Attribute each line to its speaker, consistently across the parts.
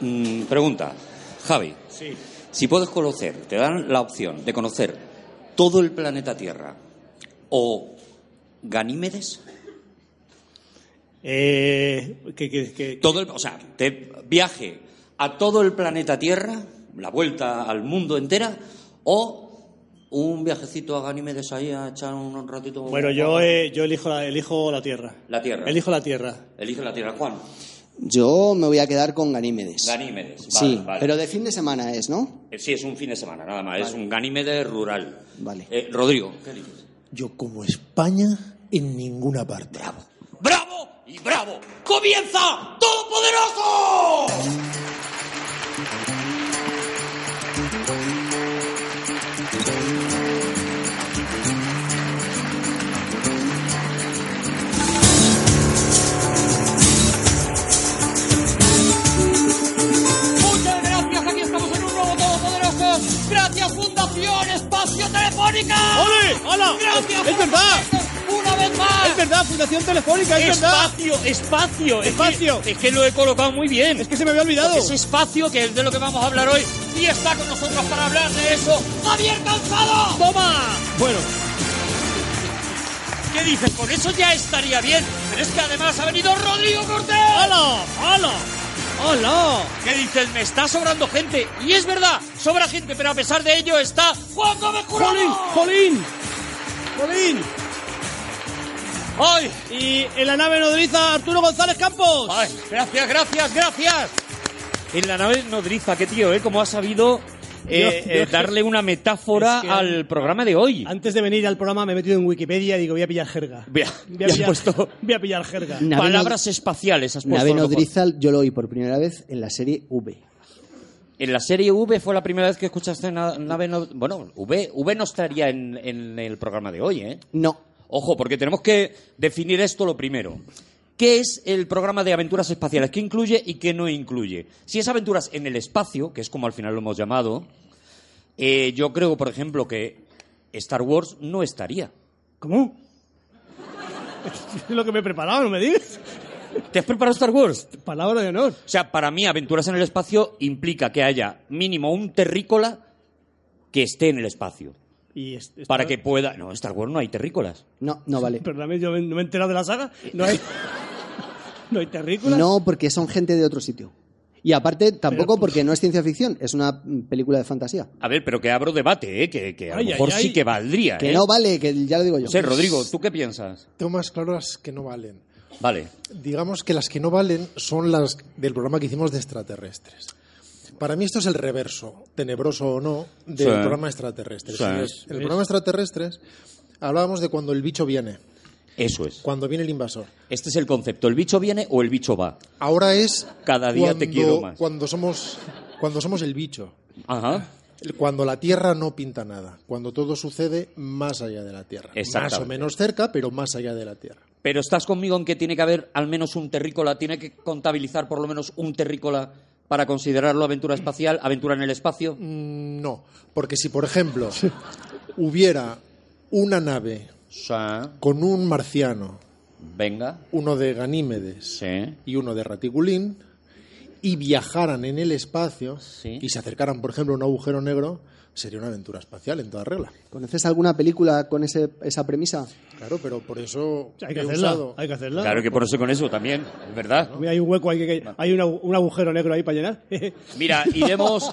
Speaker 1: Mm, pregunta, Javi.
Speaker 2: Sí.
Speaker 1: Si puedes conocer, te dan la opción de conocer todo el planeta Tierra o Ganímedes,
Speaker 2: Eh, que, que- que-
Speaker 1: todo el, o sea, te viaje a todo el planeta Tierra, la vuelta al mundo entera, o un viajecito a Ganímedes ahí a echar un ratito.
Speaker 2: bueno, yo, eh, yo elijo, la, elijo la Tierra.
Speaker 1: La Tierra.
Speaker 2: Elijo la Tierra.
Speaker 1: Elige la Tierra, Juan.
Speaker 3: Yo me voy a quedar con Ganímedes.
Speaker 1: Ganímedes. Vale,
Speaker 3: sí,
Speaker 1: vale.
Speaker 3: pero de fin de semana es, ¿no?
Speaker 1: Eh, Sí, es un fin de semana, nada más. Es un Ganímedes rural.
Speaker 3: Vale.
Speaker 1: Eh, Rodrigo, ¿qué dices?
Speaker 4: Yo como España en ninguna parte.
Speaker 1: ¡Bravo y bravo! ¡Comienza Todopoderoso!
Speaker 5: Muchas gracias, aquí estamos en un nuevo Todopoderoso. Gracias Fundación Espacio Telefónica.
Speaker 2: ¡Ole! ¡Hala!
Speaker 5: Gracias.
Speaker 2: ¡Es
Speaker 5: por
Speaker 2: verdad!
Speaker 5: acogernos Una vez más.
Speaker 2: Es verdad, Fundación Telefónica, es verdad.
Speaker 5: Espacio, espacio, es que-
Speaker 2: Espacio.
Speaker 5: Es que, lo he colocado muy bien.
Speaker 2: Es que se me había olvidado.
Speaker 5: Ese espacio que es de lo que vamos a hablar hoy y está con nosotros para hablar de eso. Javier Cansado. Toma.
Speaker 2: Bueno,
Speaker 5: ¿Qué dices? Con eso ya estaría bien. Pero es que además ha venido Rodrigo Cortés.
Speaker 2: ¡hala! ¡hala! ¡hala!
Speaker 5: ¿Qué dices? Me está sobrando gente. Y es verdad, sobra gente, pero a pesar de ello está Juan Gómez Jurado.
Speaker 2: ¡Jolín! ¡Jolín! ¡Jolín!
Speaker 5: ¡Ay!
Speaker 2: Y en la nave nodriza, Arturo González Campos.
Speaker 5: ¡Ay! Gracias, gracias, gracias. En la nave nodriza, qué tío, ¿eh? Cómo ha sabido eh,
Speaker 2: Yo- yo
Speaker 5: eh,
Speaker 2: es que-
Speaker 5: darle una metáfora
Speaker 2: es que-
Speaker 5: al programa de hoy.
Speaker 2: Antes de venir al programa me he metido en Wikipedia y digo, voy a pillar jerga.
Speaker 5: Voy a-
Speaker 2: Voy a,
Speaker 5: ya has
Speaker 2: pillar,
Speaker 5: puesto-
Speaker 2: voy a pillar jerga.
Speaker 3: Nave
Speaker 5: Palabras espaciales has puesto.
Speaker 3: Nave
Speaker 5: a lo mejor.
Speaker 3: nodriza yo lo oí por primera vez en la serie V.
Speaker 5: En la serie V fue la primera vez que escuchaste na- nave nodriza. Bueno, V, v no estaría en, en el programa de hoy, ¿eh?
Speaker 3: No,
Speaker 5: Ojo, porque tenemos que definir esto lo primero. ¿Qué es el programa de aventuras espaciales? ¿Qué incluye y qué no incluye? Si es aventuras en el espacio, que es como al final lo hemos llamado, eh, yo creo, por ejemplo, que Star Wars no estaría.
Speaker 2: ¿Cómo? Es lo que me he preparado, no me digas.
Speaker 5: ¿Te has preparado Star Wars?
Speaker 2: Palabra de honor.
Speaker 5: O sea, para mí, aventuras en el espacio implica que haya mínimo un terrícola que esté en el espacio.
Speaker 2: Y es- es-
Speaker 5: Para que pueda. No, en Star Wars no hay terrícolas.
Speaker 3: no, no vale.
Speaker 2: Perdóname, yo me- no me he enterado de la saga. No hay, no hay terrícolas.
Speaker 3: No, porque son gente de otro sitio. Y aparte, tampoco porque no es ciencia ficción, es una mm, película de fantasía.
Speaker 5: A ver, pero que abro debate, ¿eh? que, que a
Speaker 2: Ay,
Speaker 5: lo
Speaker 2: ay,
Speaker 5: mejor
Speaker 2: ay.
Speaker 5: sí que valdría.
Speaker 3: Que
Speaker 5: ¿eh?
Speaker 3: no vale, que ya lo digo yo.
Speaker 5: No sé, Rodrigo, ¿tú qué piensas?
Speaker 4: Tengo más claras que no valen.
Speaker 5: Vale.
Speaker 4: Digamos que las que no valen son las del programa que hicimos de extraterrestres. Para mí esto es el reverso, tenebroso o no, del
Speaker 5: Sí.
Speaker 4: programa extraterrestres.
Speaker 5: Sí.
Speaker 4: En el- en el programa extraterrestres hablábamos de cuando el bicho viene,
Speaker 5: Eso es.
Speaker 4: cuando viene el invasor.
Speaker 5: Este es el concepto. ¿El bicho viene o el bicho va?
Speaker 4: Ahora es
Speaker 5: Cada día te
Speaker 4: cuando-
Speaker 5: quiero más.
Speaker 4: Cuando somos, cuando somos el bicho.
Speaker 5: Ajá.
Speaker 4: Cuando la Tierra no pinta nada, cuando todo sucede más allá de la Tierra. Más
Speaker 5: Exactamente.
Speaker 4: o menos cerca, pero más allá de la Tierra.
Speaker 5: Pero estás conmigo en que tiene que haber al menos un terrícola, tiene que contabilizar por lo menos un terrícola para considerarlo aventura espacial, aventura en el espacio.
Speaker 4: Mm, No, porque si, por ejemplo, hubiera una nave
Speaker 5: Sí.
Speaker 4: con un marciano,
Speaker 5: Venga.
Speaker 4: uno de Ganímedes
Speaker 5: Sí.
Speaker 4: y uno de Raticulín, y viajaran en el espacio
Speaker 5: Sí.
Speaker 4: y se acercaran, por ejemplo, a un agujero negro, sería una aventura espacial en toda regla.
Speaker 3: ¿Conoces alguna película con ese- esa premisa?
Speaker 4: Claro, pero por eso
Speaker 2: Hay que
Speaker 4: he
Speaker 2: hacerla.
Speaker 4: usado-
Speaker 2: Hay que hacerla.
Speaker 5: Claro que ponerse con eso también, es verdad.
Speaker 2: Mira, Hay un hueco, hay, que, hay un agu- un agujero negro ahí para llenar.
Speaker 5: Mira, iremos.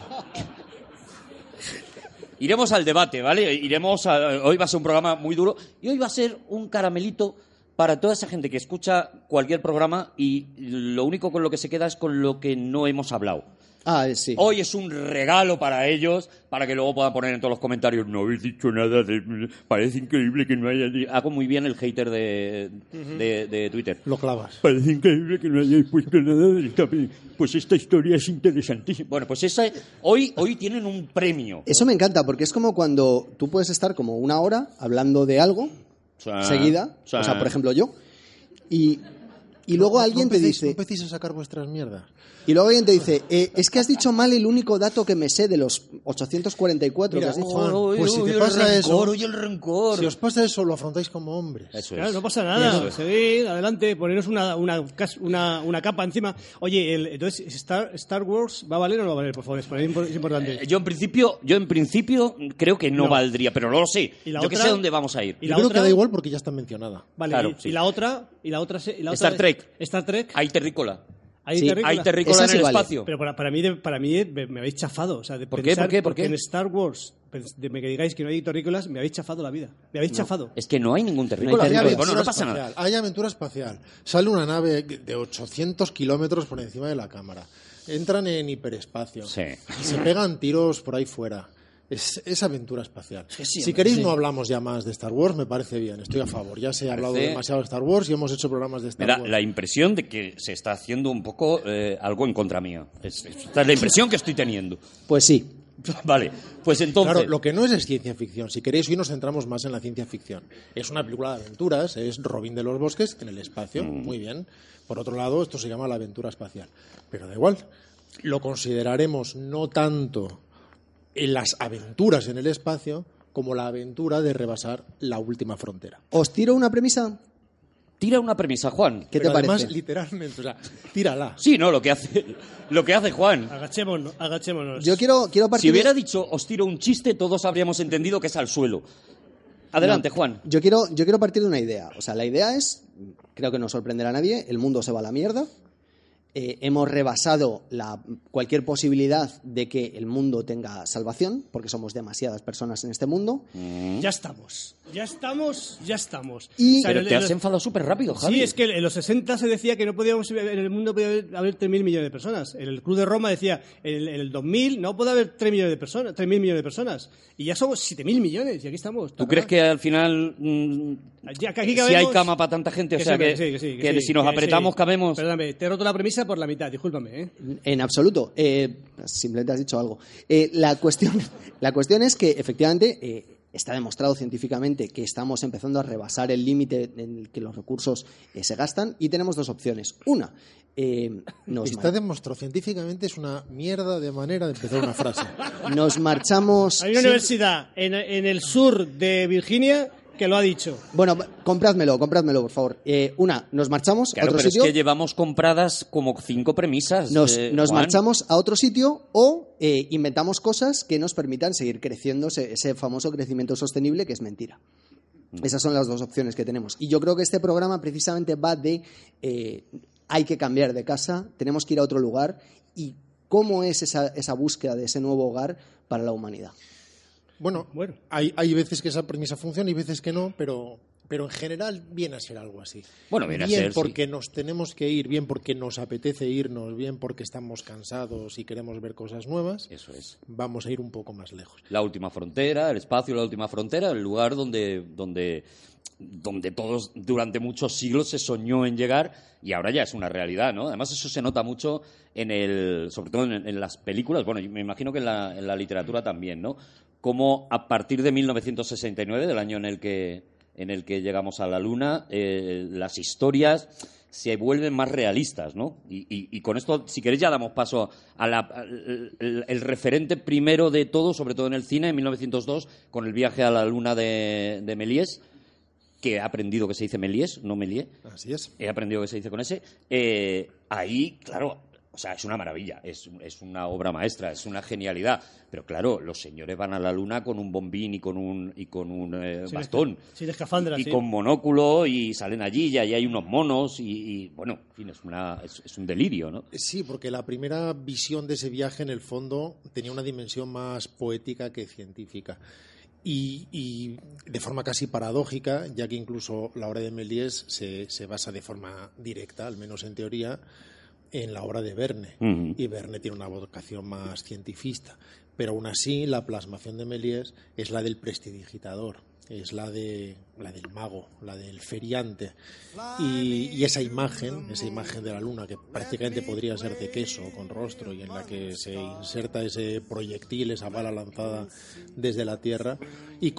Speaker 5: Iremos al debate, ¿vale? Iremos a- hoy va a ser un programa muy duro y hoy va a ser un caramelito para toda esa gente que escucha cualquier programa y lo único con lo que se queda es con lo que no hemos hablado.
Speaker 3: Ah, eh, sí.
Speaker 5: Hoy es un regalo para ellos, para que luego puedan poner en todos los comentarios, no habéis dicho nada, de- parece increíble que no haya... di-". Hago muy bien el hater de, de- de Twitter.
Speaker 4: Lo clavas.
Speaker 5: Parece increíble que no hayáis puesto nada del tapete. Pues esta historia es interesantísima. Bueno, pues esa, hoy, hoy tienen un premio.
Speaker 3: Eso me encanta, porque es como cuando tú puedes estar como una hora hablando de algo
Speaker 5: Sí,
Speaker 3: seguida,
Speaker 5: sí.
Speaker 3: o sea, por ejemplo yo, y, Y luego
Speaker 4: No- no
Speaker 3: alguien te
Speaker 4: empecéis-
Speaker 3: dice-
Speaker 4: No empecéis a sacar vuestras mierdas.
Speaker 3: Y luego alguien te dice, eh, es que has dicho mal el único dato que me sé de los 844
Speaker 4: Mira,
Speaker 3: que has dicho.
Speaker 4: Juan, pues si
Speaker 1: oye,
Speaker 4: te
Speaker 1: el
Speaker 4: pasa
Speaker 1: rencor,
Speaker 4: eso,
Speaker 1: oye, el rencor.
Speaker 4: si os pasa eso, lo afrontáis como hombres.
Speaker 1: Eso
Speaker 2: Claro,
Speaker 1: es.
Speaker 2: no pasa nada.
Speaker 1: Eso es.
Speaker 2: Seguid, adelante, poneros una, una, cas- una, una capa encima. Oye, el- entonces, Star, ¿Star Wars va a valer o no va a valer? Por favor, es por ahí impor- es importante.
Speaker 1: Eh, Yo en principio, yo en principio creo que no,
Speaker 2: No.
Speaker 1: valdría, pero no lo sé.
Speaker 2: ¿Y
Speaker 1: Yo
Speaker 2: la
Speaker 1: que
Speaker 2: otra?
Speaker 1: sé dónde vamos a ir.
Speaker 2: ¿Y
Speaker 4: Yo
Speaker 2: la
Speaker 4: creo
Speaker 2: otra?
Speaker 4: que da igual porque ya está mencionada.
Speaker 2: Vale,
Speaker 1: Claro,
Speaker 2: y,
Speaker 1: sí.
Speaker 2: y la otra, y la otra, se- y la otra
Speaker 1: Star Trek.
Speaker 2: Star Trek.
Speaker 1: Hay terrícola.
Speaker 2: Ahí
Speaker 3: Sí,
Speaker 2: te
Speaker 1: Hay
Speaker 2: regla.
Speaker 1: terrícola
Speaker 3: Esas
Speaker 1: en el
Speaker 3: iguales.
Speaker 1: espacio.
Speaker 2: Pero para, para mí, de- para mí eh, me, me habéis chafado. O sea, de
Speaker 1: ¿Por qué?
Speaker 2: pensar,
Speaker 1: ¿Por qué? ¿Por
Speaker 2: porque
Speaker 1: qué?
Speaker 2: en Star Wars, pens- de me que digáis que no hay terrícolas, me habéis chafado la vida. Me habéis chafado.
Speaker 1: Es que no hay ningún terrícola.
Speaker 3: Película
Speaker 4: Hay
Speaker 3: de
Speaker 1: Bueno,
Speaker 3: aventura
Speaker 1: bueno, no pasa nada.
Speaker 4: espacial, Hay aventura espacial. Sale una nave de 800 kilómetros por encima de la cámara. Entran en hiperespacio.
Speaker 1: Sí.
Speaker 4: Se pegan tiros por ahí fuera. Es, es aventura espacial. si queréis, no hablamos ya más de Star Wars. Me parece bien. Estoy a favor. Ya se ha hablado
Speaker 1: Parece-
Speaker 4: demasiado de Star Wars y hemos hecho programas de
Speaker 1: Me
Speaker 4: Star
Speaker 1: da
Speaker 4: Wars.
Speaker 1: la impresión de que se está haciendo un poco eh, algo en contra mía. Es- esta es la impresión que estoy teniendo.
Speaker 3: Pues sí.
Speaker 1: Vale, pues entonces...
Speaker 4: Claro, lo que no es es ciencia ficción. Si queréis, hoy nos centramos más en la ciencia ficción. Es una película de aventuras, es Robin de los Bosques en el espacio,
Speaker 3: Mm.
Speaker 4: muy bien. Por otro lado, esto se llama la aventura espacial. Pero da igual, lo consideraremos no tanto en las aventuras en el espacio como la aventura de rebasar la última frontera.
Speaker 3: ¿Os tiro una premisa?
Speaker 1: Tira una premisa, Juan.
Speaker 3: ¿Qué
Speaker 4: Pero
Speaker 3: te
Speaker 4: además,
Speaker 3: parece?
Speaker 4: literalmente, o sea, tírala.
Speaker 1: Sí, no, lo que hace, lo que hace Juan.
Speaker 2: Agachémonos, agachémonos.
Speaker 3: Yo quiero, quiero
Speaker 1: Si
Speaker 3: partir de-
Speaker 1: hubiera dicho os tiro un chiste, todos habríamos entendido que es al suelo. Adelante,
Speaker 3: No,
Speaker 1: Juan.
Speaker 3: Yo quiero, yo quiero partir de una idea. O sea, la idea es, creo que no sorprenderá a nadie, el mundo se va a la mierda. Eh, hemos rebasado la, cualquier posibilidad de que el mundo tenga salvación, porque somos demasiadas personas en este mundo.
Speaker 2: Ya estamos. Ya estamos, ya estamos.
Speaker 3: Y-
Speaker 1: Pero
Speaker 2: en-
Speaker 1: te
Speaker 2: en
Speaker 1: has
Speaker 2: los-
Speaker 1: enfadado súper rápido, Javi.
Speaker 2: Sí, es que en los 60 se decía que no podíamos en el mundo podía haber, haber 3.000 millones de personas. En el Club de Roma decía, en el, en el 2000 no puede haber 3 millones de personas, 3.000 millones de personas. Y ya somos 7.000 millones y aquí estamos.
Speaker 1: ¿Tú crees que al final mm,
Speaker 2: Ya, que aquí
Speaker 1: si hay
Speaker 2: cabemos-
Speaker 1: cama para tanta gente? O sea,
Speaker 2: sí,
Speaker 1: que,
Speaker 2: sí, sí,
Speaker 1: que
Speaker 2: sí,
Speaker 1: si nos
Speaker 2: que
Speaker 1: apretamos
Speaker 2: sí.
Speaker 1: cabemos...
Speaker 2: Perdóname, te he roto la premisa por la mitad, discúlpame. ¿eh?
Speaker 3: En absoluto. Eh, simplemente has dicho algo. Eh, la, cuestión, la cuestión es que, efectivamente, eh, está demostrado científicamente que estamos empezando a rebasar el límite en el que los recursos eh, se gastan y tenemos dos opciones. Una, eh, nos,
Speaker 4: Está
Speaker 3: mar-
Speaker 4: demostrado científicamente, es una mierda de manera de empezar una frase.
Speaker 3: nos marchamos...
Speaker 2: Hay una
Speaker 3: Sí.
Speaker 2: universidad en, en el sur de Virginia que lo ha dicho.
Speaker 3: Bueno, comprádmelo, comprádmelo, por favor. Eh, una, nos marchamos
Speaker 1: Claro,
Speaker 3: a otro
Speaker 1: pero
Speaker 3: sitio.
Speaker 1: es que llevamos compradas como cinco premisas.
Speaker 3: Nos,
Speaker 1: eh,
Speaker 3: nos
Speaker 1: Juan.
Speaker 3: marchamos a otro sitio o eh, inventamos cosas que nos permitan seguir creciendo ese, ese famoso crecimiento sostenible que es mentira.
Speaker 1: Mm.
Speaker 3: Esas son las dos opciones que tenemos. Y yo creo que este programa precisamente va de eh, hay que cambiar de casa, tenemos que ir a otro lugar y cómo es esa, esa búsqueda de ese nuevo hogar para la humanidad.
Speaker 4: Bueno,
Speaker 2: Bueno.
Speaker 4: Hay, hay veces que esa premisa funciona y veces que no, pero, pero en general viene a ser algo así.
Speaker 1: Bueno, viene a
Speaker 4: bien
Speaker 1: ser,
Speaker 4: porque nos tenemos que ir, bien porque nos apetece irnos, bien porque estamos cansados y queremos ver cosas nuevas,
Speaker 1: Eso es.
Speaker 4: vamos a ir un poco más lejos.
Speaker 1: La última frontera, el espacio, la última frontera, el lugar donde, donde, donde todos durante muchos siglos se soñó en llegar y ahora ya es una realidad, ¿no? Además eso se nota mucho en el, sobre todo en, en las películas, bueno, yo me imagino que en la, en la literatura también, ¿no? Como a partir de 1969, del año en el que, en el que llegamos a la luna, eh, las historias se vuelven más realistas, ¿no? Y, y- y con esto, si queréis, ya damos paso a la- al el- el referente primero de todo, sobre todo en el cine, en 1902, con el viaje a la luna de, de Méliès, que he aprendido que se dice Méliès, no Méliès,
Speaker 4: Así es.
Speaker 1: he aprendido que se dice con ese. eh, ahí, claro, o sea, es una maravilla, es, es una obra maestra, es una genialidad. Pero claro, los señores van a la luna con un bombín y con un, y con un eh,
Speaker 2: Sin
Speaker 1: bastón
Speaker 2: esca- Sin escafandra,
Speaker 1: y
Speaker 2: sí.
Speaker 1: con monóculo y salen allí y ahí hay unos monos y, y, bueno, en fin, es, una, es, es un delirio, ¿no?
Speaker 4: Sí, porque la primera visión de ese viaje, en el fondo, tenía una dimensión más poética que científica. Y, y de forma casi paradójica, ya que incluso la obra de Méliès se, se basa de forma directa, al menos en teoría, en la obra de Verne.
Speaker 1: Ujú.
Speaker 4: Y Verne tiene una vocación más cientifista. Pero aún así, la plasmación de Méliès es la del prestidigitador. es la de la del mago, la del feriante. Y, y esa imagen, esa imagen de la luna que prácticamente podría ser de queso con rostro y en la que se inserta ese proyectil, esa bala lanzada desde la Tierra,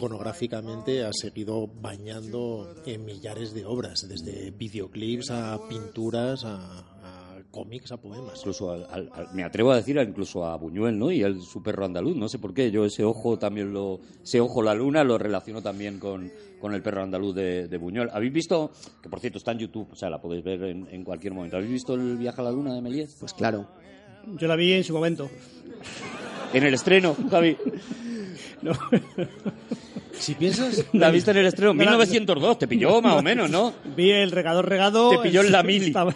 Speaker 4: iconográficamente ha seguido bañando en millares de obras, desde videoclips a pinturas a, a cómics a poemas.
Speaker 1: Incluso al- al- al- me atrevo a decir a- incluso a Buñuel, ¿no? Y el su perro andaluz, no sé por qué. Yo ese ojo también lo, ese ojo la luna lo relaciono también con, con el perro andaluz de, de Buñuel. ¿Habéis visto? Que por cierto está en YouTube, o sea, la podéis ver en, en cualquier momento. ¿Habéis visto el viaje a la luna de Méliès?
Speaker 3: Pues claro.
Speaker 2: Yo la vi en su momento.
Speaker 1: En el estreno, Javi.
Speaker 2: No.
Speaker 4: Si piensas,
Speaker 1: ¿La viste en el estreno?
Speaker 2: No la-
Speaker 1: 1902, te pilló más o menos, ¿no?
Speaker 2: Vi el regador regado.
Speaker 1: Te pilló en la mili.
Speaker 2: Estaba-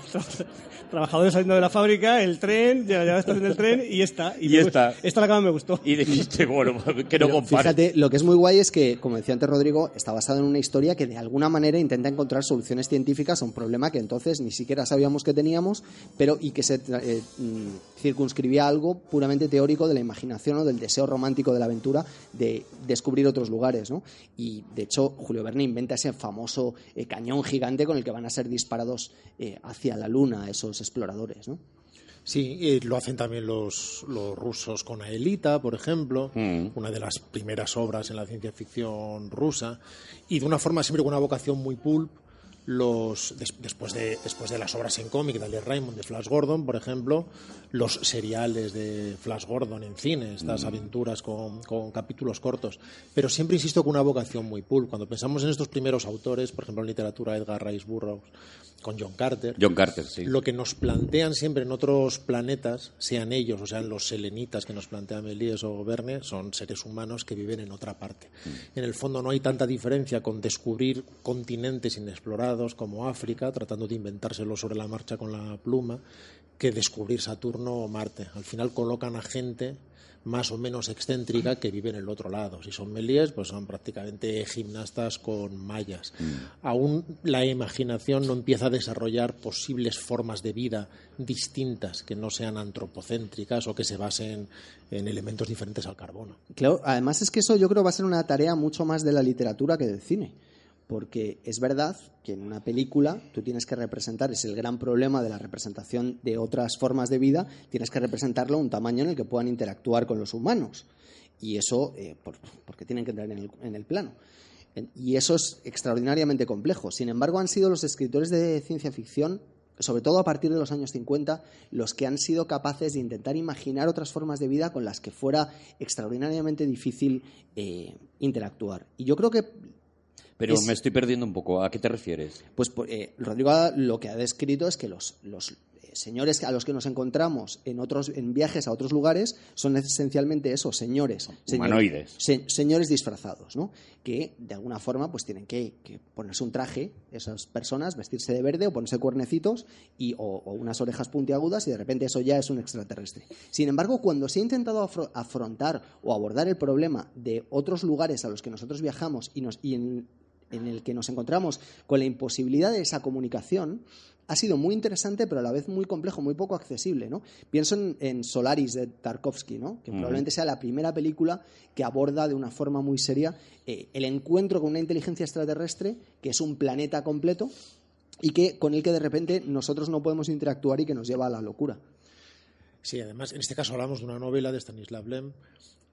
Speaker 2: Trabajadores saliendo de la fábrica, el tren, ya la estación del tren y esta.
Speaker 1: Y
Speaker 2: me-
Speaker 1: esta.
Speaker 2: Esta la que más me gustó.
Speaker 1: Y dijiste, bueno, que no
Speaker 3: Pero
Speaker 1: compare.
Speaker 3: fíjate, lo que es muy guay es que, como decía antes Rodrigo, está basado en una historia que de alguna manera intenta encontrar soluciones científicas a un problema que entonces ni siquiera sabíamos que teníamos, pero y que se tra- eh, mm, circunscribía a algo puramente teórico de la imaginación o del deseo romántico de la aventura de descubrir otros lugares, ¿no? Y de hecho, Julio Verne inventa ese famoso eh, cañón gigante con el que van a ser disparados eh, hacia la luna esos exploradores, ¿no?
Speaker 4: Sí, eh, lo hacen también los, los rusos con Aelita, por ejemplo, una de las primeras obras en la ciencia ficción rusa, y de una forma siempre con una vocación muy pulp. Los, des- después, de, después de las obras en cómic de Ale Raymond, de Flash Gordon, por ejemplo, los seriales de Flash Gordon en cine, estas aventuras con, con capítulos cortos. Pero siempre insisto con una vocación muy pulp. Cuando pensamos en estos primeros autores, por ejemplo, en literatura Edgar Rice Burroughs con John Carter,
Speaker 1: John Carter, sí.
Speaker 4: lo que nos plantean siempre en otros planetas, sean ellos o sean los selenitas que nos plantea Melíes o Verne, son seres humanos que viven en otra parte. En el fondo no hay tanta diferencia con descubrir continentes inexplorados como África, tratando de inventárselo sobre la marcha con la pluma, que descubrir Saturno o Marte. Al final colocan a gente más o menos excéntrica que vive en el otro lado. Si son melíes, pues son prácticamente gimnastas con mallas. Aún la imaginación no empieza a desarrollar posibles formas de vida distintas que no sean antropocéntricas o que se basen en elementos diferentes al carbono.
Speaker 3: Claro, además es que eso yo creo va a ser una tarea mucho más de la literatura que del cine. Porque es verdad que en una película tú tienes que representar, es el gran problema de la representación de otras formas de vida, tienes que representarlo a un tamaño en el que puedan interactuar con los humanos. Y eso, eh, por- porque tienen que entrar en el, en el plano. En- Y eso es extraordinariamente complejo. Sin embargo, han sido los escritores de ciencia ficción, sobre todo a partir de los años 50, los que han sido capaces de intentar imaginar otras formas de vida con las que fuera extraordinariamente difícil eh, interactuar. Y yo creo que,
Speaker 1: Pero
Speaker 3: es-
Speaker 1: me estoy perdiendo un poco. ¿A qué te refieres?
Speaker 3: pues, por- eh, Rodrigo ha- lo que ha descrito es que los, los eh, señores a los que nos encontramos en, otros, en viajes a otros lugares son esencialmente esos señores. señores-
Speaker 1: Humanoides.
Speaker 3: se- señores disfrazados, ¿no? Que de alguna forma pues tienen que, que ponerse un traje, esas personas, vestirse de verde o ponerse cuernecitos y, o, o unas orejas puntiagudas y de repente eso ya es un extraterrestre. Sin embargo, cuando se ha intentado afro- afrontar o abordar el problema de otros lugares a los que nosotros viajamos y, nos, y en, en el que nos encontramos con la imposibilidad de esa comunicación, ha sido muy interesante, pero a la vez muy complejo, muy poco accesible, ¿no? Pienso en, en Solaris de Tarkovsky, ¿no? Que probablemente sea la primera película que aborda de una forma muy seria eh, el encuentro con una inteligencia extraterrestre, que es un planeta completo, y que con el que de repente nosotros no podemos interactuar y que nos lleva a la locura.
Speaker 4: Sí, además, en este caso hablamos de una novela de Stanislav Lem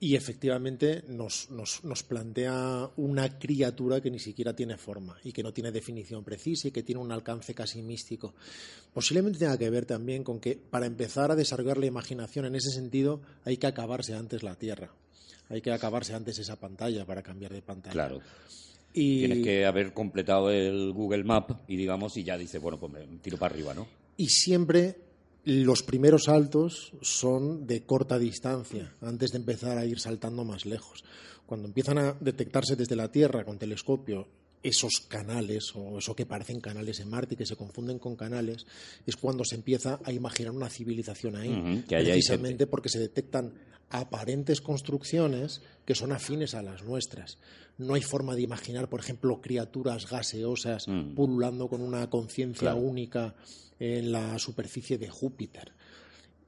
Speaker 4: y efectivamente nos, nos- nos plantea una criatura que ni siquiera tiene forma y que no tiene definición precisa y que tiene un alcance casi místico. Posiblemente tenga que ver también con que para empezar a desarrollar la imaginación en ese sentido hay que acabarse antes la Tierra. Hay que acabarse antes esa pantalla para cambiar de pantalla.
Speaker 1: Claro.
Speaker 4: Y...
Speaker 1: Tienes que haber completado el Google Map y digamos, y ya dices, bueno, pues me tiro para arriba, ¿no?
Speaker 4: y siempre los primeros saltos son de corta distancia, antes de empezar a ir saltando más lejos. Cuando empiezan a detectarse desde la Tierra con telescopio esos canales o eso que parecen canales en Marte y que se confunden con canales, es cuando se empieza a imaginar una civilización ahí,
Speaker 1: Ujú, que ahí hay
Speaker 4: precisamente
Speaker 1: gente.
Speaker 4: porque se detectan aparentes construcciones que son afines a las nuestras. No hay forma de imaginar, por ejemplo, criaturas gaseosas
Speaker 1: Mm.
Speaker 4: pululando con una conciencia
Speaker 1: Claro.
Speaker 4: única en la superficie de Júpiter.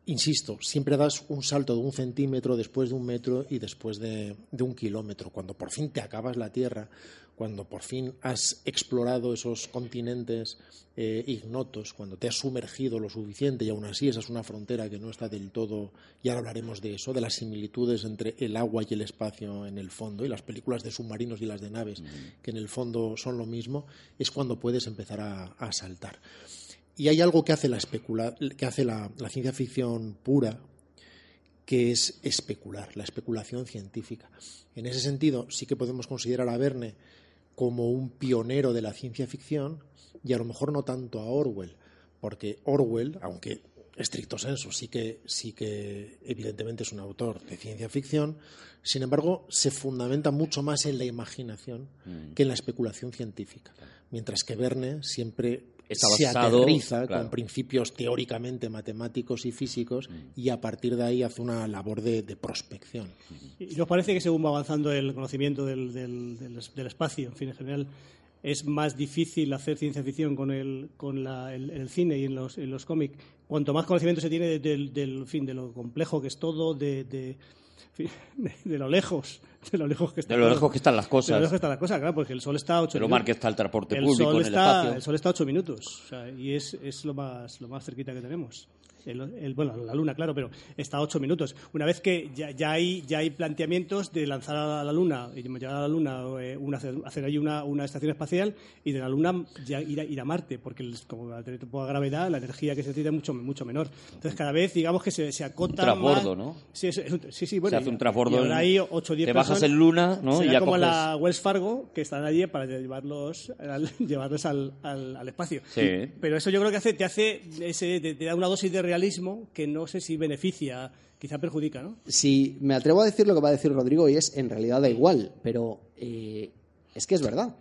Speaker 4: insisto, siempre das un salto de un centímetro, después de un metro y después de, de un kilómetro. Cuando por fin te acabas la Tierra, cuando por fin has explorado esos continentes eh, ignotos, cuando te has sumergido lo suficiente y aún así esa es una frontera que no está del todo, y ahora hablaremos de eso, de las similitudes entre el agua y el espacio en el fondo, y las películas de submarinos y las de naves, que en el fondo son lo mismo, es cuando puedes empezar a, a saltar. Y hay algo que hace la, especula- que hace la, la ciencia ficción pura, que es especular, la especulación científica. En ese sentido, sí que podemos considerar a Verne como un pionero de la ciencia ficción y a lo mejor no tanto a Orwell, porque Orwell, aunque estricto senso sí que sí que evidentemente es un autor de ciencia ficción, sin embargo, se fundamenta mucho más en la imaginación
Speaker 1: Mm.
Speaker 4: que en la especulación científica, mientras que Verne siempre
Speaker 1: Está
Speaker 4: se
Speaker 1: basado,
Speaker 4: aterriza
Speaker 1: claro.
Speaker 4: con principios teóricamente matemáticos y físicos y a partir de ahí hace una labor de, de prospección.
Speaker 2: ¿Y nos parece que según va avanzando el conocimiento del, del- del es- del espacio, en fin, en general, es más difícil hacer ciencia ficción con el, con la- el, el cine y en los, en los cómics? Cuanto más conocimiento se tiene de- del, del- en fin, de lo complejo que es todo, de, de, en fin, de- de lo lejos, de lo lejos que está
Speaker 1: De lo
Speaker 2: todo.
Speaker 1: lejos que están las
Speaker 2: De lo lejos
Speaker 1: cosas,
Speaker 2: que está la cosa, claro, porque el sol está a ocho
Speaker 1: de lo
Speaker 2: minutos.
Speaker 1: mal que está el transporte
Speaker 2: el
Speaker 1: público
Speaker 2: sol
Speaker 1: en el
Speaker 2: está,
Speaker 1: espacio.
Speaker 2: el sol está a 8 minutos o sea, y es, es lo, más, lo más cerquita que tenemos. El- el- bueno, la luna, claro, pero está a 8 minutos. Una vez que ya, ya hay, ya hay planteamientos de lanzar a la luna, y llegar a la luna, eh, una- hacer, hacer ahí una, una estación espacial y de la luna ya ir, a, ir a Marte, porque el- como la tener poca gravedad, la energía que se tiene es mucho, mucho menor. Entonces, cada vez, digamos que se, se acota.
Speaker 1: transbordo,
Speaker 2: más-
Speaker 1: ¿no?
Speaker 2: Sí, es- es un- sí, sí, bueno.
Speaker 1: hace
Speaker 2: y-
Speaker 1: un transbordo
Speaker 2: y habrá
Speaker 1: en-
Speaker 2: ahí 8 o 10
Speaker 1: te bajas
Speaker 2: personas.
Speaker 1: en Luna, ¿no?
Speaker 2: Será
Speaker 1: y ya
Speaker 2: como
Speaker 1: coges-
Speaker 2: la Wells Fargo, que están allí para llevarlos, al- llevarles al, al- al espacio.
Speaker 1: Sí.
Speaker 2: Pero eso yo creo que hace, te hace, ese, te, te da una dosis de realismo que no sé si beneficia, quizá perjudica, ¿no?
Speaker 3: Si me atrevo a decir lo que va a decir Rodrigo y es, en realidad da igual, pero eh, es que es verdad.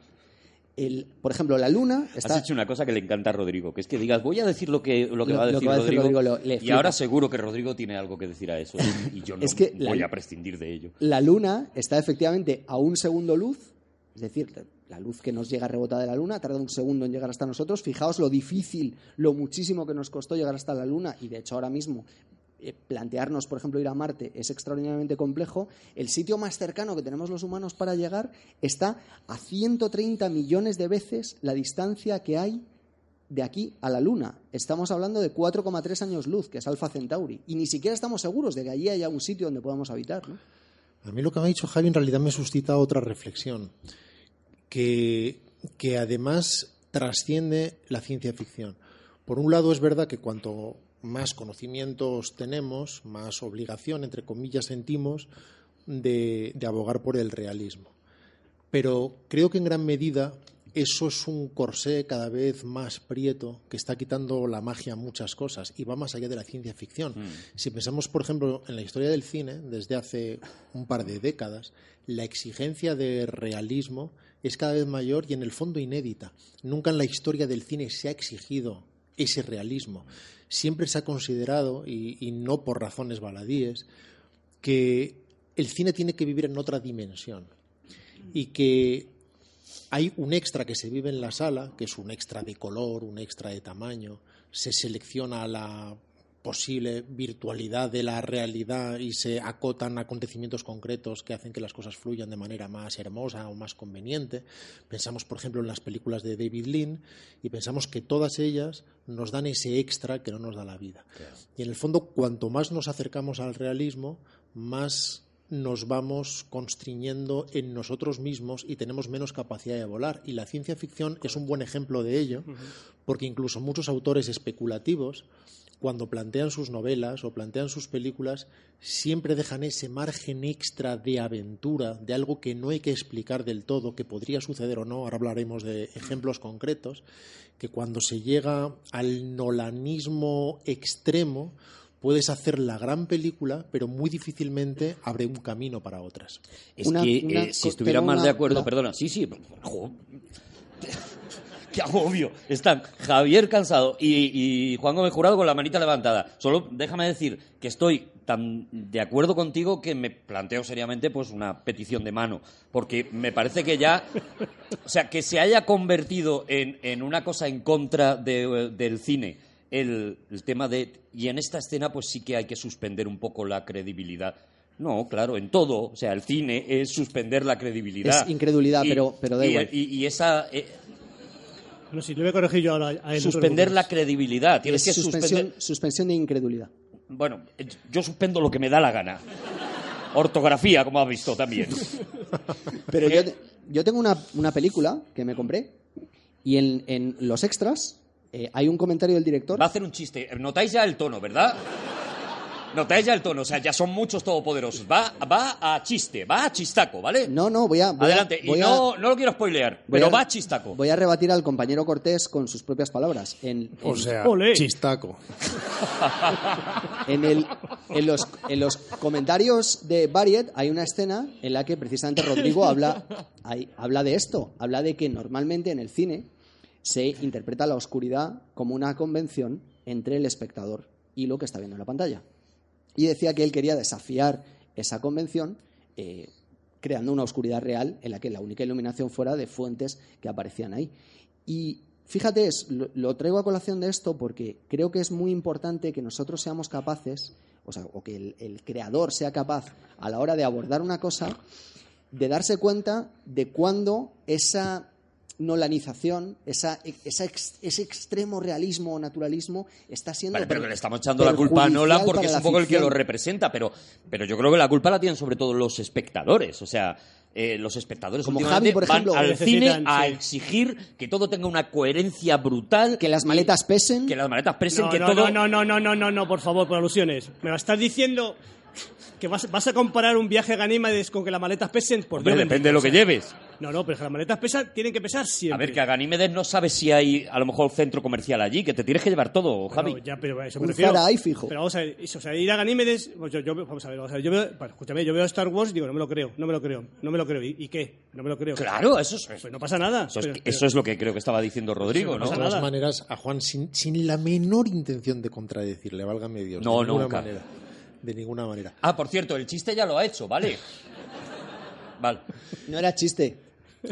Speaker 3: El, por ejemplo, la luna está...
Speaker 1: Has hecho una cosa que le encanta a Rodrigo, que es que digas, voy a decir lo que, lo que
Speaker 3: Lo-
Speaker 1: va a
Speaker 3: lo que
Speaker 1: decir
Speaker 3: va a decir
Speaker 1: Rodrigo.
Speaker 3: Rodrigo, le- le
Speaker 1: y
Speaker 3: flipa.
Speaker 1: ahora seguro que Rodrigo tiene algo que decir a eso. Y yo no
Speaker 3: Es que la-
Speaker 1: voy a prescindir de ello.
Speaker 3: La luna está efectivamente a un segundo luz, es decir, la luz que nos llega rebotada de la luna tarda un segundo en llegar hasta nosotros. Fijaos lo difícil, lo muchísimo que nos costó llegar hasta la luna y de hecho ahora mismo eh, plantearnos, por ejemplo, ir a Marte es extraordinariamente complejo. El sitio más cercano que tenemos los humanos para llegar está a 130 millones de veces la distancia que hay de aquí a la Luna. Estamos hablando de 4,3 años luz, que es Alfa Centauri. Y ni siquiera estamos seguros de que allí haya un sitio donde podamos habitar. ¿no?
Speaker 4: A mí lo que me ha dicho Javi en realidad me suscita otra reflexión, que, que además trasciende la ciencia ficción. Por un lado es verdad que cuanto más conocimientos tenemos, más obligación, entre comillas, sentimos de, de abogar por el realismo. Pero creo que en gran medida eso es un corsé cada vez más prieto que está quitando la magia a muchas cosas y va más allá de la ciencia ficción. Si pensamos, por ejemplo, en la historia del cine, desde hace un par de décadas, la exigencia de realismo es cada vez mayor y en el fondo inédita. Nunca en la historia del cine se ha exigido ese realismo. Siempre se ha considerado, y, y no por razones baladíes, que el cine tiene que vivir en otra dimensión y que hay un extra que se vive en la sala, que es un extra de color, un extra de tamaño, se selecciona la posible virtualidad de la realidad y se acotan acontecimientos concretos que hacen que las cosas fluyan de manera más hermosa o más conveniente. Pensamos, por ejemplo, en las películas de David Lean y pensamos que todas ellas nos dan ese extra que no nos da la vida. Y en el fondo, cuanto más nos acercamos al realismo, más nos vamos constriñendo en nosotros mismos y tenemos menos capacidad de volar. Y la ciencia ficción es un buen ejemplo de ello, porque incluso muchos autores especulativos, cuando plantean sus novelas o plantean sus películas, siempre dejan ese margen extra de aventura, de algo que no hay que explicar del todo, que podría suceder o no. Ahora hablaremos de ejemplos concretos, que cuando se llega al nolanismo extremo, puedes hacer la gran película, pero muy difícilmente abre un camino para otras.
Speaker 1: Es
Speaker 3: Una-
Speaker 1: que
Speaker 3: una
Speaker 1: eh, si
Speaker 3: co-
Speaker 1: estuviera
Speaker 3: tengo
Speaker 1: más
Speaker 3: una-
Speaker 1: de acuerdo,
Speaker 3: una-
Speaker 1: perdona, sí, sí, jo, qué agobio. Están Javier Cansado y, y Juan Gómez Jurado con la manita levantada. Solo déjame decir que estoy tan de acuerdo contigo que me planteo seriamente pues una petición de mano, porque me parece que ya, o sea, que se haya convertido en, en una cosa en contra de, eh, del cine el, el tema de... Y en esta escena pues sí que hay que suspender un poco la credibilidad. No, claro, en todo. O sea, el cine es suspender la credibilidad.
Speaker 3: Es incredulidad, pero- pero da
Speaker 1: y-
Speaker 3: igual.
Speaker 1: Y, y esa... eh,
Speaker 2: No, sí, le voy a corregir yo ahora. a él, no te
Speaker 1: suspender
Speaker 2: preocupes.
Speaker 1: la credibilidad. Tienes
Speaker 3: Es
Speaker 1: que
Speaker 3: suspensión,
Speaker 1: suspender...
Speaker 3: suspensión de incredulidad.
Speaker 1: Bueno, eh, yo suspendo lo que me da la gana. Ortografía, como has visto también.
Speaker 3: Pero yo, te- yo tengo una, una película que me compré y en, en los extras eh, hay un comentario del director.
Speaker 1: Va a hacer un chiste. Notáis ya el tono, ¿verdad? Notáis ya el tono. O sea, ya son muchos todopoderosos. Va, va a chiste, va a chistaco, ¿vale?
Speaker 3: No, no, voy a. voy a-
Speaker 1: Adelante.
Speaker 3: voy
Speaker 1: y
Speaker 3: a-
Speaker 1: no, no lo quiero spoilear,
Speaker 3: voy
Speaker 1: pero
Speaker 3: a-
Speaker 1: va a chistaco.
Speaker 3: Voy a rebatir al compañero Cortés con sus propias palabras. En,
Speaker 4: O
Speaker 3: en-
Speaker 4: sea,
Speaker 2: Ole.
Speaker 4: chistaco.
Speaker 3: en el- en los, en los comentarios de Barriet hay una escena en la que precisamente Rodrigo habla, hay- habla de esto. Habla de que normalmente en el cine se interpreta la oscuridad como una convención entre el espectador y lo que está viendo en la pantalla. Y decía que él quería desafiar esa convención eh, creando una oscuridad real en la que la única iluminación fuera de fuentes que aparecían ahí. Y fíjate, es- lo, lo traigo a colación de esto porque creo que es muy importante que nosotros seamos capaces, o sea, o que el, el creador sea capaz a la hora de abordar una cosa, de darse cuenta de cuándo esa nolanización, esa, esa ex- ese extremo realismo o naturalismo está siendo...
Speaker 1: Vale, pero que
Speaker 3: per-
Speaker 1: le estamos echando la culpa a Nolan
Speaker 3: perjudicial
Speaker 1: porque
Speaker 3: para
Speaker 1: es
Speaker 3: la
Speaker 1: un poco el que lo
Speaker 3: ficción.
Speaker 1: representa, pero, pero yo creo que la culpa la tienen sobre todo los espectadores. O sea, eh, los espectadores
Speaker 3: Como
Speaker 1: últimamente
Speaker 3: Javi, por ejemplo,
Speaker 1: van al
Speaker 2: necesitan,
Speaker 1: cine a
Speaker 2: sí.
Speaker 1: exigir que todo tenga una coherencia brutal,
Speaker 3: Que las maletas pesen.
Speaker 1: que las maletas presen,
Speaker 2: No,
Speaker 1: que
Speaker 2: no,
Speaker 1: todo...
Speaker 2: no, no, no, no, no, no, por favor, por alusiones. Me va a estar diciendo que vas, vas a comparar un viaje a Ganímedes con que las maletas pesen. Por
Speaker 1: Hombre,
Speaker 2: Dios
Speaker 1: depende de lo que
Speaker 2: bendito,
Speaker 1: lleves.
Speaker 2: o sea, No, no, pero que las maletas pesan, tienen que pesar
Speaker 1: A
Speaker 2: siempre.
Speaker 1: ver, que a Ganímedes no sabes si hay a lo mejor centro comercial allí, que te tienes que llevar todo,
Speaker 2: Bueno,
Speaker 1: Javi.
Speaker 2: ya, pero a eso
Speaker 3: Un
Speaker 2: me refiero.
Speaker 3: Zara ahí fijo.
Speaker 2: Pero vamos a ver, eso, o sea, ir a Ganímedes, pues yo, yo- vamos a ver, vamos a ver, yo veo, bueno, escúchame, yo veo Star Wars y digo, no me lo creo, no me lo creo, no me lo creo. ¿Y, y qué? No me lo creo.
Speaker 1: Claro, eso es, eso,
Speaker 2: Pues no pasa nada.
Speaker 1: es,
Speaker 2: Pero-
Speaker 1: que- eso es lo que creo que estaba diciendo Rodrigo, ¿no?
Speaker 2: no
Speaker 4: De
Speaker 2: pasa
Speaker 4: todas
Speaker 2: nada.
Speaker 4: maneras, a Juan, sin, sin la menor intención de contradecirle, válgame Dios.
Speaker 1: No,
Speaker 4: de ninguna
Speaker 1: nunca.
Speaker 4: manera. De ninguna manera.
Speaker 1: Ah, por cierto, el chiste ya lo ha hecho, ¿vale? Vale.
Speaker 3: No era chiste.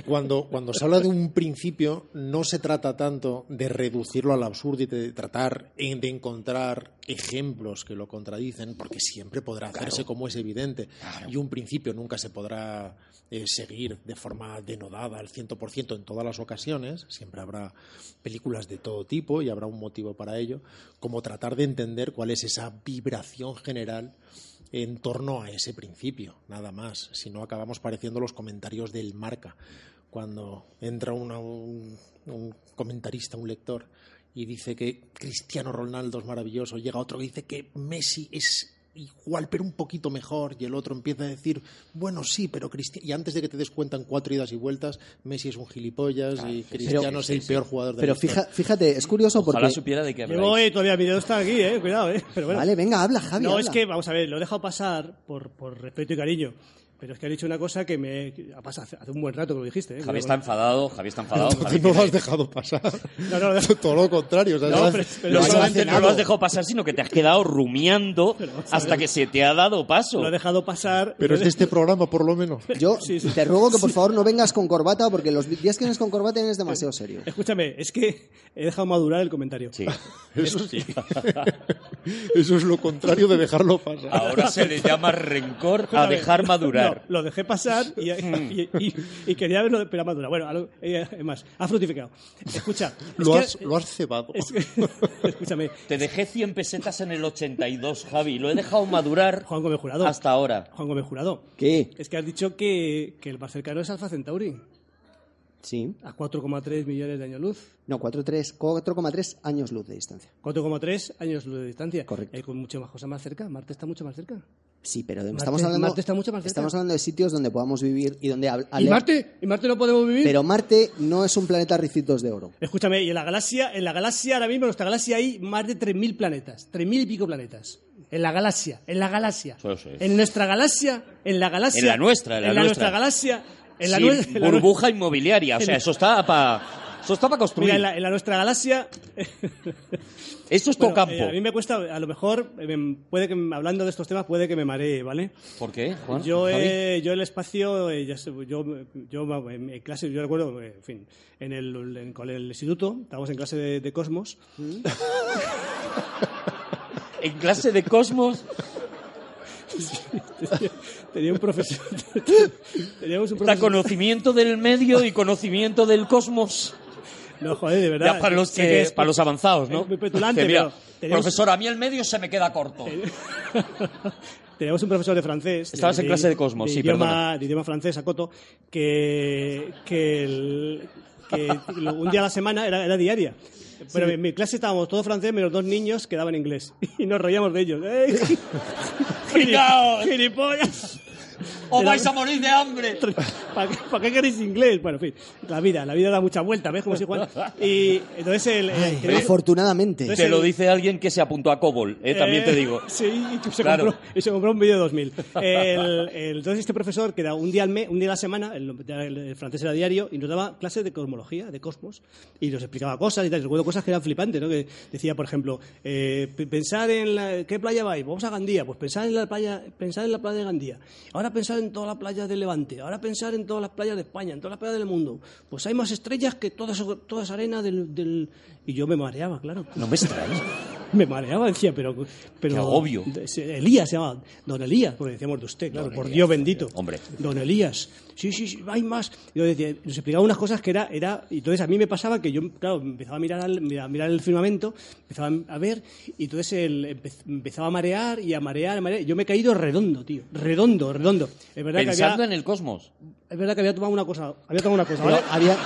Speaker 4: Cuando, cuando se habla de un principio, no se trata tanto de reducirlo al absurdo y de tratar en- de encontrar ejemplos que lo contradicen, porque siempre podrá hacerse como es evidente. Y un principio nunca se podrá eh, seguir de forma denodada al 100% en todas las ocasiones. Siempre habrá películas de todo tipo y habrá un motivo para ello, como tratar de entender cuál es esa vibración general en torno a ese principio, nada más. Si no, acabamos pareciendo los comentarios del marca. Cuando entra una- un, un comentarista, un lector, y dice que Cristiano Ronaldo es maravilloso, llega otro que dice que Messi es igual, pero un poquito mejor, y el otro empieza a decir, bueno, sí, pero Cristiano... Y antes de que te des cuenta en cuatro idas y vueltas, Messi es un gilipollas y Cristiano
Speaker 3: Pero-
Speaker 4: es el peor jugador de
Speaker 3: Pero
Speaker 4: la
Speaker 3: fija-
Speaker 4: historia.
Speaker 3: fíjate, es curioso
Speaker 1: Ojalá
Speaker 3: porque...
Speaker 1: supiera de qué
Speaker 2: Llevo
Speaker 1: habláis.
Speaker 2: eh, todavía, mi dedo está aquí, eh, cuidado, eh. Pero bueno.
Speaker 3: Vale, venga, habla, Javi.
Speaker 2: No,
Speaker 3: habla.
Speaker 2: es que, vamos a ver, lo he dejado pasar por, por respeto y cariño. Pero es que ha dicho una cosa que me. que ha pasado hace, hace un buen rato que lo dijiste. ¿eh?
Speaker 1: Javi está enfadado, Javi está enfadado.
Speaker 4: Tú
Speaker 1: Javi
Speaker 4: no lo
Speaker 1: tiene-
Speaker 4: has dejado pasar.
Speaker 2: No, no, no.
Speaker 4: Todo lo contrario. o sea,
Speaker 2: No,
Speaker 4: lo has-
Speaker 2: pero- pero
Speaker 4: lo
Speaker 1: no
Speaker 4: has
Speaker 2: eso lo ha
Speaker 1: solamente no
Speaker 4: cenado.
Speaker 1: lo has dejado pasar, sino que te has quedado rumiando hasta que se te ha dado paso.
Speaker 2: Lo ha dejado pasar.
Speaker 4: Pero es de este programa, por lo menos.
Speaker 3: Yo
Speaker 2: Sí, sí.
Speaker 3: te ruego que por favor no vengas con corbata porque los días que vienes con corbata vienes demasiado serio.
Speaker 2: Escúchame, es que he dejado madurar el comentario.
Speaker 1: Sí.
Speaker 4: Eso sí. Eso es lo contrario de dejarlo pasar.
Speaker 1: Ahora se le llama rencor a
Speaker 2: Escúchame,
Speaker 1: dejar
Speaker 2: no,
Speaker 1: madurar.
Speaker 2: no, lo dejé pasar y, y- y- y quería verlo, pero ha madurado. Bueno, a lo- eh, es más, ha fructificado. Escucha. es
Speaker 4: lo,
Speaker 2: que-
Speaker 4: has, lo has cebado.
Speaker 2: es que- escúchame,
Speaker 1: Te dejé 100 pesetas en el 82, Javi. Lo he dejado madurar
Speaker 2: Juan Gómez Jurado.
Speaker 1: hasta ahora.
Speaker 2: Juan Gómez Jurado.
Speaker 3: ¿Qué?
Speaker 2: Es que has dicho que, que el más cercano es Alfa Centauri,
Speaker 3: Sí.
Speaker 2: a 4,3 millones de años luz.
Speaker 3: No, 4,3 4,3 años luz de distancia.
Speaker 2: 4,3 años luz de distancia.
Speaker 3: Correcto.
Speaker 2: Hay con mucho más cosas más cerca. Marte está mucho más cerca.
Speaker 3: Sí, pero de-
Speaker 2: Marte-
Speaker 3: estamos hablando
Speaker 2: Marte está mucho más cerca.
Speaker 3: estamos hablando de sitios donde podamos vivir y donde hab-
Speaker 2: ¿Y
Speaker 3: ale-
Speaker 2: Marte? ¿Y Marte no podemos vivir?
Speaker 3: Pero Marte no es un planeta ricitos de oro.
Speaker 2: Escúchame, y en la galaxia, en la galaxia ahora mismo, en nuestra galaxia hay más de 3.000 planetas. 3.000 y pico planetas. En la galaxia, en la galaxia.
Speaker 1: Eso sí.
Speaker 2: En nuestra galaxia, en la galaxia.
Speaker 1: En la nuestra, en la nuestra.
Speaker 2: galaxia. En la
Speaker 1: Sin
Speaker 2: nuestra.
Speaker 1: burbuja inmobiliaria. O
Speaker 2: en
Speaker 1: sea,
Speaker 2: la-
Speaker 1: eso está para Eso está para construir.
Speaker 2: Mira, en la, en la nuestra galaxia.
Speaker 1: Eso es
Speaker 2: bueno,
Speaker 1: tocampo.
Speaker 2: eh, a mí me cuesta, a lo mejor, eh, me- puede que me- hablando de estos temas, puede que me maree, ¿vale?
Speaker 1: ¿Por qué, Juan?
Speaker 2: Yo,
Speaker 1: pues, Javi.
Speaker 2: eh, yo el espacio, eh, ya sé, yo, yo en mi clase, yo recuerdo, eh, en fin, en el, en- con el instituto, estábamos en clase de, de cosmos,
Speaker 1: En clase de cosmos.
Speaker 2: tenía un profesor, teníamos un
Speaker 1: Está
Speaker 2: profesor,
Speaker 1: conocimiento del medio y conocimiento del cosmos.
Speaker 2: no, joder, de verdad, Eh,
Speaker 1: Ya para los,
Speaker 2: sé
Speaker 1: que-
Speaker 2: que es-
Speaker 1: para los avanzados, ¿no?
Speaker 2: es muy petulante,
Speaker 1: Dice, mira,
Speaker 2: pero tenemos- Eh,
Speaker 1: profesor, a mí el medio se me queda corto.
Speaker 2: Teníamos un profesor de francés.
Speaker 1: Estabas en clase de Cosmos, sí,
Speaker 2: idioma,
Speaker 1: perdona.
Speaker 2: de idioma francés, a Coto, que, que, el- que lo- un día a la semana era, era diaria. Pero en mi clase estábamos todos francés menos dos niños que daban inglés. Y nos reíamos de ellos. ¡Ey!
Speaker 1: Fijaos.
Speaker 2: ¡Gilipollas!
Speaker 1: ¡Os vais a morir de hambre!
Speaker 2: ¿Para qué, para qué queréis inglés? Bueno, en fin, la vida, la vida da mucha vuelta, ¿ves? Como si Juan. Y entonces el. el-
Speaker 3: Ay,
Speaker 2: teníamos-
Speaker 3: afortunadamente.
Speaker 2: Entonces-
Speaker 1: Te lo dice alguien que se apuntó a Cobol, ¿eh? también te
Speaker 2: Eh,
Speaker 1: digo.
Speaker 2: Sí, y que se,
Speaker 1: Claro.
Speaker 2: compró, y se compró un vídeo de 2000. El- el- entonces este profesor que daba un día al mes, un día a la semana, el, el francés era diario, y nos daba clases de cosmología, de cosmos, y nos explicaba cosas y tal. Y Recuerdo cosas que eran flipantes, ¿no? Que decía, por ejemplo, eh, p- pensad en la, qué playa vais, vamos a Gandía, pues pensad en la playa, pensad en la playa de Gandía. Ahora pensad en todas las playas de Levante, ahora pensad en todas las playas de España, en todas las playas del mundo. Pues hay más estrellas que todas todas arena del, del... y yo me mareaba, claro.
Speaker 1: No me extraña.
Speaker 2: Me mareaba, decía, pero. pero
Speaker 1: Qué agobio.
Speaker 2: se- Elías se llamaba. Don Elías, porque decíamos de usted, claro, por
Speaker 1: Elías,
Speaker 2: Dios bendito.
Speaker 1: hombre.
Speaker 2: Don Elías. Sí, sí, sí, hay más. Y yo decía, nos explicaba unas cosas que era, era. y Entonces a mí me pasaba que yo, claro, empezaba a mirar, al- a mirar el firmamento, empezaba a ver, y entonces el, empe- empezaba a marear y a marear, a marear. Yo me he caído redondo, tío. Redondo, redondo. Es verdad, que
Speaker 1: Pensando
Speaker 2: había,
Speaker 1: en el cosmos.
Speaker 2: es verdad que había tomado una cosa. Había tomado una cosa,
Speaker 3: Pero
Speaker 2: ¿vale?
Speaker 3: había,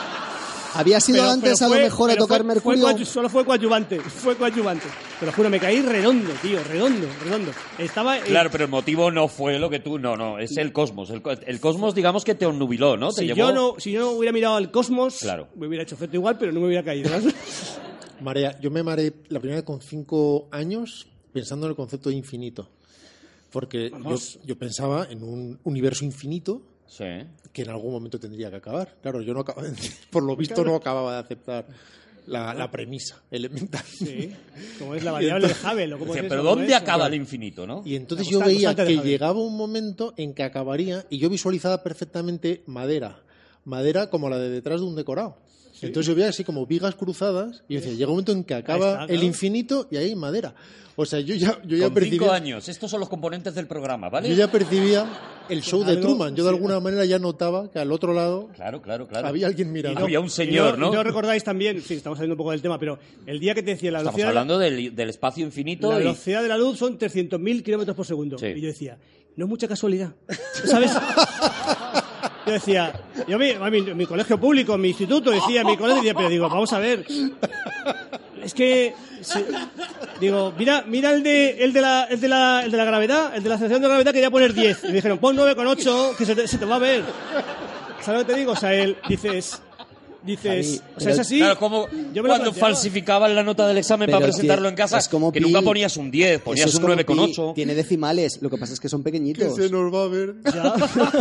Speaker 3: había sido
Speaker 2: Pero-
Speaker 3: antes
Speaker 2: pero
Speaker 3: a lo
Speaker 2: fue-
Speaker 3: mejor a
Speaker 2: pero
Speaker 3: tocar
Speaker 2: fue-
Speaker 3: Mercurio.
Speaker 2: fue coadyu- solo fue coadyuvante, fue coadyuvante. Pero juro, me caí redondo, tío, redondo, redondo. Estaba. eh,
Speaker 1: Claro, pero el motivo no fue lo que tú. No, no, es el cosmos. El, co- el cosmos, digamos que te onnubiló, ¿no? Te
Speaker 2: si,
Speaker 1: llevó-
Speaker 2: yo no, si yo no hubiera mirado al cosmos,
Speaker 1: Claro.
Speaker 2: me hubiera hecho efecto igual, pero no me hubiera caído.
Speaker 4: Marea, yo me mareé la primera vez con cinco años pensando en el concepto de infinito. Porque yo, yo pensaba en un universo infinito
Speaker 1: Sí.
Speaker 4: que en algún momento tendría que acabar. Claro, yo no acababa, por lo visto no acababa de aceptar la, la premisa elemental.
Speaker 2: Sí, como es la variable de Hubble. o como
Speaker 1: Decía,
Speaker 2: es
Speaker 1: pero
Speaker 2: Pues eso, como
Speaker 1: ¿dónde
Speaker 2: es?
Speaker 1: acaba el infinito, no?
Speaker 4: Y entonces
Speaker 2: La
Speaker 4: yo
Speaker 2: constante,
Speaker 4: veía
Speaker 2: constante
Speaker 4: que
Speaker 2: de Hubble.
Speaker 4: llegaba un momento en que acabaría y yo visualizaba perfectamente madera. Madera como la de detrás de un decorado. Entonces yo veía así como vigas cruzadas y yo decía, llega un momento en que acaba
Speaker 2: está, claro.
Speaker 4: el infinito y ahí hay madera. O sea, yo ya, yo ya
Speaker 1: Con cinco
Speaker 4: percibía...
Speaker 1: años. Estos son los componentes del programa,
Speaker 4: Yo
Speaker 1: ¿vale?
Speaker 4: ya percibía el show de
Speaker 2: Pues Algo-
Speaker 4: Truman. Yo de
Speaker 2: sí.
Speaker 4: alguna manera ya notaba que al otro lado
Speaker 1: Claro, claro, claro.
Speaker 4: Había alguien mirando.
Speaker 1: Y Había un
Speaker 2: Y
Speaker 1: señor,
Speaker 2: y
Speaker 1: ¿no?
Speaker 2: ¿No recordáis también? Sí, estamos saliendo un poco del tema, pero el día que te decía la
Speaker 1: Estamos
Speaker 2: velocidad.
Speaker 1: hablando del, del espacio infinito
Speaker 2: La
Speaker 1: y-
Speaker 2: velocidad de la luz son 300.000 kilómetros por segundo.
Speaker 1: Sí.
Speaker 2: Y yo decía, no es mucha casualidad. ¿Sabes? Yo decía, yo mi, a mi, mi colegio público, mi instituto, decía, mi colegio, decía, pero digo, vamos a ver. Es que, se- digo, mira, mira el de, el de la, el de la, el de la gravedad, el de la sensación de gravedad quería poner 10. Y me dijeron, pon 9,8, que se te, se te va a ver. ¿Sabes lo que te digo? O sea, él, dices, dices,
Speaker 3: Javi,
Speaker 2: o sea, es
Speaker 3: pero-
Speaker 2: así.
Speaker 1: Claro, como
Speaker 2: Yo me lo
Speaker 1: cuando
Speaker 2: planteaba.
Speaker 1: falsificaban la nota del examen
Speaker 3: Pero
Speaker 1: para presentarlo
Speaker 3: tie-
Speaker 1: en casa,
Speaker 3: es como
Speaker 1: que
Speaker 3: pi.
Speaker 1: nunca ponías un 10,
Speaker 3: Eso
Speaker 1: ponías
Speaker 3: es
Speaker 1: un
Speaker 3: como pi,
Speaker 1: 9,8.
Speaker 3: Tiene decimales, lo que pasa es que son
Speaker 4: que
Speaker 3: pequeñitos.
Speaker 4: se nos va a ver.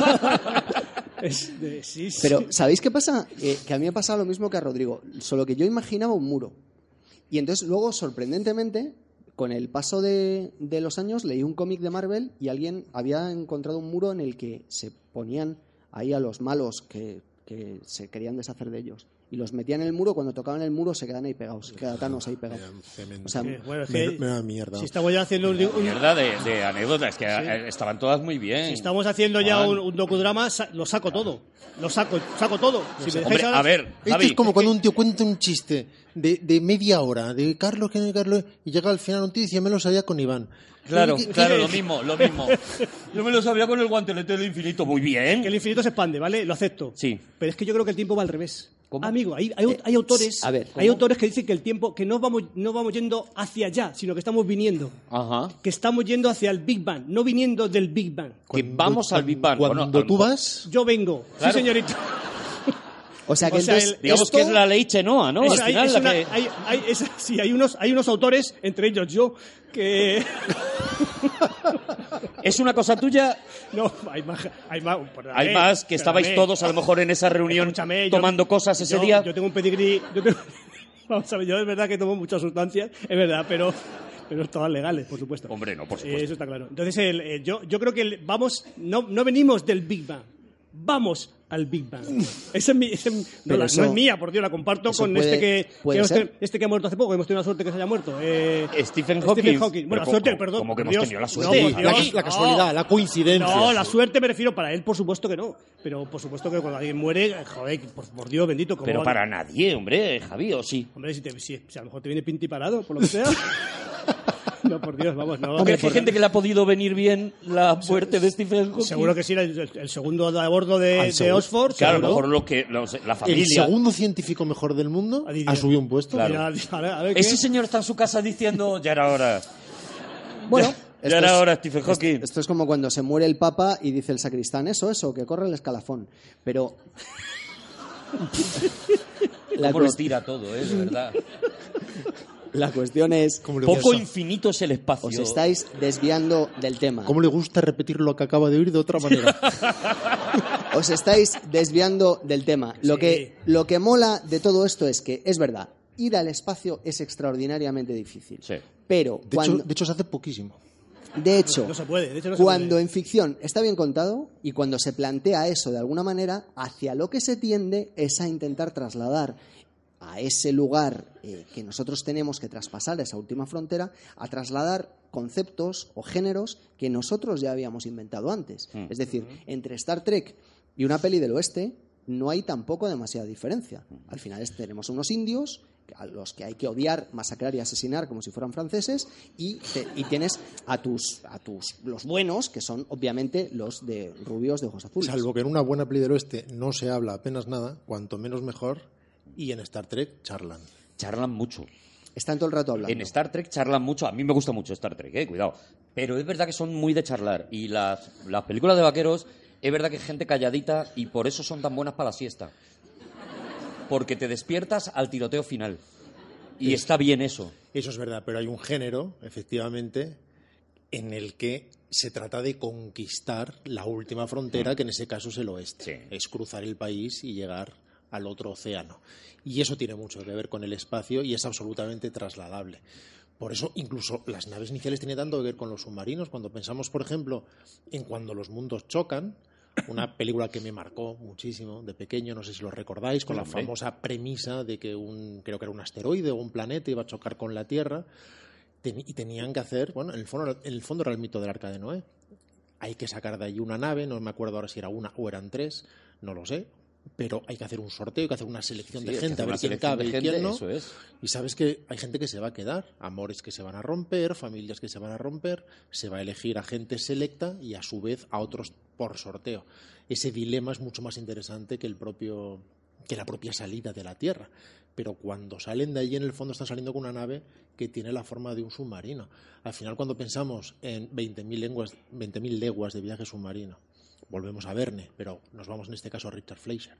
Speaker 2: Es de- sí, sí.
Speaker 3: Pero, ¿sabéis qué pasa? Eh, que a mí me pasaba lo mismo que a Rodrigo, solo que yo imaginaba un muro. Y entonces luego, sorprendentemente, con el paso de, de los años, leí un cómic de Marvel y alguien había encontrado un muro en el que se ponían ahí a los malos que, que se querían deshacer de ellos. Y los metían en el muro, cuando tocaban el muro se quedaban ahí pegados, se quedaba Thanos ahí pegado. O sea,
Speaker 2: Eh, bueno, es
Speaker 4: Me-
Speaker 2: que
Speaker 4: me da mierda.
Speaker 2: Si estamos ya haciendo un, un-
Speaker 1: Mierda de, de anécdotas, que eh, estaban todas muy bien.
Speaker 2: si estamos haciendo ya
Speaker 1: Juan.
Speaker 2: un, un docudrama, sa- lo saco todo. Lo saco, saco todo. Si me dejáis
Speaker 1: Hombre,
Speaker 2: ahora-
Speaker 1: a ver,
Speaker 4: Esto
Speaker 1: Javi,
Speaker 4: es como cuando un tío cuenta un chiste de, de media hora, de Carlos, que no es Carlos, y llega al final un tío y dice, me lo sabía con Iván.
Speaker 1: Claro,
Speaker 4: ¿Qué- qué-
Speaker 1: claro,
Speaker 4: qué-
Speaker 1: lo mismo, lo mismo. Yo me lo sabía con el guantelete del infinito, muy
Speaker 2: Que el
Speaker 1: bien.
Speaker 2: infinito se expande, ¿vale? Lo acepto.
Speaker 1: Sí.
Speaker 2: Pero es que yo creo que el tiempo va al revés.
Speaker 1: ¿Cómo? Eh,
Speaker 2: Amigo, hay, hay, hay autores,
Speaker 3: a ver,
Speaker 2: hay
Speaker 3: ¿cómo?
Speaker 2: autores que dicen que el tiempo, que no vamos, no vamos yendo hacia allá, sino que estamos viniendo.
Speaker 1: Ajá.
Speaker 2: Que estamos yendo hacia el Big Bang, no viniendo del Big Bang.
Speaker 1: Que vamos al Big Bang.
Speaker 4: Cuando
Speaker 1: Ah, Bueno, a lo
Speaker 4: tú
Speaker 1: mejor-
Speaker 4: vas,
Speaker 2: Yo vengo.
Speaker 1: Claro.
Speaker 2: Sí, señorita.
Speaker 3: o sea que
Speaker 2: o sea,
Speaker 3: entonces
Speaker 2: el-
Speaker 1: Digamos
Speaker 3: esto-
Speaker 1: que es la ley Chenoa, ¿no?
Speaker 2: Es-
Speaker 1: Al
Speaker 2: hay-
Speaker 1: final,
Speaker 2: es
Speaker 1: la
Speaker 2: una-
Speaker 1: que-
Speaker 2: hay- hay- es- sí, hay unos, hay unos autores, entre ellos yo, que,
Speaker 1: ¿Es una cosa tuya?
Speaker 2: No, hay más. Hay más, perdóname,
Speaker 1: Hay más, que estabais
Speaker 2: perdóname.
Speaker 1: todos a lo mejor en esa reunión
Speaker 2: Escúchame, yo-
Speaker 1: tomando cosas ese
Speaker 2: yo-
Speaker 1: día.
Speaker 2: Yo tengo un pedigrí. Yo tengo- vamos a ver, yo es verdad que tomo muchas sustancias, es verdad, pero, pero todas legales, por supuesto.
Speaker 1: Hombre, no, por
Speaker 2: Eh,
Speaker 1: supuesto.
Speaker 2: Eso está claro. Entonces, el- el- yo, yo creo que el- vamos, no, no venimos del Big Bang. Vamos al Big Bang. Esa es mi- esa es mi- no,
Speaker 3: Pero
Speaker 2: la-
Speaker 3: eso-
Speaker 2: no es mía, por Dios, la comparto
Speaker 3: eso
Speaker 2: con
Speaker 3: puede-
Speaker 2: este que,
Speaker 3: puede
Speaker 2: que hemos
Speaker 3: ser.
Speaker 2: ten- este que ha muerto hace poco, que hemos tenido la suerte que se haya muerto. eh,
Speaker 1: Stephen Hawking.
Speaker 2: Bueno, la
Speaker 1: Pero
Speaker 2: suerte,
Speaker 1: ¿cómo-
Speaker 2: perdón.
Speaker 1: cómo que
Speaker 2: por
Speaker 1: hemos
Speaker 2: Dios.
Speaker 1: tenido la
Speaker 2: No,
Speaker 1: suerte?
Speaker 2: por
Speaker 4: pues, la,
Speaker 2: Dios,
Speaker 4: cas- la
Speaker 2: no.
Speaker 4: casualidad, la coincidencia.
Speaker 2: No, la suerte me refiero para él, por supuesto que no. Pero por supuesto que cuando alguien muere, joder, por, por Dios bendito, como.
Speaker 1: Pero para nadie, hombre, Javi, o sí.
Speaker 2: Hombre, si, te- si- si a lo mejor te viene pinti parado, por lo que sea. no, por Dios, vamos, no.
Speaker 1: ¿Crees que
Speaker 2: por-
Speaker 1: hay gente que le ha podido venir bien la muerte de Stephen Hawking?
Speaker 2: Seguro que sí, el, el segundo a bordo
Speaker 4: Ah,
Speaker 2: de, de
Speaker 4: seguro.
Speaker 2: Oxford.
Speaker 1: Claro, a lo
Speaker 2: seguro.
Speaker 1: mejor los que, los- la
Speaker 4: El
Speaker 1: familia.
Speaker 4: segundo científico mejor del mundo
Speaker 2: Adivina.
Speaker 4: ha subido un puesto.
Speaker 1: Claro.
Speaker 2: Pues Mira, a ver, a ver qué-
Speaker 1: Ese señor está en su casa diciendo, ya era hora.
Speaker 3: Bueno,
Speaker 1: Ya,
Speaker 3: esto
Speaker 1: era
Speaker 3: es-
Speaker 1: hora, Stephen Hawking.
Speaker 3: Esto es como cuando se muere el Papa y dice el sacristán, eso, eso, que corre el escalafón. Pero. la,
Speaker 1: ¿Cómo lo
Speaker 3: cuest-
Speaker 1: tira todo, eh? De verdad.
Speaker 3: la cuestión es.
Speaker 4: ¿Cómo le,
Speaker 1: Poco
Speaker 4: gusta,
Speaker 1: infinito es el espacio.
Speaker 3: Os estáis desviando del tema.
Speaker 4: cómo le gusta repetir lo que acaba de oír de otra manera?
Speaker 3: Os estáis desviando del tema. Lo,
Speaker 2: Sí.
Speaker 3: que, lo que mola de todo esto es que, es verdad, ir al espacio es extraordinariamente difícil.
Speaker 1: Sí.
Speaker 3: Pero
Speaker 4: De,
Speaker 3: cuando.
Speaker 4: hecho, de hecho, se hace poquísimo.
Speaker 3: de hecho,
Speaker 2: No se puede, de hecho no se
Speaker 3: cuando
Speaker 2: puede.
Speaker 3: en ficción está bien contado y cuando se plantea eso de alguna manera, hacia lo que se tiende es a intentar trasladar a ese lugar eh, que nosotros tenemos que traspasar, esa última frontera, a trasladar conceptos o géneros que nosotros ya habíamos inventado antes. Es decir, entre Star Trek y una peli del oeste no hay tampoco demasiada diferencia. Al final es- tenemos unos indios a los que hay que odiar, masacrar y asesinar como si fueran franceses y, te- y tienes a tus a tus los buenos que son obviamente los de rubios de ojos azules.
Speaker 4: Salvo que en una buena peli del oeste no se habla apenas nada, cuanto menos mejor. Y en Star Trek charlan.
Speaker 1: Charlan mucho.
Speaker 3: Están todo el rato hablando.
Speaker 1: En Star Trek charlan mucho. A mí me gusta mucho Star Trek, eh, cuidado. Pero es verdad que son muy de charlar. Y las, las películas de vaqueros, es verdad que es gente calladita y por eso son tan buenas para la siesta. Porque te despiertas al tiroteo final. Y está bien eso.
Speaker 4: Eso es verdad, pero hay un género, efectivamente, en el que se trata de conquistar la última frontera, que en ese caso es el oeste.
Speaker 1: Sí.
Speaker 4: Es cruzar el país y llegar al otro océano. Y eso tiene mucho que ver con el espacio y es absolutamente trasladable. Por eso, incluso las naves iniciales tienen tanto que ver con los submarinos. Cuando pensamos, por ejemplo, en cuando los mundos chocan, una película que me marcó muchísimo de pequeño, no sé si lo recordáis, con la
Speaker 1: Hombre.
Speaker 4: famosa premisa de que un, creo que era un asteroide o un planeta iba a chocar con la Tierera Ten- y tenían que hacer, bueno, en el fondo, en el fondo era el mito del arca de Noé. Hay que sacar de allí una nave, no me acuerdo ahora si era una o eran tres, no lo sé, pero hay que hacer un sorteo, hay que hacer una selección
Speaker 1: Sí,
Speaker 4: de
Speaker 1: es que
Speaker 4: gente,
Speaker 1: hacer
Speaker 4: a ver
Speaker 1: una
Speaker 4: quién
Speaker 1: selección
Speaker 4: cabe
Speaker 1: de
Speaker 4: y
Speaker 1: gente,
Speaker 4: quién no.
Speaker 1: Eso es.
Speaker 4: Y sabes que hay gente que se va a quedar, amores que se van a romper, familias que se van a romper, se va a elegir a gente selecta y a su vez a otros por sorteo. Ese dilema es mucho más interesante que el propio que la propia salida de la Tierra. Pero cuando salen de allí, en el fondo están saliendo con una nave que tiene la forma de un submarino. Al final, cuando pensamos en 20.000 lenguas- 20.000 leguas de viaje submarino, volvemos a Verne, pero nos vamos en este caso a Richard Fleischer.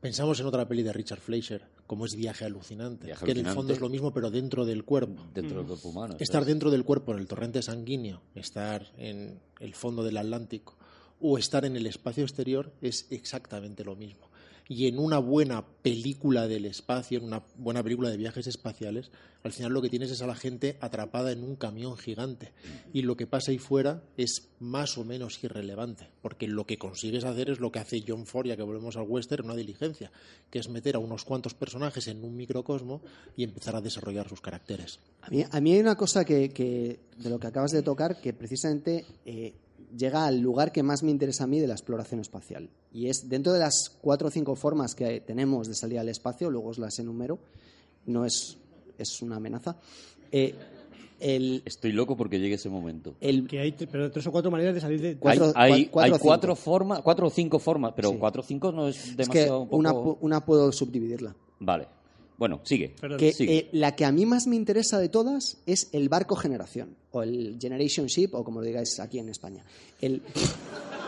Speaker 4: Pensamos en otra peli de Richard Fleischer, como es Viaje Alucinante,
Speaker 1: Viaje
Speaker 4: que en el
Speaker 1: Alucinante.
Speaker 4: fondo es lo mismo, pero dentro del cuerpo.
Speaker 1: Dentro
Speaker 3: Mm.
Speaker 1: del cuerpo humano. eso
Speaker 4: Estar
Speaker 1: es.
Speaker 4: dentro del cuerpo, en el torrente sanguíneo, estar en el fondo del Atlántico o estar en el espacio exterior es exactamente lo mismo. Y en una buena película del espacio, en una buena película de viajes espaciales, al final lo que tienes es a la gente atrapada en un camión gigante. Y lo que pasa ahí fuera es más o menos irrelevante, porque lo que consigues hacer es lo que hace John Ford, ya que volvemos al western, en una diligencia, que es meter a unos cuantos personajes en un microcosmo y empezar a desarrollar sus caracteres.
Speaker 3: A mí, a mí hay una cosa que, que- de lo que acabas de tocar que precisamente eh, llega al lugar que más me interesa a mí de la exploración espacial. Y es dentro de las cuatro o cinco formas que tenemos de salir al espacio, luego os las enumero, no es, es una amenaza. eh, el,
Speaker 1: Estoy loco porque llegue ese momento.
Speaker 3: el-
Speaker 2: Que hay tre- pero tres o cuatro maneras de salir de.
Speaker 3: Cuatro-
Speaker 1: hay hay-
Speaker 3: cua- cuatro
Speaker 1: hay
Speaker 3: o cinco.
Speaker 1: cuatro formas, cuatro o cinco formas, pero
Speaker 3: Sí.
Speaker 1: cuatro o cinco no es
Speaker 3: es que
Speaker 1: demasiado. un poco-
Speaker 3: una, pu- una puedo subdividirla.
Speaker 1: Vale. Bueno, sigue.
Speaker 2: Perdón.
Speaker 3: Que
Speaker 1: Sigue.
Speaker 3: eh, la que a mí más me interesa de todas es el barco generación, o el generation ship, o como lo digáis aquí en España. El,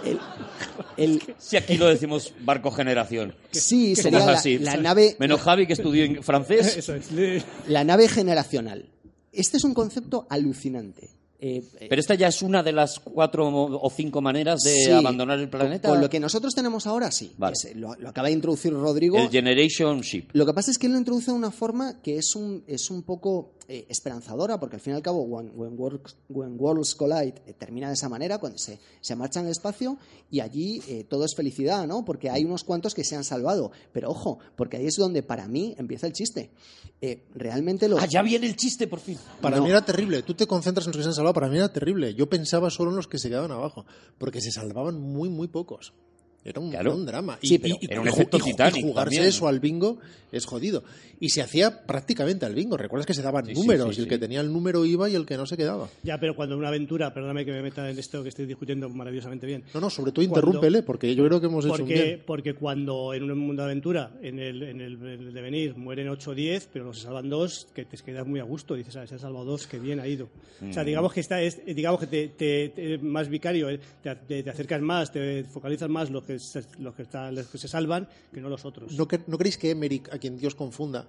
Speaker 3: el, el-
Speaker 1: Si aquí lo decimos barco generación.
Speaker 3: sí,
Speaker 1: Somos
Speaker 3: sería la,
Speaker 1: así.
Speaker 3: la nave,
Speaker 1: Menos Javi que estudió en francés.
Speaker 2: Eso es. le-
Speaker 3: la nave generacional. Este es un concepto alucinante. eh, eh,
Speaker 1: Pero esta ya es una de las cuatro o cinco maneras de
Speaker 3: Sí.
Speaker 1: abandonar el planeta.
Speaker 3: con lo que nosotros tenemos ahora sí.
Speaker 1: Vale.
Speaker 3: Es- lo, lo acaba de introducir Rodrigo.
Speaker 1: El Generation Ship.
Speaker 3: Lo que pasa es que él lo introduce de una forma que es un, es un poco eh, esperanzadora, porque al fin y al cabo, When, when Worlds, When Worlds Collide eh, termina de esa manera, cuando se, se marchan al espacio y allí eh, todo es felicidad, ¿no? Porque hay unos cuantos que se han salvado. Pero ojo, porque ahí es donde para mí empieza el chiste. Eh, realmente lo.
Speaker 1: Ah, ya viene el chiste, por fin.
Speaker 4: Para
Speaker 3: No.
Speaker 4: mí era terrible. Tú te concentras en los que se han salvado. Para mí era terrible. Yo pensaba solo en los que se quedaban abajo. Porque se salvaban muy, muy pocos. Era un,
Speaker 1: Claro.
Speaker 4: era un drama.
Speaker 3: Sí,
Speaker 1: pero era un
Speaker 4: ju-
Speaker 1: efecto
Speaker 4: y ju- y
Speaker 1: Titanic
Speaker 4: jugarse
Speaker 1: también.
Speaker 4: eso al bingo es jodido. Y se hacía prácticamente al bingo. Recuerdas que se daban
Speaker 1: Sí, sí,
Speaker 4: números.
Speaker 1: sí,
Speaker 4: y el
Speaker 1: sí.
Speaker 4: que tenía el número iba y el que no se quedaba.
Speaker 2: Ya, pero cuando una aventura, perdóname que me meta en esto que estoy discutiendo maravillosamente bien.
Speaker 4: No, no, sobre todo
Speaker 2: Cuando-
Speaker 4: interrúmpele, porque yo creo que
Speaker 3: Pues
Speaker 4: hemos hecho un
Speaker 2: Porque,
Speaker 4: bien.
Speaker 2: porque cuando en un mundo de aventura, en el, en el, en el devenir, mueren 8 o 10, pero los salvan dos, que te quedas muy a gusto. Dices, ah, se han salvado dos, que bien ha ido. O
Speaker 3: Mm.
Speaker 2: sea, digamos que, está, es, digamos que te, te- te- más vicario, eh, te, te- te acercas más, te focalizas más los que, se, los, que están, los que se salvan que no los otros.
Speaker 4: ¿No, cre- ¿No creéis que Emmerich, a quien Dios confunda,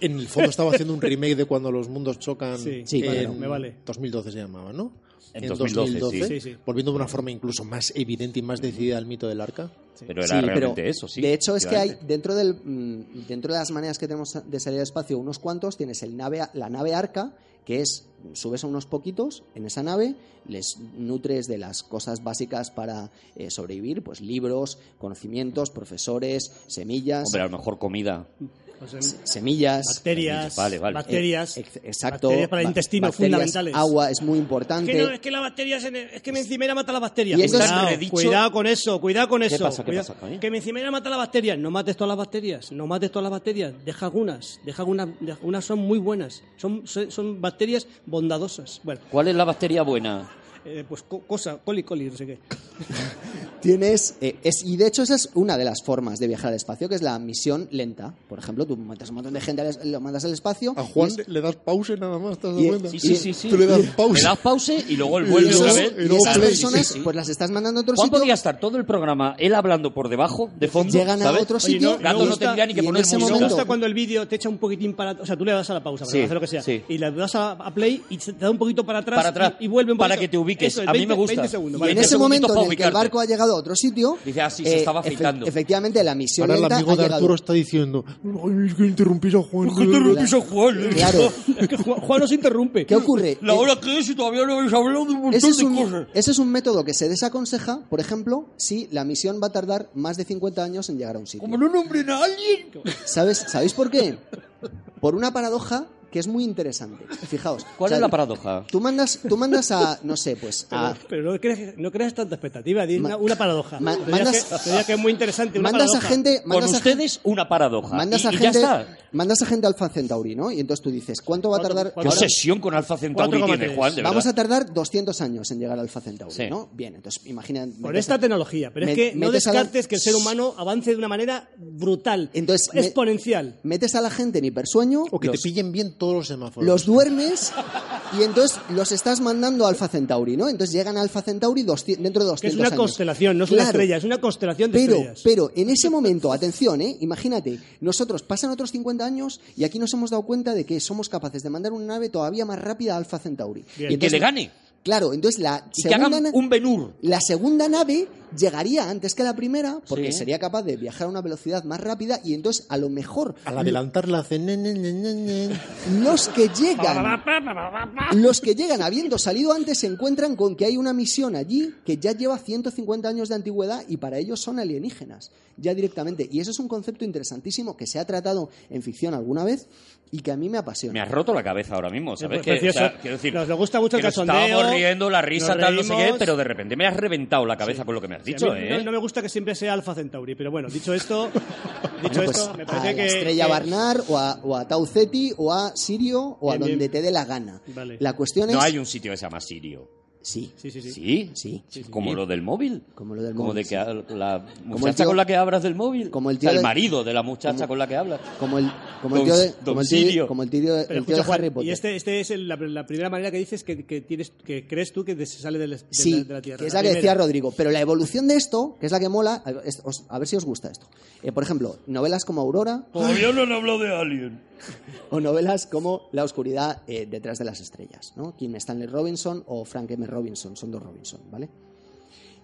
Speaker 4: en el fondo estaba haciendo un remake de cuando los mundos chocan?
Speaker 2: Sí,
Speaker 3: Sí,
Speaker 4: en
Speaker 3: claro,
Speaker 2: me vale.
Speaker 4: 2012 se llamaba, ¿no?
Speaker 1: En 2012,
Speaker 2: sí. Sí, sí.
Speaker 4: Volviendo de una forma incluso más evidente y más decidida al mito del arca.
Speaker 1: Pero era
Speaker 3: Sí, pero
Speaker 1: realmente eso, sí.
Speaker 3: De hecho, es que hay
Speaker 1: efectivamente.
Speaker 3: dentro, del, mm, dentro de las maneras que tenemos de salir al espacio, unos cuantos, tienes el nave, la nave arca, que es mm, subes a unos poquitos en esa nave, les nutres de las cosas básicas para eh, sobrevivir, pues libros, conocimientos, profesores, semillas,
Speaker 1: Hombre, a lo mejor comida.
Speaker 2: O sea,
Speaker 3: semillas,
Speaker 2: bacterias,
Speaker 1: Vale, vale.
Speaker 2: bacterias,
Speaker 3: eh, ex- exacto,
Speaker 2: bacterias para el
Speaker 3: ba-
Speaker 2: intestino,
Speaker 3: bacterias,
Speaker 2: fundamentales.
Speaker 3: agua es muy
Speaker 2: Es
Speaker 3: importante.
Speaker 2: que, no, es que la bacteria es, en el- es que mi encimera mata la bacteria.
Speaker 3: Y eso es-
Speaker 2: cuidado,
Speaker 1: Redicho-
Speaker 2: Ah, cuidado con eso, cuidado con
Speaker 1: ¿Qué
Speaker 2: eso.
Speaker 1: pasa, qué
Speaker 2: cuidado.
Speaker 1: pasa, coño?
Speaker 2: que mi encimera mata la bacteria. No mates todas las bacterias, no mates todas las bacterias. Deja algunas, deja algunas, deja- unas son muy buenas. Son, son, son bacterias bondadosas. Bueno,
Speaker 1: ¿Cuál es la bacteria buena?
Speaker 2: eh, pues co- cosa, coli, coli, no sé qué.
Speaker 3: Tienes. eh, es, y de hecho, esa es una de las formas de viajar al espacio, que es la misión lenta. Por ejemplo, tú matas a un montón de gente, al- lo mandas al espacio.
Speaker 4: A Juan
Speaker 3: y es-
Speaker 4: le das pause nada más, ¿te das
Speaker 3: Y-
Speaker 4: cuenta?
Speaker 1: Sí,
Speaker 3: Y-
Speaker 1: sí, sí. sí.
Speaker 4: Tú le das
Speaker 1: Le
Speaker 4: pause.
Speaker 1: das pause y luego él
Speaker 4: Y
Speaker 1: vuelve
Speaker 3: y
Speaker 4: luego-
Speaker 1: otra
Speaker 3: esas-
Speaker 1: vez.
Speaker 4: y
Speaker 3: y
Speaker 4: luego
Speaker 3: esas
Speaker 1: Sí,
Speaker 4: play.
Speaker 1: sí,
Speaker 3: personas,
Speaker 1: sí.
Speaker 3: pues las estás mandando a otro
Speaker 1: Juan
Speaker 3: sitio.
Speaker 1: podría estar todo el programa él hablando por debajo, de fondo.
Speaker 3: Llegan a
Speaker 1: ¿sabes?
Speaker 3: otro
Speaker 2: Oye,
Speaker 3: sitio.
Speaker 2: no-
Speaker 3: y
Speaker 1: Gato no
Speaker 3: está-
Speaker 1: tendría ni que
Speaker 3: y en
Speaker 1: poner
Speaker 3: ese
Speaker 1: música.
Speaker 2: Me
Speaker 3: momento-
Speaker 2: gusta cuando el vídeo te echa un poquitín para... O sea, tú le das a la pausa para
Speaker 1: Sí,
Speaker 2: hacer lo que sea.
Speaker 1: sí.
Speaker 2: Y le das a, a play y se te da un poquito para atrás,
Speaker 1: Para atrás,
Speaker 2: y, y vuelve un poquito.
Speaker 1: para que te ubiques.
Speaker 2: Eso es,
Speaker 1: A mí
Speaker 2: 20
Speaker 1: me gusta.
Speaker 2: 20 segundos,
Speaker 1: Y
Speaker 3: Y
Speaker 2: vale.
Speaker 3: en
Speaker 1: Veinte
Speaker 3: ese
Speaker 1: segunditos
Speaker 3: momento
Speaker 1: pa'
Speaker 3: en el que el
Speaker 1: ubicarte.
Speaker 3: barco ha llegado a otro sitio. eh,
Speaker 1: Dice, ah, sí, se estaba afeitando.
Speaker 3: efectivamente, la misión
Speaker 4: Ahora el
Speaker 3: lenta
Speaker 4: amigo
Speaker 3: ha
Speaker 4: de
Speaker 3: llegado.
Speaker 4: Arturo está diciendo: "Ay, es que interrumpís a Juan.
Speaker 3: Claro.
Speaker 2: Es que Juan, Juan nos interrumpe.
Speaker 3: ¿Qué ocurre?
Speaker 1: La
Speaker 3: Eh,
Speaker 1: hora que es y todavía no habéis hablado de un montón
Speaker 3: Ese es,
Speaker 1: de
Speaker 3: un,
Speaker 1: cosas.
Speaker 3: ese es un método que se desaconseja, por ejemplo, si la misión va a tardar más de 50 años en llegar a un sitio.
Speaker 1: Como no nombren a alguien.
Speaker 3: ¿Sabes, ¿Sabéis por qué? Por una paradoja que es muy interesante. Fijaos.
Speaker 1: ¿Cuál
Speaker 3: O sea,
Speaker 1: es la paradoja?
Speaker 3: Tú mandas, tú mandas a, no sé, pues a...
Speaker 2: Pero no creas, no creas tanta expectativa, di
Speaker 3: Ma-
Speaker 2: una, una paradoja.
Speaker 3: ma-
Speaker 2: Te diría
Speaker 3: mandas-
Speaker 2: que, te diría que es muy interesante. Una
Speaker 3: Mandas a
Speaker 2: paradoja.
Speaker 3: gente...
Speaker 1: Con
Speaker 3: Mandas a gente-
Speaker 1: ustedes, una paradoja.
Speaker 3: Mandas
Speaker 1: y,
Speaker 3: a
Speaker 1: y ya
Speaker 3: gente,
Speaker 1: está.
Speaker 3: mandas a gente al Alfa Centauri, ¿no? Y entonces tú dices, ¿cuánto va a
Speaker 2: ¿Cuánto-
Speaker 3: tardar?
Speaker 1: Qué
Speaker 2: cuánto-
Speaker 3: Ahora-
Speaker 1: obsesión con Alfa Centauri
Speaker 2: 4,3.
Speaker 1: tiene Juan, de verdad.
Speaker 3: Vamos a tardar 200 años en llegar al Alfa Centauri,
Speaker 1: Sí.
Speaker 3: ¿no? Bien, entonces imagina.
Speaker 2: Con
Speaker 3: metes-
Speaker 2: esta tecnología. Pero es
Speaker 3: Me-
Speaker 2: que no
Speaker 3: metes a la-
Speaker 2: descartes que el ser humano avance de una manera brutal,
Speaker 3: Entonces, me-
Speaker 2: exponencial.
Speaker 3: metes a la gente en hipersueño,
Speaker 4: O que
Speaker 3: los,
Speaker 4: te pillen bien todos los semáforos.
Speaker 3: los duermes y entonces los estás mandando a Alfa Centauri, ¿no? Entonces llegan a Alfa Centauri 200 dentro de 200
Speaker 2: Que es una
Speaker 3: años.
Speaker 2: constelación, no es una
Speaker 3: Claro,
Speaker 2: estrella, es una constelación de
Speaker 3: Pero,
Speaker 2: estrellas.
Speaker 3: pero en ese momento, atención, ¿eh? imagínate, nosotros pasan otros 50 años y aquí nos hemos dado cuenta de que somos capaces de mandar una nave todavía más rápida a Alfa Centauri.
Speaker 2: Bien.
Speaker 3: Y
Speaker 1: Que
Speaker 3: entonces-
Speaker 1: le gane.
Speaker 3: Claro, entonces la
Speaker 1: Y que
Speaker 3: segunda
Speaker 1: hagan
Speaker 3: na-
Speaker 1: un Benur.
Speaker 3: la segunda nave llegaría antes que la primera porque
Speaker 1: Sí.
Speaker 3: sería capaz de viajar a una velocidad más rápida y entonces a lo mejor
Speaker 4: Al adelantarla hace. "Ne, ne, ne, ne, ne".
Speaker 3: los que llegan los que llegan habiendo salido antes se encuentran con que hay una misión allí que ya lleva 150 años de antigüedad y para ellos son alienígenas ya directamente y eso es un concepto interesantísimo que se ha tratado en ficción alguna vez y que a mí me
Speaker 1: Me
Speaker 3: apasiona
Speaker 1: has roto la cabeza ahora mismo, ¿sabes?
Speaker 3: Eh,
Speaker 2: Pues
Speaker 1: Que, o sea,
Speaker 2: precioso.
Speaker 1: quiero decir,
Speaker 2: Nos le gusta mucho el
Speaker 1: que nos
Speaker 2: cachondeo,
Speaker 1: Estábamos riendo, la risa,
Speaker 2: nos
Speaker 1: tal, no sé qué,
Speaker 2: reímos.
Speaker 1: pero de repente me has reventado la cabeza con lo que me has
Speaker 2: Sí, a
Speaker 1: dicho,
Speaker 2: mí
Speaker 1: ¿eh?
Speaker 2: no, no me gusta que siempre sea Alfa Centauri, pero bueno, dicho esto, dicho
Speaker 3: Bueno, pues,
Speaker 2: esto me
Speaker 3: a
Speaker 2: parece
Speaker 3: la
Speaker 2: que...
Speaker 3: Estrella
Speaker 2: que-
Speaker 3: Barnard o a, o a Tau Ceti o a Sirio o a
Speaker 2: Bien,
Speaker 3: donde
Speaker 2: bien.
Speaker 3: te dé la gana
Speaker 2: Vale.
Speaker 3: la cuestión es
Speaker 1: No hay un sitio que se llama Sirio.
Speaker 3: Sí.
Speaker 2: Sí, sí, sí.
Speaker 1: Sí,
Speaker 3: Sí.
Speaker 1: Como lo del móvil.
Speaker 3: Como lo del
Speaker 1: Como
Speaker 3: móvil,
Speaker 1: de que a- la
Speaker 3: el
Speaker 1: muchacha
Speaker 3: tío-
Speaker 1: con la que hablas del móvil.
Speaker 3: como el
Speaker 1: O sea,
Speaker 3: tío de-
Speaker 1: marido de la muchacha con la que hablas.
Speaker 3: Como el, como el
Speaker 1: Don-
Speaker 3: tío de,
Speaker 1: Don
Speaker 3: como el tío,
Speaker 1: Sirio.
Speaker 3: como el tío, de-
Speaker 2: Pero
Speaker 3: el tío
Speaker 2: escucha,
Speaker 3: de
Speaker 2: Juan,
Speaker 3: Harry Potter.
Speaker 2: Y este, este es el- la, la primera manera que dices que, que tienes, que crees tú que des- se sale del es- de,
Speaker 3: Sí,
Speaker 2: la, de la Tierra.
Speaker 3: que es la que
Speaker 2: primera.
Speaker 3: decía Rodrigo. Pero la evolución de esto, que es la que mola, a es- os- a ver si os gusta esto. Eh, por ejemplo, novelas como Aurora
Speaker 1: Todavía no han hablado de Alien.
Speaker 3: o novelas como La oscuridad eh, detrás de las estrellas, ¿no? Kim Stanley Robinson o Frank M. Robinson, son dos Robinson, ¿vale?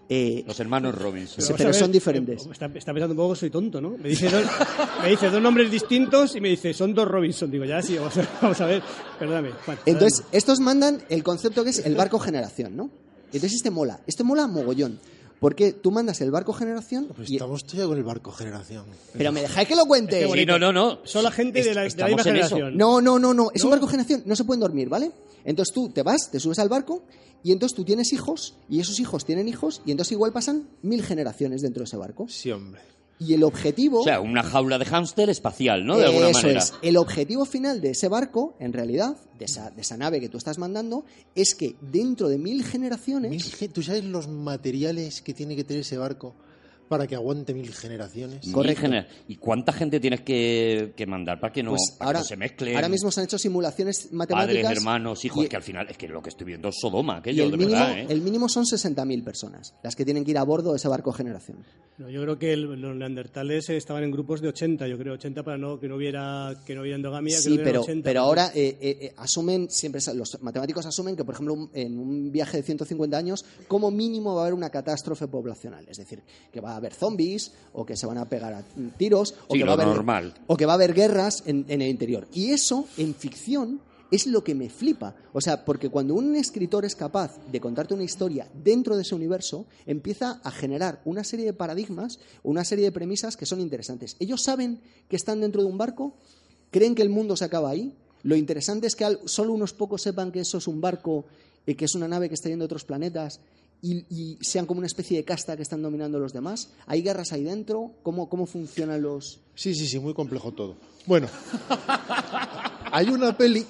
Speaker 3: Eh,
Speaker 1: Los hermanos Robinson.
Speaker 3: Sí,
Speaker 2: vamos
Speaker 3: pero
Speaker 2: a
Speaker 3: son diferentes.
Speaker 2: eh, Está, está pensando un poco, soy tonto, ¿no? Me dice, dos, me dice dos nombres distintos y me dice, son dos Robinson. Digo, ya sí, vamos a, vamos a ver. Perdóname. Juan,
Speaker 3: Entonces, estos mandan el concepto que es el barco generación, ¿no? Entonces, este mola. Este mola mogollón. Porque tú mandas el barco generación.
Speaker 4: Pues
Speaker 3: y-
Speaker 4: estamos todavía con el barco generación.
Speaker 3: Pero me dejáis que lo cuente.
Speaker 2: Qué
Speaker 1: Sí, no,
Speaker 2: bonito.
Speaker 1: no, no.
Speaker 2: perdóname. son la gente de la, de la
Speaker 1: Estamos
Speaker 2: misma
Speaker 1: en eso.
Speaker 2: generación.
Speaker 3: No, no, no, no. Es un barco generación. No se pueden dormir, ¿vale? Entonces tú te vas, te subes al barco y entonces tú tienes hijos y esos hijos tienen hijos y entonces igual pasan mil generaciones dentro de ese barco.
Speaker 4: Sí, hombre.
Speaker 3: Y el objetivo...
Speaker 1: O sea, una jaula de hámster espacial, ¿no? De alguna
Speaker 3: Eso
Speaker 1: manera.
Speaker 3: es. El objetivo final de ese barco, en realidad, de esa, de esa nave que tú estás mandando, es que dentro de mil generaciones...
Speaker 4: Mil ge- ¿Tú sabes los materiales que tiene que tener ese barco para que aguante mil generaciones?
Speaker 1: Mil
Speaker 3: Correcto.
Speaker 1: gener- ¿Y cuánta gente tienes que, que mandar para que no,
Speaker 3: Pues
Speaker 1: para que no se mezcle?
Speaker 3: ahora mismo se han hecho simulaciones matemáticas.
Speaker 1: Padres, hermanos, hijos,
Speaker 3: y-
Speaker 1: es que al final es que lo que estoy viendo es Sodoma,
Speaker 3: y
Speaker 1: aquello,
Speaker 3: el,
Speaker 1: de
Speaker 3: mínimo,
Speaker 1: verdad, ¿eh?
Speaker 3: el mínimo son 60.000 personas las que tienen que ir a bordo de ese barco generación.
Speaker 2: No, yo creo que el- los neandertales eh, estaban en grupos de 80, yo creo, 80 para no que no hubiera que no hubiera endogamia. creo que
Speaker 3: Sí,
Speaker 2: eran
Speaker 3: pero,
Speaker 2: 80,
Speaker 3: pero
Speaker 2: porque-
Speaker 3: ahora eh, eh, eh, asumen, siempre sa- los matemáticos asumen que, por ejemplo, un- en un viaje de 150 años, como mínimo va a haber una catástrofe poblacional. Es decir, que va a haber zombies, o que se van a pegar a mm, tiros, o,
Speaker 1: Sí,
Speaker 3: que, va a
Speaker 1: lo
Speaker 3: haber,
Speaker 1: normal.
Speaker 3: o que va a haber guerras en, en el interior. Y eso, en ficción, es lo que me flipa. O sea, porque cuando un escritor es capaz de contarte una historia dentro de ese universo, empieza a generar una serie de paradigmas, una serie de premisas que son interesantes. Ellos saben que están dentro de un barco, creen que el mundo se acaba ahí. Lo interesante es que al- solo unos pocos sepan que eso es un barco, eh, que es una nave que está yendo a otros planetas y, y sean como una especie de casta que están dominando a los demás. ¿Hay guerras ahí dentro? ¿Cómo, cómo funcionan los...?
Speaker 4: Sí, sí, sí, muy complejo todo. Bueno, hay una peli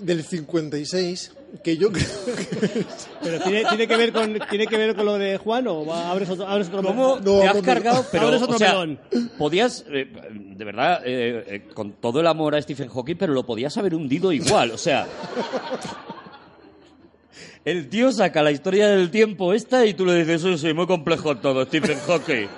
Speaker 4: del 56 que yo creo
Speaker 2: Pero tiene, tiene que ver con tiene que ver con lo de Juan o va- abres otro abres otro
Speaker 1: ¿Cómo
Speaker 2: melón?
Speaker 1: te
Speaker 4: no,
Speaker 1: has
Speaker 4: no,
Speaker 1: cargado?
Speaker 2: no.
Speaker 1: Pero,
Speaker 2: Abres otro
Speaker 1: o sea,
Speaker 2: melón.
Speaker 1: podías, eh, de verdad, eh, eh, con todo el amor a Stephen Hawking, pero lo podías haber hundido igual, o sea... El tío saca la historia del tiempo esta y tú le dices, sí, sí, muy complejo todo, Stephen Hawking.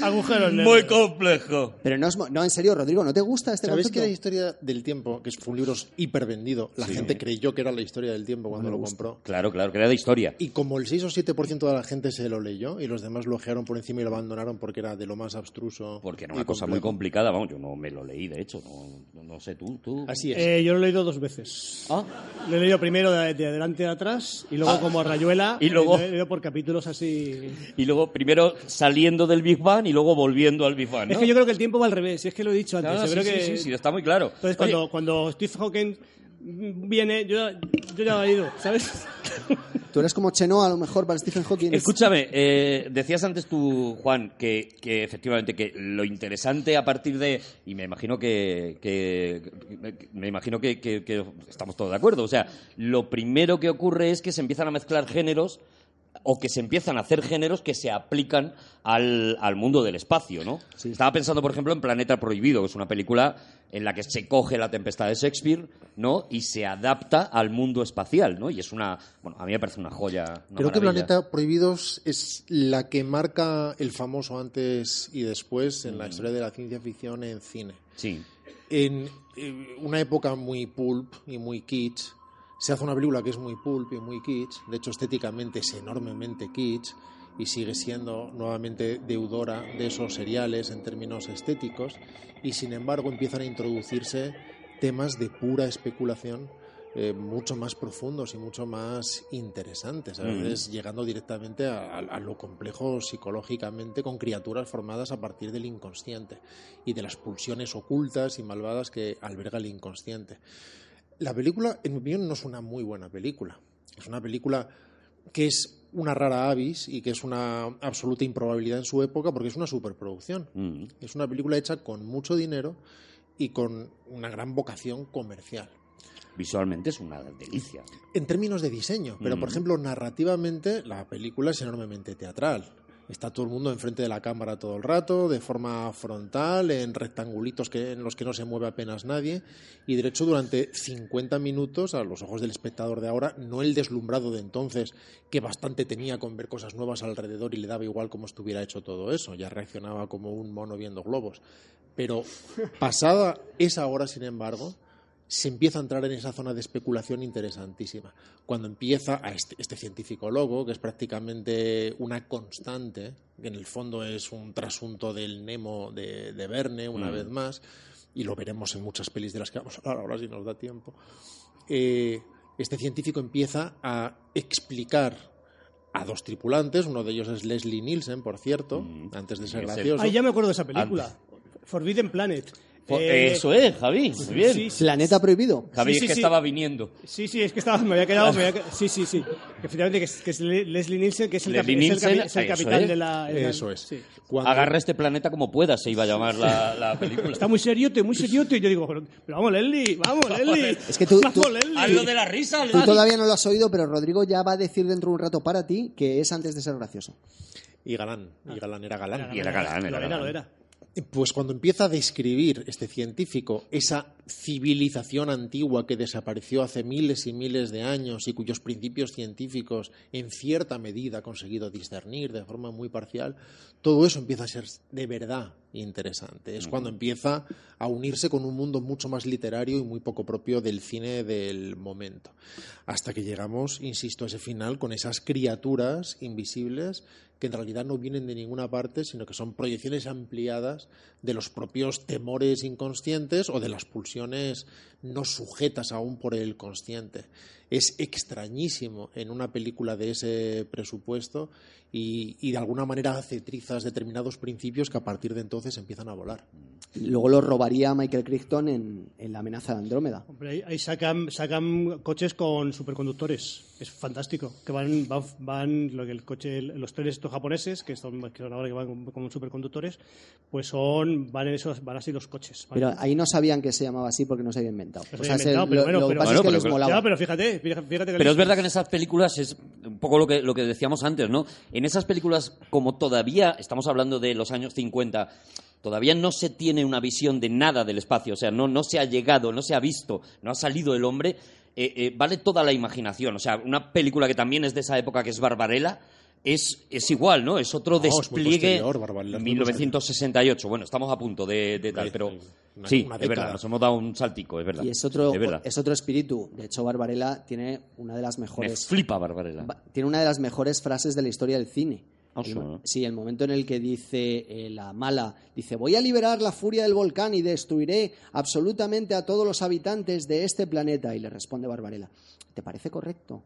Speaker 2: agujeros negros.
Speaker 1: Muy complejo.
Speaker 3: Pero no, es mo- no, en serio, Rodrigo, ¿no te gusta este
Speaker 4: ¿Sabéis que
Speaker 3: concepto?
Speaker 4: la historia del tiempo, que fue un libro hipervendido, la gente creyó que era la historia del tiempo cuando lo compró?
Speaker 1: Claro, claro, que era de historia.
Speaker 4: Y como el 6 o 7% de la gente se lo leyó y los demás lo ojearon por encima y lo abandonaron porque era de lo más abstruso.
Speaker 1: Porque era
Speaker 4: y
Speaker 1: una cosa muy
Speaker 4: complejo.
Speaker 1: complicada, vamos, yo no me lo leí, de hecho, no, no- no sé tú, tú.
Speaker 4: Así es.
Speaker 2: Eh, yo lo he leído dos veces.
Speaker 1: Ah,
Speaker 2: Lo he leído primero de, de adelante a atrás y luego como rayuela
Speaker 1: Y luego-
Speaker 2: lo he leído por capítulos así.
Speaker 1: Y luego primero saliendo del Big Bang y luego volviendo al Big Bang. ¿no?
Speaker 2: Es que yo creo que el tiempo va al revés, y es que lo he dicho antes.
Speaker 1: No, no,
Speaker 2: yo
Speaker 1: sí,
Speaker 2: creo
Speaker 1: sí,
Speaker 2: que
Speaker 1: sí, sí, está muy claro. Oye,
Speaker 2: Entonces cuando, cuando Steve Hawking viene, yo, yo ya he ido, ¿sabes?
Speaker 3: Tú eres como Chenoa, a lo mejor, para Stephen Hawking.
Speaker 1: Escúchame, eh, decías antes tú, Juan, que, que efectivamente que lo interesante a partir de y me imagino que, que- que- me imagino que, que- que estamos todos de acuerdo, o sea, lo primero que ocurre es que se empiezan a mezclar géneros o que se empiezan a hacer géneros que se aplican al, al mundo del espacio, ¿no? Estaba pensando, por ejemplo, en Planeta Prohibido, que es una película en la que se coge la tempestad de Shakespeare, ¿no? Y se adapta al mundo espacial, ¿no? Y es una, bueno, a mí me parece una joya. una
Speaker 4: Creo que
Speaker 1: maravilla.
Speaker 4: Planeta Prohibidos es la que marca el famoso antes y después en
Speaker 1: Mm.
Speaker 4: la historia de la ciencia ficción en cine.
Speaker 1: Sí.
Speaker 4: En eh, una época muy pulp y muy kitsch, se hace una película que es muy pulp y muy kitsch, de hecho estéticamente es enormemente kitsch y sigue siendo nuevamente deudora de esos seriales en términos estéticos y sin embargo empiezan a introducirse temas de pura especulación eh, mucho más profundos y mucho más interesantes, a
Speaker 1: Mm.
Speaker 4: veces llegando directamente a, a- a lo complejo psicológicamente con criaturas formadas a partir del inconsciente y de las pulsiones ocultas y malvadas que alberga el inconsciente. La película, en mi opinión, no es una muy buena película. Es una película que es una rara avis y que es una absoluta improbabilidad en su época porque es una superproducción.
Speaker 1: Mm.
Speaker 4: Es una película hecha con mucho dinero y con una gran vocación comercial.
Speaker 1: visualmente es una delicia.
Speaker 4: en términos de diseño, pero por ejemplo, narrativamente la película es enormemente teatral. Está todo el mundo enfrente de la cámara todo el rato, de forma frontal, en rectangulitos que, en los que no se mueve apenas nadie. Y derecho durante 50 minutos, a los ojos del espectador de ahora, no el deslumbrado de entonces, que bastante tenía con ver cosas nuevas alrededor y le daba igual cómo estuviera hecho todo eso. Ya reaccionaba como un mono viendo globos. Pero pasada esa hora, sin embargo, se empieza a entrar en esa zona de especulación interesantísima. Cuando empieza a este, este científico loco, que es prácticamente una constante, que en el fondo es un trasunto del Nemo de, de Verne, una vez más, y lo veremos en muchas pelis de las que vamos a hablar ahora si nos da tiempo, eh, este científico empieza a explicar a dos tripulantes, uno de ellos es Leslie Nielsen, por cierto, antes de ser
Speaker 1: Es el-
Speaker 4: gracioso.
Speaker 2: Ay, ya me acuerdo de esa película. Forbidden Planet.
Speaker 1: Po-
Speaker 2: Eh,
Speaker 1: Eso es, Javi, muy bien.
Speaker 2: sí, sí,
Speaker 3: Planeta prohibido.
Speaker 1: Javi,
Speaker 2: Sí,
Speaker 1: es
Speaker 2: sí,
Speaker 1: que
Speaker 2: sí.
Speaker 1: estaba viniendo.
Speaker 2: Sí, sí, es que estaba, me había quedado. me había quedado- sí, sí, sí. Que Efectivamente, que es, que es Le- Leslie Nielsen, que es el, capi-
Speaker 1: Leslie
Speaker 2: es el capi-
Speaker 1: Nielsen,
Speaker 2: es el
Speaker 1: eso
Speaker 2: capitán
Speaker 1: es.
Speaker 2: de la. el-
Speaker 4: Eso es.
Speaker 2: sí.
Speaker 4: Cuando-
Speaker 1: Agarra este planeta como pueda, se iba a llamar la, la película.
Speaker 2: Está muy seriote, muy seriote. Y yo digo, pero, pero vamos, Leslie, vamos, Leslie.
Speaker 3: Es que tú-
Speaker 2: vamos,
Speaker 3: tú-
Speaker 2: Leslie.
Speaker 1: Hazlo de la risa,
Speaker 3: Tú todavía no lo has oído, pero Rodrigo ya va a decir dentro de un rato para ti que es antes de ser gracioso.
Speaker 4: Y Galán, y Galán era Galán.
Speaker 1: Y era galán, era
Speaker 2: Lo era,
Speaker 1: galán.
Speaker 2: lo era.
Speaker 4: Pues cuando empieza a describir este científico esa civilización antigua que desapareció hace miles y miles de años y cuyos principios científicos en cierta medida ha conseguido discernir de forma muy parcial, todo eso empieza a ser de verdad interesante. Es cuando empieza a unirse con un mundo mucho más literario y muy poco propio del cine del momento. Hasta que llegamos, insisto, a ese final con esas criaturas invisibles que en realidad no vienen de ninguna parte, sino que son proyecciones ampliadas de los propios temores inconscientes o de las pulsiones no sujetas aún por el consciente. Es extrañísimo en una película de ese presupuesto y, y de alguna manera hace trizas determinados principios que a partir de entonces empiezan a volar.
Speaker 3: Luego lo robaría Michael Crichton en, en La amenaza de Andrómeda.
Speaker 2: Hombre, ahí- ahí sacan, sacan coches con superconductores. Es fantástico. Que van, van, van lo que el coche, los trenes estos japoneses, que son, que son ahora que van con, con superconductores, pues son, van, en esos, van así los coches. van-
Speaker 3: Pero ahí no sabían que se llamaba así porque no se había inventado.
Speaker 2: Los
Speaker 3: O
Speaker 2: he
Speaker 3: sea, se-
Speaker 2: inventado, pero
Speaker 3: lo,
Speaker 2: bueno,
Speaker 3: lo que
Speaker 2: pero-
Speaker 3: pasa
Speaker 1: Bueno,
Speaker 3: es que
Speaker 1: pero
Speaker 3: les
Speaker 1: claro.
Speaker 3: molaba.
Speaker 2: Ya, pero fíjate, fíjate fíjate que
Speaker 1: Pero es
Speaker 2: listo.
Speaker 1: verdad que en esas películas es un poco lo que, lo que decíamos antes, ¿no? En esas películas, como todavía estamos hablando de los años 50, todavía no se tiene una visión de nada del espacio, o sea, no, no se ha llegado, no se ha visto, no ha salido el hombre, eh, eh, vale toda la imaginación. O sea, una película que también es de esa época, que es Barbarella. Es, es igual, ¿no? Es otro
Speaker 4: No, es muy
Speaker 1: despliegue.
Speaker 4: posterior, Barbarella es muy
Speaker 1: 1968. Bueno, estamos a punto de, de tal,
Speaker 4: Sí,
Speaker 1: pero.
Speaker 4: sí. Una-
Speaker 1: sí,
Speaker 4: una
Speaker 1: es verdad,
Speaker 4: década.
Speaker 1: nos hemos dado un saltico, es verdad.
Speaker 3: Y es otro,
Speaker 1: Es verdad.
Speaker 3: es otro espíritu. De hecho, Barbarella tiene una de las
Speaker 1: Me
Speaker 3: mejores
Speaker 1: flipa Barbarella.
Speaker 3: Ba- tiene una de las mejores frases de la historia del cine.
Speaker 1: Ah,
Speaker 3: El
Speaker 1: sí,
Speaker 3: mo-
Speaker 1: ¿no?
Speaker 3: sí, el momento en el que dice eh, la mala, dice, voy a liberar la furia del volcán y destruiré absolutamente a todos los habitantes de este planeta. Y le responde Barbarella, ¿te parece correcto?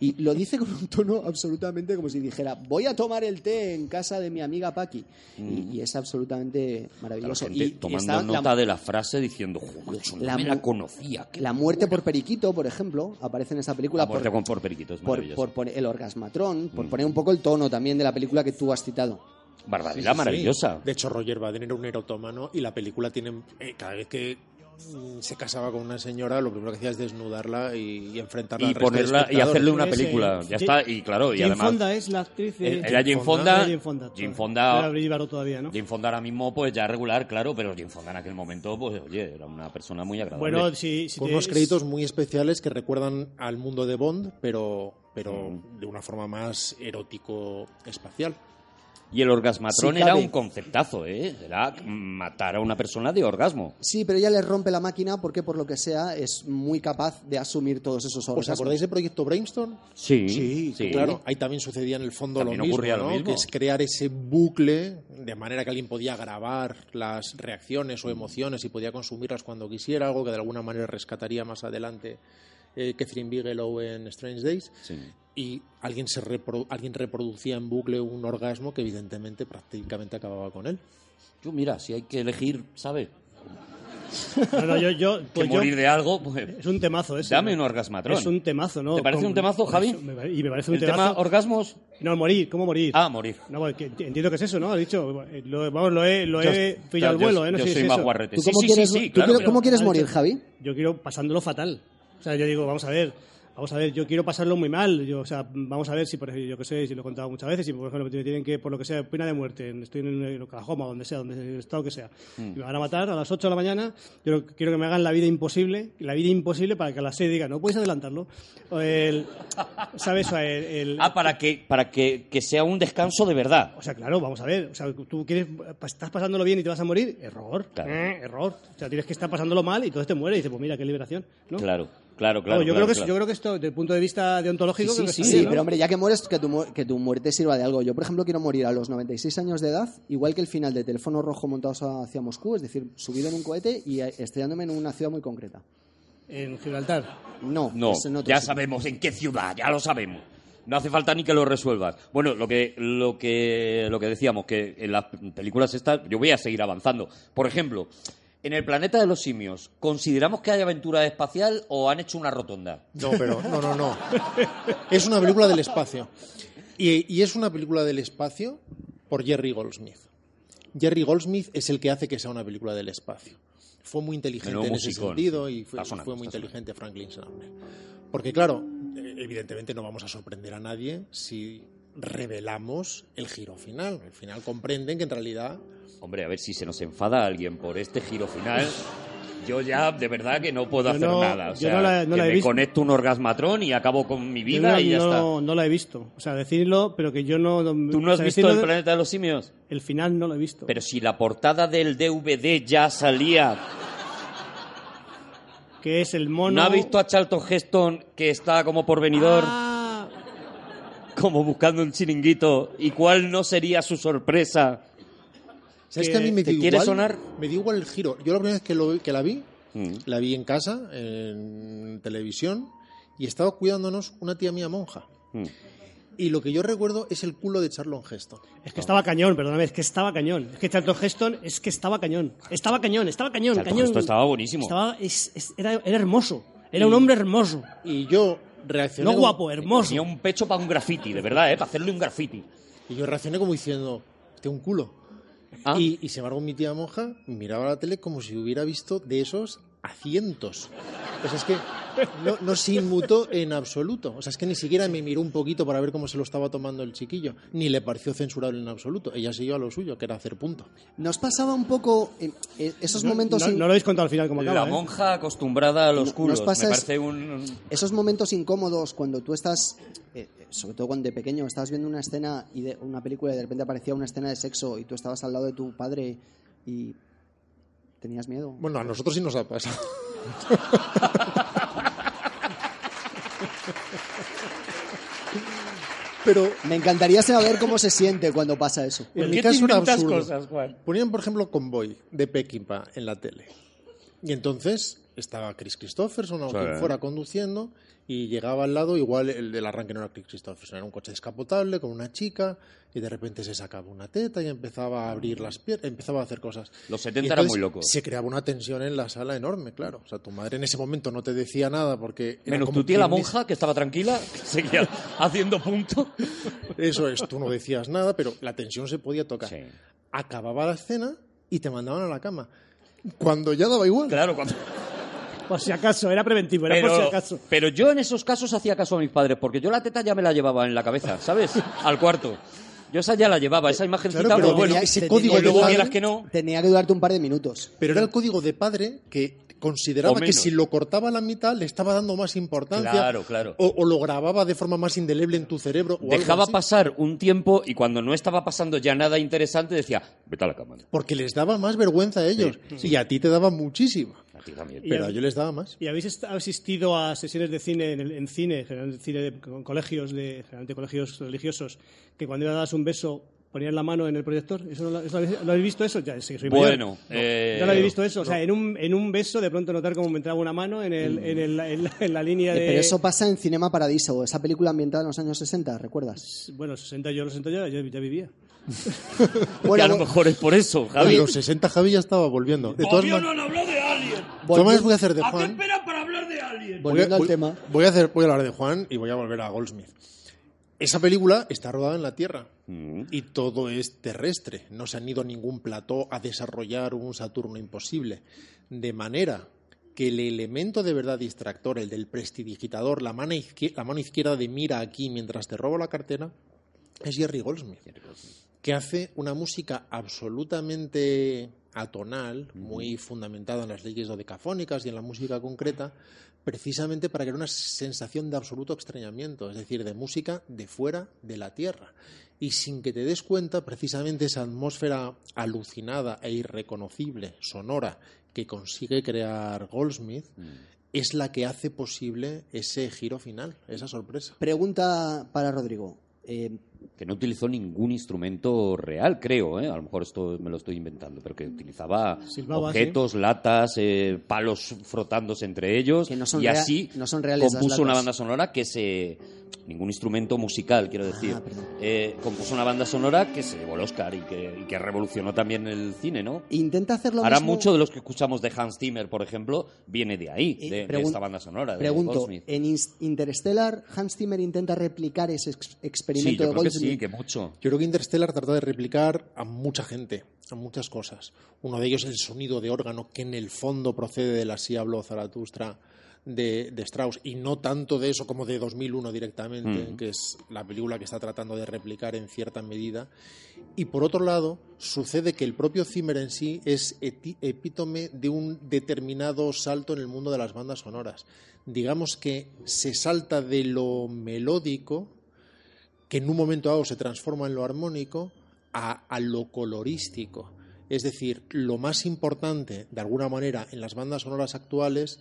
Speaker 3: Y lo dice con un tono absolutamente como si dijera, voy a tomar el té en casa de mi amiga Paqui. Y- Y, es absolutamente
Speaker 1: la
Speaker 3: maravilloso.
Speaker 1: Mm. gente
Speaker 3: y, y
Speaker 1: tomando
Speaker 3: está la-
Speaker 1: nota de la frase diciendo, joder, eso no
Speaker 3: la
Speaker 1: me
Speaker 3: mu-
Speaker 1: la conocía. qué
Speaker 3: la muerte por Periquito, por ejemplo, aparece en esa película.
Speaker 1: la muerte
Speaker 3: por-
Speaker 1: con por periquito, es
Speaker 3: por,
Speaker 1: maravilloso. Mm.
Speaker 3: por poner el orgasmatrón, por poner un poco el tono también de la película que tú has citado.
Speaker 1: Barbarella
Speaker 4: Sí, sí.
Speaker 1: maravillosa.
Speaker 4: De hecho, Roger Baden era un erotómano y la película tiene. eh, cada vez que mm, se casaba con una señora, lo primero que hacía es desnudarla y, y enfrentarla
Speaker 1: Y
Speaker 4: al resto de
Speaker 1: ponerla y
Speaker 4: espectadores.
Speaker 1: hacerle una
Speaker 2: Ese,
Speaker 1: película. Ya
Speaker 2: Jane-
Speaker 1: está, y claro, y
Speaker 2: Jane
Speaker 1: además. e-,
Speaker 2: Fonda es la actriz de...
Speaker 1: Era Jim Fonda.
Speaker 2: Era Jim Fonda.
Speaker 1: Jim Fonda-
Speaker 2: Era Brigitte Bardot todavía, ¿no?
Speaker 1: Jane Fonda ahora mismo, pues ya regular, claro, pero Jane Fonda en aquel momento, pues oye, era una persona muy agradable.
Speaker 2: Bueno, si, si
Speaker 4: Con
Speaker 2: te-
Speaker 4: unos créditos muy especiales que recuerdan al mundo de Bond, pero, pero
Speaker 1: Mm.
Speaker 4: de una forma más erótico espacial.
Speaker 1: y el orgasmatrón
Speaker 3: si
Speaker 1: era
Speaker 3: cabe-
Speaker 1: un conceptazo, ¿eh? Era matar a una persona de orgasmo.
Speaker 3: Sí, pero ella le rompe la máquina porque, por lo que sea, es muy capaz de asumir todos esos
Speaker 4: ¿Os
Speaker 3: orgasmos.
Speaker 4: acordáis de Proyecto Brainstorm?
Speaker 1: Sí,
Speaker 4: claro. Ahí también sucedía en el fondo
Speaker 1: También
Speaker 4: lo mismo,
Speaker 1: ocurría lo
Speaker 4: ¿no?
Speaker 1: mismo.
Speaker 4: que es crear ese bucle de manera que alguien podía grabar las reacciones o emociones y podía consumirlas cuando quisiera, algo que de alguna manera rescataría más adelante eh, Catherine Bigelow en Strange Days.
Speaker 1: Sí.
Speaker 4: Y alguien, se repro- alguien reproducía en bucle un orgasmo que evidentemente prácticamente acababa con él.
Speaker 1: Yo, mira, si hay que elegir, ¿sabes?
Speaker 2: No, no, yo, yo,
Speaker 1: que
Speaker 2: pues yo-
Speaker 1: morir de algo, pues,
Speaker 2: Es un temazo ese.
Speaker 1: dame
Speaker 2: ¿no?
Speaker 1: un orgasmatrón.
Speaker 2: Es un temazo, ¿no?
Speaker 1: ¿Te parece
Speaker 2: Con-
Speaker 1: un temazo,
Speaker 2: con
Speaker 1: Javi?
Speaker 2: eso, me pare- Y me parece un
Speaker 1: El tema
Speaker 2: temazo.
Speaker 1: orgasmos,
Speaker 2: No, morir, ¿cómo morir?
Speaker 1: ah, morir.
Speaker 2: No, bueno, que entiendo que es eso, ¿no? Has dicho, eh, lo, vamos, lo he, lo he
Speaker 1: Yo-
Speaker 2: pillado al
Speaker 1: yo-
Speaker 2: vuelo, ¿eh? No
Speaker 1: yo
Speaker 2: sé si
Speaker 1: soy
Speaker 2: es
Speaker 1: más
Speaker 2: eso.
Speaker 1: guarrete.
Speaker 3: ¿Tú
Speaker 1: Sí,
Speaker 3: cómo
Speaker 1: sí, sí,
Speaker 3: quieres-
Speaker 1: sí,
Speaker 3: tú
Speaker 1: claro,
Speaker 3: quieres-
Speaker 1: pero-
Speaker 3: cómo quieres
Speaker 2: Ah,
Speaker 3: morir,
Speaker 2: entonces,
Speaker 3: Javi?
Speaker 2: Yo quiero pasándolo fatal. O sea, yo digo, vamos a ver, vamos a ver, yo quiero pasarlo muy mal. Yo, o sea, vamos a ver si, por ejemplo, yo que sé, si lo he contado muchas veces, si por ejemplo me tienen que, por lo que sea, pena de muerte, en- estoy en el Oklahoma, donde sea, donde en el estado que sea,
Speaker 1: Mm.
Speaker 2: y me van a matar a las 8 de la mañana, yo lo- quiero que me hagan la vida imposible, la vida imposible para que a las 6 diga, no puedes adelantarlo. O el, ¿Sabes? O el- el-
Speaker 1: Ah, para que, para que, que sea un descanso de verdad.
Speaker 2: o sea, claro, vamos a ver. O sea, tú quieres, estás pasándolo bien y te vas a morir. Error.
Speaker 1: Claro.
Speaker 2: Eh, error. O sea, tienes que estar pasándolo mal y entonces te mueres y dices, pues mira, qué liberación. ¿no?
Speaker 1: Claro, claro, claro.
Speaker 2: No,
Speaker 1: claro,
Speaker 2: yo, creo que, es-
Speaker 1: claro.
Speaker 2: yo creo que esto, desde el punto de vista deontológico,
Speaker 1: Sí,
Speaker 2: creo que
Speaker 1: sí,
Speaker 2: está
Speaker 3: Sí,
Speaker 2: bien, ¿no?
Speaker 3: pero hombre, ya que mueres, que tu, mu- que tu muerte sirva de algo. Yo, por ejemplo, quiero morir a los 96 años de edad, igual que el final de Teléfono Rojo montados hacia Moscú, es decir, subido en un cohete y eh, estrellándome en una ciudad muy concreta.
Speaker 2: En Gibraltar.
Speaker 3: No,
Speaker 1: No,
Speaker 3: es en otro
Speaker 1: ya
Speaker 3: sitio.
Speaker 1: sabemos en qué ciudad, ya lo sabemos. No hace falta ni que lo resuelvas. Bueno, lo que, lo que, lo que decíamos, que en las películas estas, yo voy a seguir avanzando. Por ejemplo, en el planeta de los simios, ¿consideramos que hay aventura espacial o han hecho una rotonda?
Speaker 4: No, pero no, no, no. Es una película del espacio. Y, y es una película del espacio por Jerry Goldsmith. Jerry Goldsmith es el que hace que sea una película del espacio. Fue muy inteligente
Speaker 1: Menudo
Speaker 4: en ese
Speaker 1: musicón.
Speaker 4: sentido y fue,
Speaker 1: Está sonando,
Speaker 4: fue muy
Speaker 1: está
Speaker 4: inteligente Franklin Sinatra. Porque claro, eh, evidentemente no vamos a sorprender a nadie si revelamos el giro final. Al final comprenden que en realidad
Speaker 1: Hombre, a ver si se nos enfada alguien por este giro final. Yo ya de verdad que no puedo
Speaker 2: Yo
Speaker 1: hacer
Speaker 2: no-
Speaker 1: nada. O
Speaker 2: yo
Speaker 1: sea,
Speaker 2: no la- no
Speaker 1: que
Speaker 2: la he
Speaker 1: me
Speaker 2: visto.
Speaker 1: conecto un orgasmatrón y acabo con mi
Speaker 2: Yo
Speaker 1: vida
Speaker 2: no,
Speaker 1: y ya está.
Speaker 2: no, no la he visto. O sea, decirlo, pero que yo no.
Speaker 1: ¿Tú no has visto el planeta de los simios?
Speaker 2: El final no lo he visto.
Speaker 1: Pero si la portada del DVD ya salía
Speaker 2: que es el mono.
Speaker 1: ¿No ha visto a Charlton Heston que está como por venidor,
Speaker 2: Ah,
Speaker 1: como buscando un chiringuito? ¿Y cuál no sería su sorpresa?
Speaker 4: ¿Sabes
Speaker 2: Que-
Speaker 4: que, a mí me
Speaker 1: ¿te
Speaker 4: dio
Speaker 1: quiere
Speaker 4: igual?
Speaker 1: sonar?
Speaker 4: Me dio igual el giro. Yo la primera vez que, lo, vi- que la vi, la vi en casa, en televisión, y estaba cuidándonos una tía mía monja. Y lo que yo recuerdo es el culo de Charlon Gesto.
Speaker 2: es que estaba cañón, perdóname, es que estaba cañón. Es que Charlton Heston es que estaba cañón. Estaba cañón, estaba cañón,
Speaker 1: Charlton
Speaker 2: cañón.
Speaker 1: Heston estaba buenísimo.
Speaker 2: Estaba- es- es- era, era hermoso. Era un hombre hermoso.
Speaker 4: Y yo reaccioné.
Speaker 2: No
Speaker 4: como-
Speaker 2: guapo, eh. hermoso.
Speaker 1: Tenía un pecho para un graffiti, de verdad, ¿eh? Para hacerle un graffiti.
Speaker 4: Y yo reaccioné como diciendo, tengo un culo.
Speaker 1: Ah.
Speaker 4: Y, y sin embargo, mi tía monja miraba la tele como si hubiera visto de esos a cientos. O sea, es que no, no se inmutó en absoluto. O sea, es que ni siquiera me miró un poquito para ver cómo se lo estaba tomando el chiquillo. Ni le pareció censurable en absoluto. Ella siguió a lo suyo, que era hacer punto.
Speaker 3: Nos pasaba un poco eh, eh, esos
Speaker 2: No,
Speaker 3: momentos.
Speaker 2: no,
Speaker 3: in-
Speaker 2: no lo habéis contado al final como acaba.
Speaker 1: la
Speaker 2: ¿eh?
Speaker 1: monja acostumbrada a los
Speaker 3: No-
Speaker 1: culos.
Speaker 3: nos pasa
Speaker 1: Me
Speaker 3: es-
Speaker 1: parece un...
Speaker 3: esos momentos incómodos cuando tú estás, eh, eh, sobre todo cuando de pequeño, estabas viendo una escena y de una película y de repente aparecía una escena de sexo y tú estabas al lado de tu padre y tenías miedo.
Speaker 4: Bueno, a nosotros sí nos ha pasado. Pero
Speaker 3: Me encantaría saber cómo se siente cuando pasa eso.
Speaker 4: En
Speaker 1: ¿Por
Speaker 4: mi
Speaker 1: qué te
Speaker 4: caso era
Speaker 1: inventas
Speaker 4: absurdo.
Speaker 1: cosas, Juan?
Speaker 4: Ponían, por ejemplo, Convoy de Peckinpah en la tele. Y entonces estaba Chris Christopherson o
Speaker 1: Sí.
Speaker 4: quien fuera conduciendo y llegaba al lado, igual el del arranque no era Chris Christopherson, era un coche descapotable con una chica y de repente se sacaba una teta y empezaba a abrir las piernas, empezaba a hacer cosas.
Speaker 1: Los
Speaker 4: Y
Speaker 1: 70 eran
Speaker 4: entonces
Speaker 1: muy locos.
Speaker 4: Se creaba una tensión en la sala enorme, claro. O sea, tu madre en ese momento no te decía nada porque... era
Speaker 1: Menos
Speaker 4: como
Speaker 1: tu tía la
Speaker 4: quien
Speaker 1: monja, que estaba tranquila, que seguía haciendo punto.
Speaker 4: Eso es, tú no decías nada, pero la tensión se podía tocar.
Speaker 1: Sí.
Speaker 4: Acababa la escena y te mandaban a la cama. Cuando ya daba igual.
Speaker 1: Claro, cuando...
Speaker 2: Por si acaso, era preventivo, era
Speaker 1: Pero,
Speaker 2: por si acaso.
Speaker 1: pero yo en esos casos hacía caso a mis padres, porque yo la teta ya me la llevaba en la cabeza, ¿sabes? Al cuarto. Yo esa ya la llevaba, esa imagencita,
Speaker 4: Claro,
Speaker 1: pero
Speaker 4: pero
Speaker 1: Pues bueno,
Speaker 4: tenía- ese
Speaker 3: te
Speaker 4: código
Speaker 3: tenía
Speaker 4: luego
Speaker 3: durar-
Speaker 1: vieras que no.
Speaker 3: Tenía que durarte un par de minutos.
Speaker 4: Pero era el código de padre que consideraba
Speaker 1: O
Speaker 4: que
Speaker 1: menos.
Speaker 4: si lo cortaba a la mitad le estaba dando más importancia.
Speaker 1: Claro, claro.
Speaker 4: O, o lo grababa de forma más indeleble en tu cerebro. o algo
Speaker 1: dejaba
Speaker 4: así,
Speaker 1: pasar un tiempo y cuando no estaba pasando ya nada interesante decía, vete a la cama.
Speaker 4: Porque les daba más vergüenza a ellos. Y a ti te daba muchísima.
Speaker 1: A ti también.
Speaker 2: Y
Speaker 4: Pero
Speaker 2: a-
Speaker 4: a yo les daba más.
Speaker 2: ¿Y habéis est- asistido a sesiones de cine en, el- en cine, generalmente cine de co- colegios, de, generalmente colegios religiosos, que cuando iba a dar un beso ponían la mano en el proyector? ¿Eso no, lo- eso lo habéis, lo habéis visto eso? Ya, sí, soy mayor.
Speaker 1: Bueno,
Speaker 2: No,
Speaker 1: eh,
Speaker 2: ya lo habéis visto eso. O sea, en un, en un beso de pronto notar cómo me entraba una mano en, el, en, el- en la, en la línea
Speaker 3: Eh,
Speaker 2: de...
Speaker 3: Pero eso pasa en Cinema Paradiso, esa película ambientada en los años 60, ¿recuerdas?
Speaker 2: Bueno, 60 yo, 60 yo, yo ya vivía.
Speaker 1: Que a
Speaker 3: Bueno,
Speaker 1: lo mejor es por eso,
Speaker 4: A
Speaker 1: Javi.
Speaker 4: los 60 Javi ya estaba volviendo. De todas
Speaker 1: Obvio
Speaker 4: man-
Speaker 1: no han hablado de Alien.
Speaker 3: Volvi-
Speaker 4: Yo más voy a hacer de
Speaker 1: ¿A qué
Speaker 4: Juan.
Speaker 1: esperan para hablar de alguien?
Speaker 4: Voy a-
Speaker 3: Volviendo al
Speaker 4: voy-
Speaker 3: tema.
Speaker 4: Voy a, hacer, voy a hablar de Juan y voy a volver a Goldsmith. Esa película está rodada en la Tierra y todo es terrestre. No se han ido a ningún plató a desarrollar un Saturno imposible. De manera que el elemento de verdad distractor, el del prestidigitador, la mano, izquier- la mano izquierda de mira aquí mientras te robo la cartera, es Jerry Goldsmith que hace una música absolutamente atonal, muy fundamentada en las leyes dodecafónicas y en la música concreta, precisamente para crear una sensación de absoluto extrañamiento, es decir, de música de fuera de la Tierra. Y sin que te des cuenta, precisamente esa atmósfera alucinada e irreconocible, sonora, que consigue crear Goldsmith, es la que hace posible ese giro final, esa sorpresa.
Speaker 3: Pregunta para Rodrigo. Eh,
Speaker 1: Que no utilizó ningún instrumento real, creo, ¿eh? A lo mejor esto me lo estoy inventando, pero que utilizaba
Speaker 2: Silbaba,
Speaker 1: objetos, latas, eh, palos frotándose entre ellos.
Speaker 3: Que no son
Speaker 1: y
Speaker 3: rea-
Speaker 1: así
Speaker 3: no son reales las
Speaker 1: compuso una
Speaker 3: latas.
Speaker 1: banda sonora que se... Ningún instrumento musical, quiero decir.
Speaker 3: Ah, perdón.
Speaker 1: Eh, compuso una banda sonora que se llevó el Oscar y que, y que revolucionó también el cine, ¿no?
Speaker 3: intenta hacerlo
Speaker 1: Ahora mucho de los que escuchamos de Hans Zimmer, por ejemplo, viene de ahí, de, de esta banda sonora. De
Speaker 3: Eh, Pregunto,
Speaker 1: Goldsmith.
Speaker 3: en Ins- Interstellar, Hans Zimmer intenta replicar ese ex- experimento
Speaker 1: Sí, yo
Speaker 3: de
Speaker 1: creo que
Speaker 3: Goldsmith.
Speaker 1: sí, que mucho.
Speaker 4: Yo creo que Interstellar trata de replicar a mucha gente, a muchas cosas. Uno de ellos es el sonido de órgano que en el fondo procede de la Si habló Zaratustra de, de Strauss y no tanto de eso como de 2001 directamente, que es la película que está tratando de replicar en cierta medida. Y por otro lado, sucede que el propio Zimmer en sí es eti- epítome de un determinado salto en el mundo de las bandas sonoras. Digamos que se salta de lo melódico que en un momento dado se transforma en lo armónico a, a lo colorístico. Es decir, lo más importante, de alguna manera, en las bandas sonoras actuales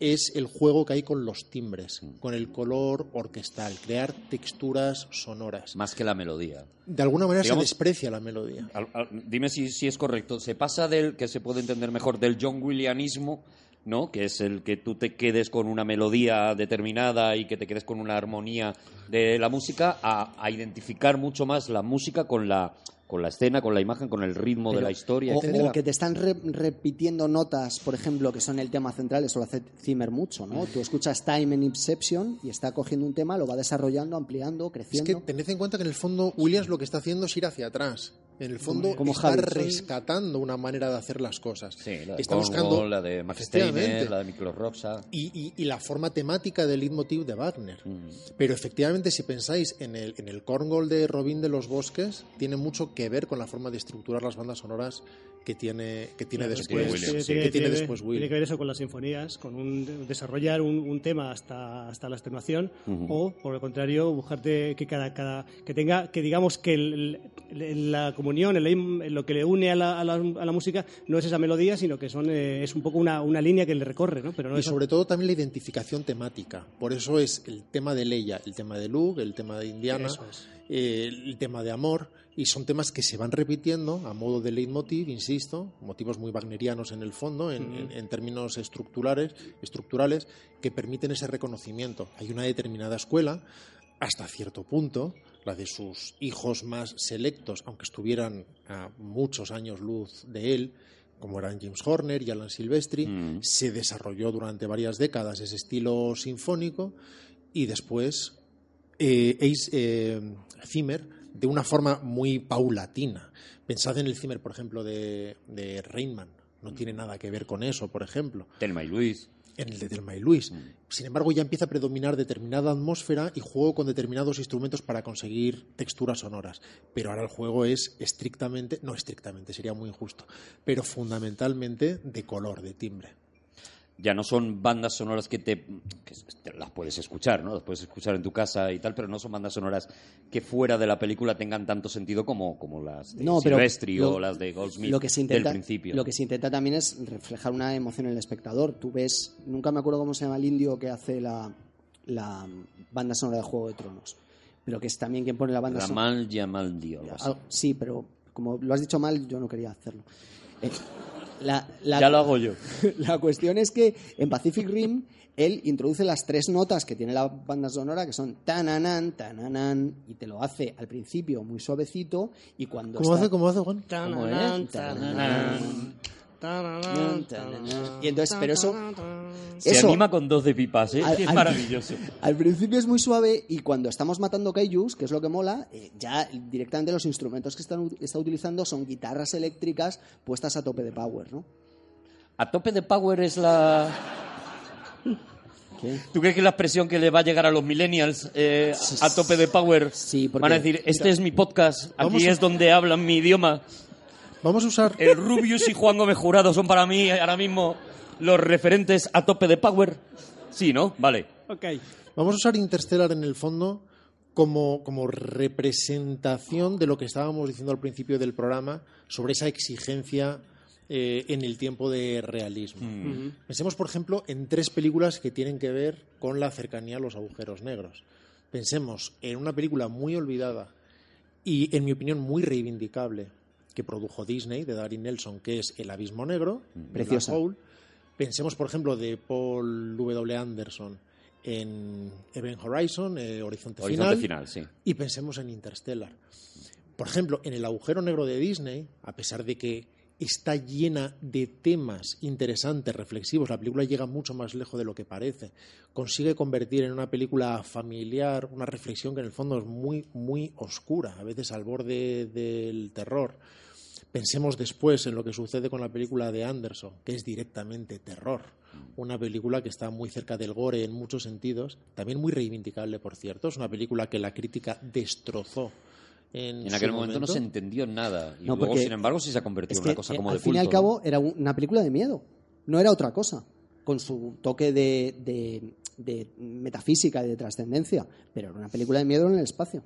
Speaker 4: es el juego que hay con los timbres,
Speaker 1: Mm.
Speaker 4: con el color orquestal, crear texturas sonoras.
Speaker 1: Más que la melodía.
Speaker 4: De alguna manera
Speaker 1: Digamos-
Speaker 4: se desprecia la melodía.
Speaker 1: Al- al- dime si, si es correcto. Se pasa del que se puede entender mejor del John Willianismo, ¿no? Que es el que tú te quedes con una melodía determinada y que te quedes con una armonía de la música a, a identificar mucho más la música con la con la escena, con la imagen, con el ritmo de
Speaker 3: Pero-
Speaker 1: la historia,
Speaker 3: o,
Speaker 1: etcétera.
Speaker 3: o que te están re- repitiendo notas, por ejemplo, que son el tema central, eso lo hace Zimmer mucho, ¿no? Tú escuchas Time en Inception y está cogiendo un tema, lo va desarrollando, ampliando,
Speaker 4: Es
Speaker 3: creciendo.
Speaker 4: que tened en cuenta que en el fondo Williams lo que está haciendo es ir hacia atrás. En el fondo
Speaker 3: como
Speaker 4: está
Speaker 3: Harrison.
Speaker 4: rescatando una manera de hacer las cosas.
Speaker 1: Sí, la de
Speaker 4: está
Speaker 1: Congo,
Speaker 4: buscando
Speaker 1: la de Max
Speaker 4: Efectivamente.
Speaker 1: Steiner, la de Miklos Roxa.
Speaker 4: y, y- y la forma temática del leitmotiv de Wagner. Pero efectivamente, si pensáis en el, en el Cornwall de Robin de los Bosques, tiene mucho que ver con la forma de estructurar las bandas sonoras que tiene, que tiene
Speaker 2: Claro, es
Speaker 4: después.
Speaker 2: que
Speaker 1: Williams,
Speaker 4: que pues, eh, tiene después
Speaker 2: tiene que
Speaker 4: Williams.
Speaker 2: ver eso con las sinfonías, con un- desarrollar un, un tema hasta, hasta la extenuación, o por el contrario, buscarte que cada, cada que tenga, que digamos que el- el- la comunión, el aim- lo que le une a la, a la- a la música no es esa melodía, sino que son eh, es un poco una, una línea que le recorre, ¿no? Pero no
Speaker 4: Y
Speaker 2: es-
Speaker 4: sobre todo también la identificación temática. Por eso es el tema de Leia, el tema de Luke, el tema de Indiana,
Speaker 2: Eso es.
Speaker 4: eh, el tema de amor. Y son temas que se van repitiendo a modo de leitmotiv, insisto, motivos muy wagnerianos en el fondo, en, en- en términos estructurales, estructurales, que permiten ese reconocimiento. Hay una determinada escuela, hasta cierto punto, la de sus hijos más selectos, aunque estuvieran a muchos años luz de él, como eran James Horner y Alan Silvestri,
Speaker 1: Mm.
Speaker 4: se desarrolló durante varias décadas ese estilo sinfónico y después eh, Ace, eh, Zimmer de una forma muy paulatina. Pensad en el Zimmer, por ejemplo, de, de Rainman. No tiene nada que ver con eso, por ejemplo
Speaker 1: Telma y Luis.
Speaker 4: en el de Telma y Luis. Sin embargo, ya empieza a predominar determinada atmósfera y juego con determinados instrumentos para conseguir texturas sonoras. Pero ahora el juego es estrictamente, no estrictamente, sería muy injusto, pero fundamentalmente de color, de timbre.
Speaker 1: ya no son bandas sonoras que te, que te las puedes escuchar, ¿no? Las puedes escuchar en tu casa y tal, pero no son bandas sonoras que fuera de la película tengan tanto sentido como, como las de
Speaker 3: No, pero
Speaker 1: Silvestri
Speaker 3: lo-
Speaker 1: o las de Goldsmith
Speaker 3: lo que se intenta,
Speaker 1: del principio.
Speaker 3: Lo que se intenta también es reflejar una emoción en el espectador. Tú ves, nunca me acuerdo cómo se llama el indio que hace la, la banda sonora de Juego de Tronos, pero que es también quien pone la banda sonora.
Speaker 1: Ramal Yamaldi o algo así.
Speaker 3: Ah, Sí, pero como lo has dicho mal, yo no quería hacerlo. Eh, la- la-
Speaker 1: Ya lo hago yo.
Speaker 3: la cuestión es que en Pacific Rim él introduce las tres notas que tiene la banda sonora, que son tananan, tananan, y te lo hace al principio muy suavecito y cuando
Speaker 4: ¿Cómo
Speaker 3: está-
Speaker 4: hace, cómo hace, Juan?
Speaker 3: ¿Cómo es? Tananán,
Speaker 2: tararán, tararán,
Speaker 3: Y entonces, pero eso-
Speaker 2: tararán.
Speaker 1: Se
Speaker 3: Eso.
Speaker 1: anima con dos de pipas, ¿eh?
Speaker 3: Al-
Speaker 1: es
Speaker 3: al-
Speaker 1: maravilloso.
Speaker 3: Al principio es muy suave y cuando estamos matando kaijus, que es lo que mola, eh, ya directamente los instrumentos que están u- está utilizando son guitarras eléctricas puestas a tope de power, ¿no?
Speaker 1: A tope de power es la...
Speaker 3: ¿Qué?
Speaker 1: ¿Tú crees que es la expresión que le va a llegar a los millennials eh, a tope de power?
Speaker 3: Sí, porque-
Speaker 1: Van a decir, este es mi podcast,
Speaker 4: Vamos
Speaker 1: aquí
Speaker 4: a-
Speaker 1: es donde hablan mi idioma.
Speaker 4: Vamos a usar
Speaker 1: El Rubius y Juan Gómez Jurado son para mí eh, ahora mismo los referentes a tope de power. Sí, ¿no? Vale.
Speaker 2: Ok.
Speaker 4: Vamos a usar Interstellar en el fondo como, como representación de lo que estábamos diciendo al principio del programa sobre esa exigencia eh, en el tiempo de realismo. Pensemos, por ejemplo, en tres películas que tienen que ver con la cercanía a los agujeros negros. Pensemos en una película muy olvidada y, en mi opinión, muy reivindicable que produjo Disney de Darren Nelson, que es El Abismo Negro,
Speaker 3: Preciosa.
Speaker 4: Black Hole. Pensemos, por ejemplo, de Paul W. Anderson en Event Horizon, eh, Horizonte,
Speaker 1: Horizonte
Speaker 4: Final,
Speaker 1: final, sí.
Speaker 4: y pensemos en Interstellar. Por ejemplo, en el agujero negro de Disney, a pesar de que está llena de temas interesantes, reflexivos, la película llega mucho más lejos de lo que parece. Consigue convertir en una película familiar una reflexión que en el fondo es muy, muy oscura, a veces al borde del terror. Pensemos después en lo que sucede con la película de Anderson, que es directamente terror. Una película que está muy cerca del gore en muchos sentidos, también muy reivindicable, por cierto. Es una película que la crítica destrozó. En,
Speaker 1: En aquel
Speaker 4: su
Speaker 1: momento, no se entendió nada. Y
Speaker 3: No,
Speaker 1: luego,
Speaker 3: porque-
Speaker 1: sin embargo, sí se ha convertido
Speaker 3: Es
Speaker 1: en una
Speaker 3: que,
Speaker 1: cosa
Speaker 3: eh,
Speaker 1: como
Speaker 3: al
Speaker 1: de
Speaker 3: fin y al
Speaker 1: culto, ¿no?
Speaker 3: cabo era un- una película de miedo, no era otra cosa, con su toque de, de- de metafísica y de trascendencia, pero era una película de miedo en el espacio.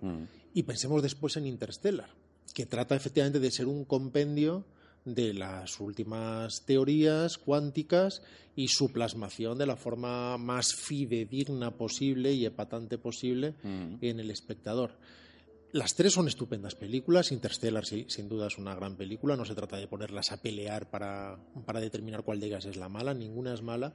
Speaker 4: Y pensemos después en Interstellar, que trata efectivamente de ser un compendio de las últimas teorías cuánticas y su plasmación de la forma más fidedigna posible y epatante posible
Speaker 1: Mm.
Speaker 4: en el espectador. Las tres son estupendas películas. Interstellar, sí, sin duda, es una gran película. No se trata de ponerlas a pelear para, para determinar cuál de ellas es la mala. Ninguna es mala.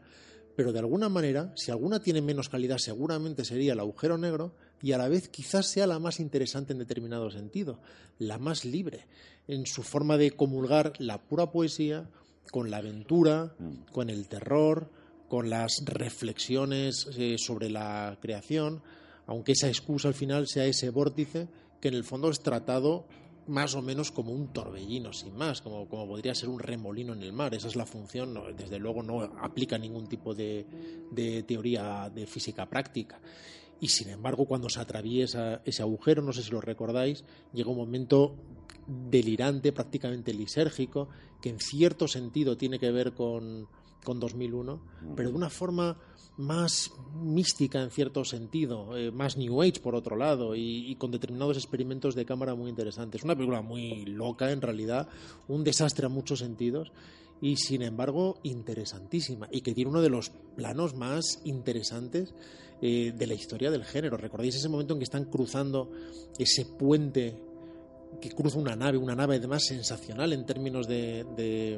Speaker 4: Pero de alguna manera, si alguna tiene menos calidad, seguramente sería el agujero negro y a la vez quizás sea la más interesante en determinado sentido, la más libre, en su forma de comulgar la pura poesía con la aventura, con el terror, con las reflexiones eh, sobre la creación aunque esa excusa al final sea ese vórtice que en el fondo es tratado más o menos como un torbellino, sin más, como, como podría ser un remolino en el mar. Esa es la función, no, desde luego no aplica ningún tipo de, de teoría de física práctica. Y sin embargo, cuando se atraviesa ese agujero, no sé si lo recordáis, llega un momento delirante, prácticamente lisérgico, que en cierto sentido tiene que ver con, con 2001, pero de una forma más mística en cierto sentido, eh, más New Age por otro lado, y, y con determinados experimentos de cámara muy interesantes. Una película muy loca en realidad, un desastre a muchos sentidos, y sin embargo interesantísima, y que tiene uno de los planos más interesantes eh, de la historia del género. ¿Recordáis ese momento en que están cruzando ese puente que cruza una nave, una nave además sensacional en términos de, de,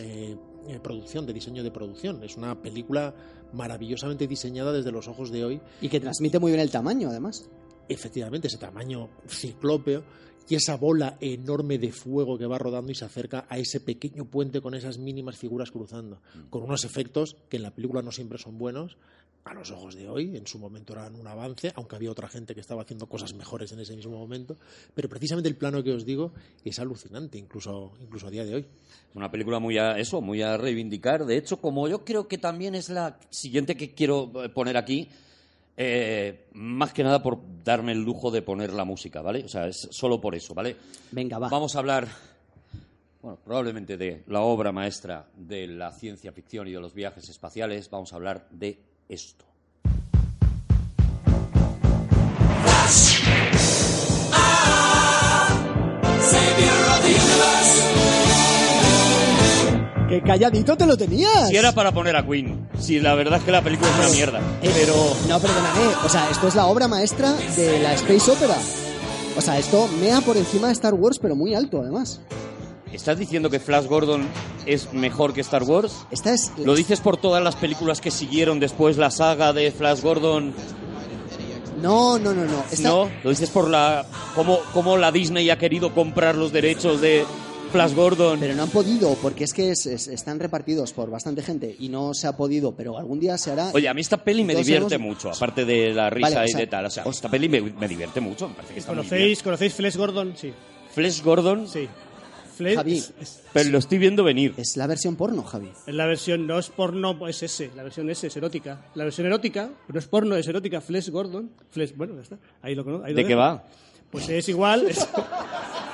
Speaker 4: eh, eh, producción, de diseño de producción? Es una película maravillosamente diseñada desde los ojos de hoy
Speaker 3: Y que transmite muy bien el tamaño, además.
Speaker 4: efectivamente ese tamaño ciclópeo y esa bola enorme de fuego que va rodando y se acerca a ese pequeño puente con esas mínimas figuras cruzando, con unos efectos que en la película no siempre son buenos, a los ojos de hoy, en su momento eran un avance, aunque había otra gente que estaba haciendo cosas mejores en ese mismo momento, pero precisamente el plano que os digo es alucinante, incluso, incluso a día de hoy.
Speaker 1: Es una película muy a eso, muy a reivindicar. De hecho, como yo creo que también es la siguiente que quiero eh, poner aquí, eh, más que nada por darme el lujo de poner la música, ¿vale? O sea, es solo por eso, ¿vale?
Speaker 3: Venga, va.
Speaker 1: Vamos a hablar, bueno, probablemente de la obra maestra de la ciencia ficción y de los viajes espaciales. Vamos a hablar de esto.
Speaker 3: ¡Qué calladito te lo tenías!
Speaker 1: Si era para poner a Queen, si la verdad es que la película es una mierda.
Speaker 3: Eh, No, perdóname. O sea, esto es la obra maestra de la Space Opera. O sea, esto mea por encima de Star Wars, pero muy alto, además.
Speaker 1: ¿Estás diciendo que Flash Gordon es mejor que Star Wars?
Speaker 3: Esta es...
Speaker 1: ¿Lo dices por todas las películas que siguieron después la saga de Flash Gordon?
Speaker 3: No, no, no, no. Esta-
Speaker 1: ¿No? ¿Lo dices por la cómo, cómo la Disney ha querido comprar los derechos de, Flash Gordon.
Speaker 3: Pero no han podido, porque es que es- es- están repartidos por bastante gente y no se ha podido, pero algún día se hará.
Speaker 1: Oye, a mí esta peli me
Speaker 3: Entonces
Speaker 1: divierte
Speaker 3: hemos-
Speaker 1: mucho, aparte de la risa
Speaker 3: Vale, o
Speaker 1: y
Speaker 3: sea,
Speaker 1: de tal. O sea, esta peli me, me divierte mucho, me parece que está muy bien.
Speaker 2: ¿Conocéis, ¿Conocéis Flesh Gordon? Sí,
Speaker 1: Flash Gordon,
Speaker 2: sí. Flesh
Speaker 3: Javi.
Speaker 2: es, es-
Speaker 1: pero lo estoy viendo venir.
Speaker 3: Es la versión porno, Javi.
Speaker 2: es la versión, no es porno, pues es ese, la versión S es erótica. La versión erótica, pero es porno, es erótica. Flesh Gordon, Flesh, bueno, ya está, ahí lo conozco.
Speaker 1: ¿De qué va?
Speaker 2: Pues es igual, es,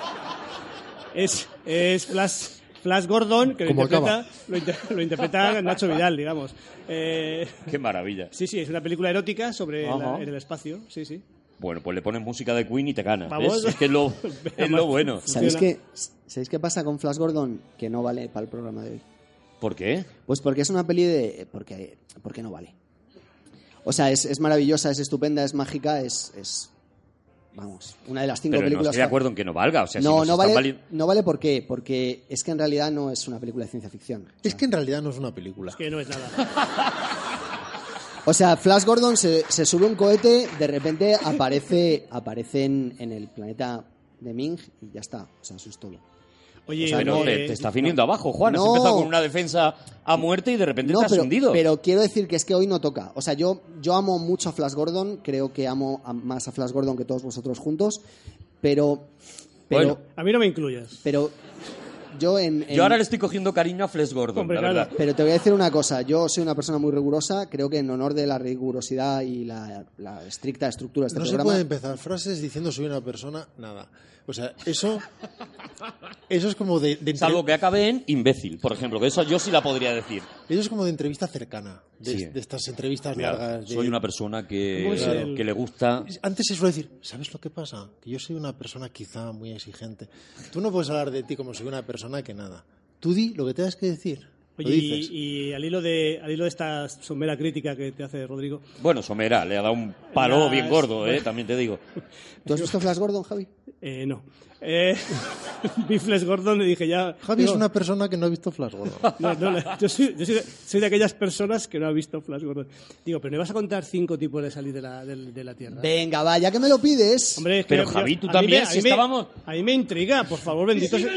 Speaker 2: es, es Flash, Flash Gordon, que lo
Speaker 4: ¿Cómo
Speaker 2: interpreta,
Speaker 4: acaba?
Speaker 2: lo, inter- lo interpreta Nacho Vidal, digamos. Eh,
Speaker 1: Qué maravilla.
Speaker 2: sí, sí, es una película erótica sobre la-
Speaker 1: Ajá.
Speaker 2: en el espacio, sí, sí.
Speaker 1: Bueno, pues le pones música de Queen y te ganas.
Speaker 2: Vamos.
Speaker 1: ¿ves? Es que es lo, es lo bueno.
Speaker 3: ¿Sabéis qué,
Speaker 2: Funciona.
Speaker 3: ¿Sabéis qué pasa con Flash Gordon? Que no vale para el programa de hoy.
Speaker 1: ¿Por qué?
Speaker 3: Pues porque es una peli de... Porque, porque no vale. O sea, es, es maravillosa, es estupenda, es mágica, es... es, vamos, una de las cinco
Speaker 1: Pero no
Speaker 3: películas...
Speaker 1: estoy de acuerdo en que no valga. O sea, si
Speaker 3: no,
Speaker 1: nos
Speaker 3: no
Speaker 1: están
Speaker 3: vale,
Speaker 1: vali-
Speaker 3: no vale por qué. Porque es que en realidad no es una película de ciencia ficción. O
Speaker 4: Es
Speaker 3: sea,
Speaker 4: que en realidad no es una película.
Speaker 2: Que no es nada.
Speaker 3: O sea, Flash Gordon se, se sube un cohete, de repente aparece, aparece en, en el planeta de Ming y ya está. O sea, eso es todo.
Speaker 2: Oye,
Speaker 3: O sea,
Speaker 1: Pero
Speaker 3: no,
Speaker 1: te,
Speaker 2: eh,
Speaker 1: te está viniendo abajo, Juan. Has
Speaker 3: no.
Speaker 1: empezado con una defensa a muerte y de repente te has
Speaker 3: pero,
Speaker 1: hundido.
Speaker 3: pero quiero decir que es que hoy no toca. O sea, yo, yo amo mucho a Flash Gordon, creo que amo a- más a Flash Gordon que todos vosotros juntos, pero... Pero,
Speaker 1: Bueno.
Speaker 2: a mí no me incluyas.
Speaker 3: pero yo en... en-
Speaker 1: Yo ahora le estoy cogiendo cariño a Flesh Gordon,
Speaker 2: Hombre,
Speaker 1: la
Speaker 2: nada.
Speaker 1: verdad.
Speaker 3: Pero te voy a decir una cosa, yo soy una persona muy rigurosa, creo que en honor de la rigurosidad y la, la estricta estructura de este
Speaker 4: No se
Speaker 3: programa...
Speaker 4: puede empezar frases diciendo soy una persona nada. O sea, eso, eso es como de, de entre-
Speaker 1: Salvo que acabe en imbécil, por ejemplo, que eso yo sí la podría decir.
Speaker 4: eso es como de entrevista cercana, de,
Speaker 1: Sí.
Speaker 4: de estas entrevistas largas. de-
Speaker 1: Soy una persona que,
Speaker 2: ¿Cómo es el-
Speaker 1: que le gusta.
Speaker 4: Antes se suele decir, ¿sabes lo que pasa? Que yo soy una persona quizá muy exigente. Tú no puedes hablar de ti como soy una persona que nada. Tú di lo que tengas que decir. Lo
Speaker 2: Oye, y,
Speaker 4: dices.
Speaker 2: y al hilo de al hilo de esta somera crítica que te hace Rodrigo,
Speaker 1: Bueno, Somera le ha dado un palo
Speaker 2: Las-
Speaker 1: bien gordo, ¿eh? también te digo.
Speaker 3: ¿Tú has visto Flash Gordon, Javi?
Speaker 2: eh, no. Eh, vi Flash Gordon y dije ya.
Speaker 4: Javi
Speaker 2: digo,
Speaker 4: es una persona que no ha visto Flash Gordon.
Speaker 2: No, no, no, yo soy, yo soy de, soy de aquellas personas que no ha visto Flash Gordon. Digo, pero ¿me vas a contar cinco tipos de salir de la, de, de la Tierra?
Speaker 3: Venga, vaya que me lo pides.
Speaker 2: Hombre, es
Speaker 1: Pero,
Speaker 2: yo-
Speaker 1: Javi, tú
Speaker 2: a mí
Speaker 1: también,
Speaker 2: me- a
Speaker 1: si
Speaker 2: mí me-
Speaker 1: estábamos-
Speaker 2: A mí me intriga, por favor, bendito sea-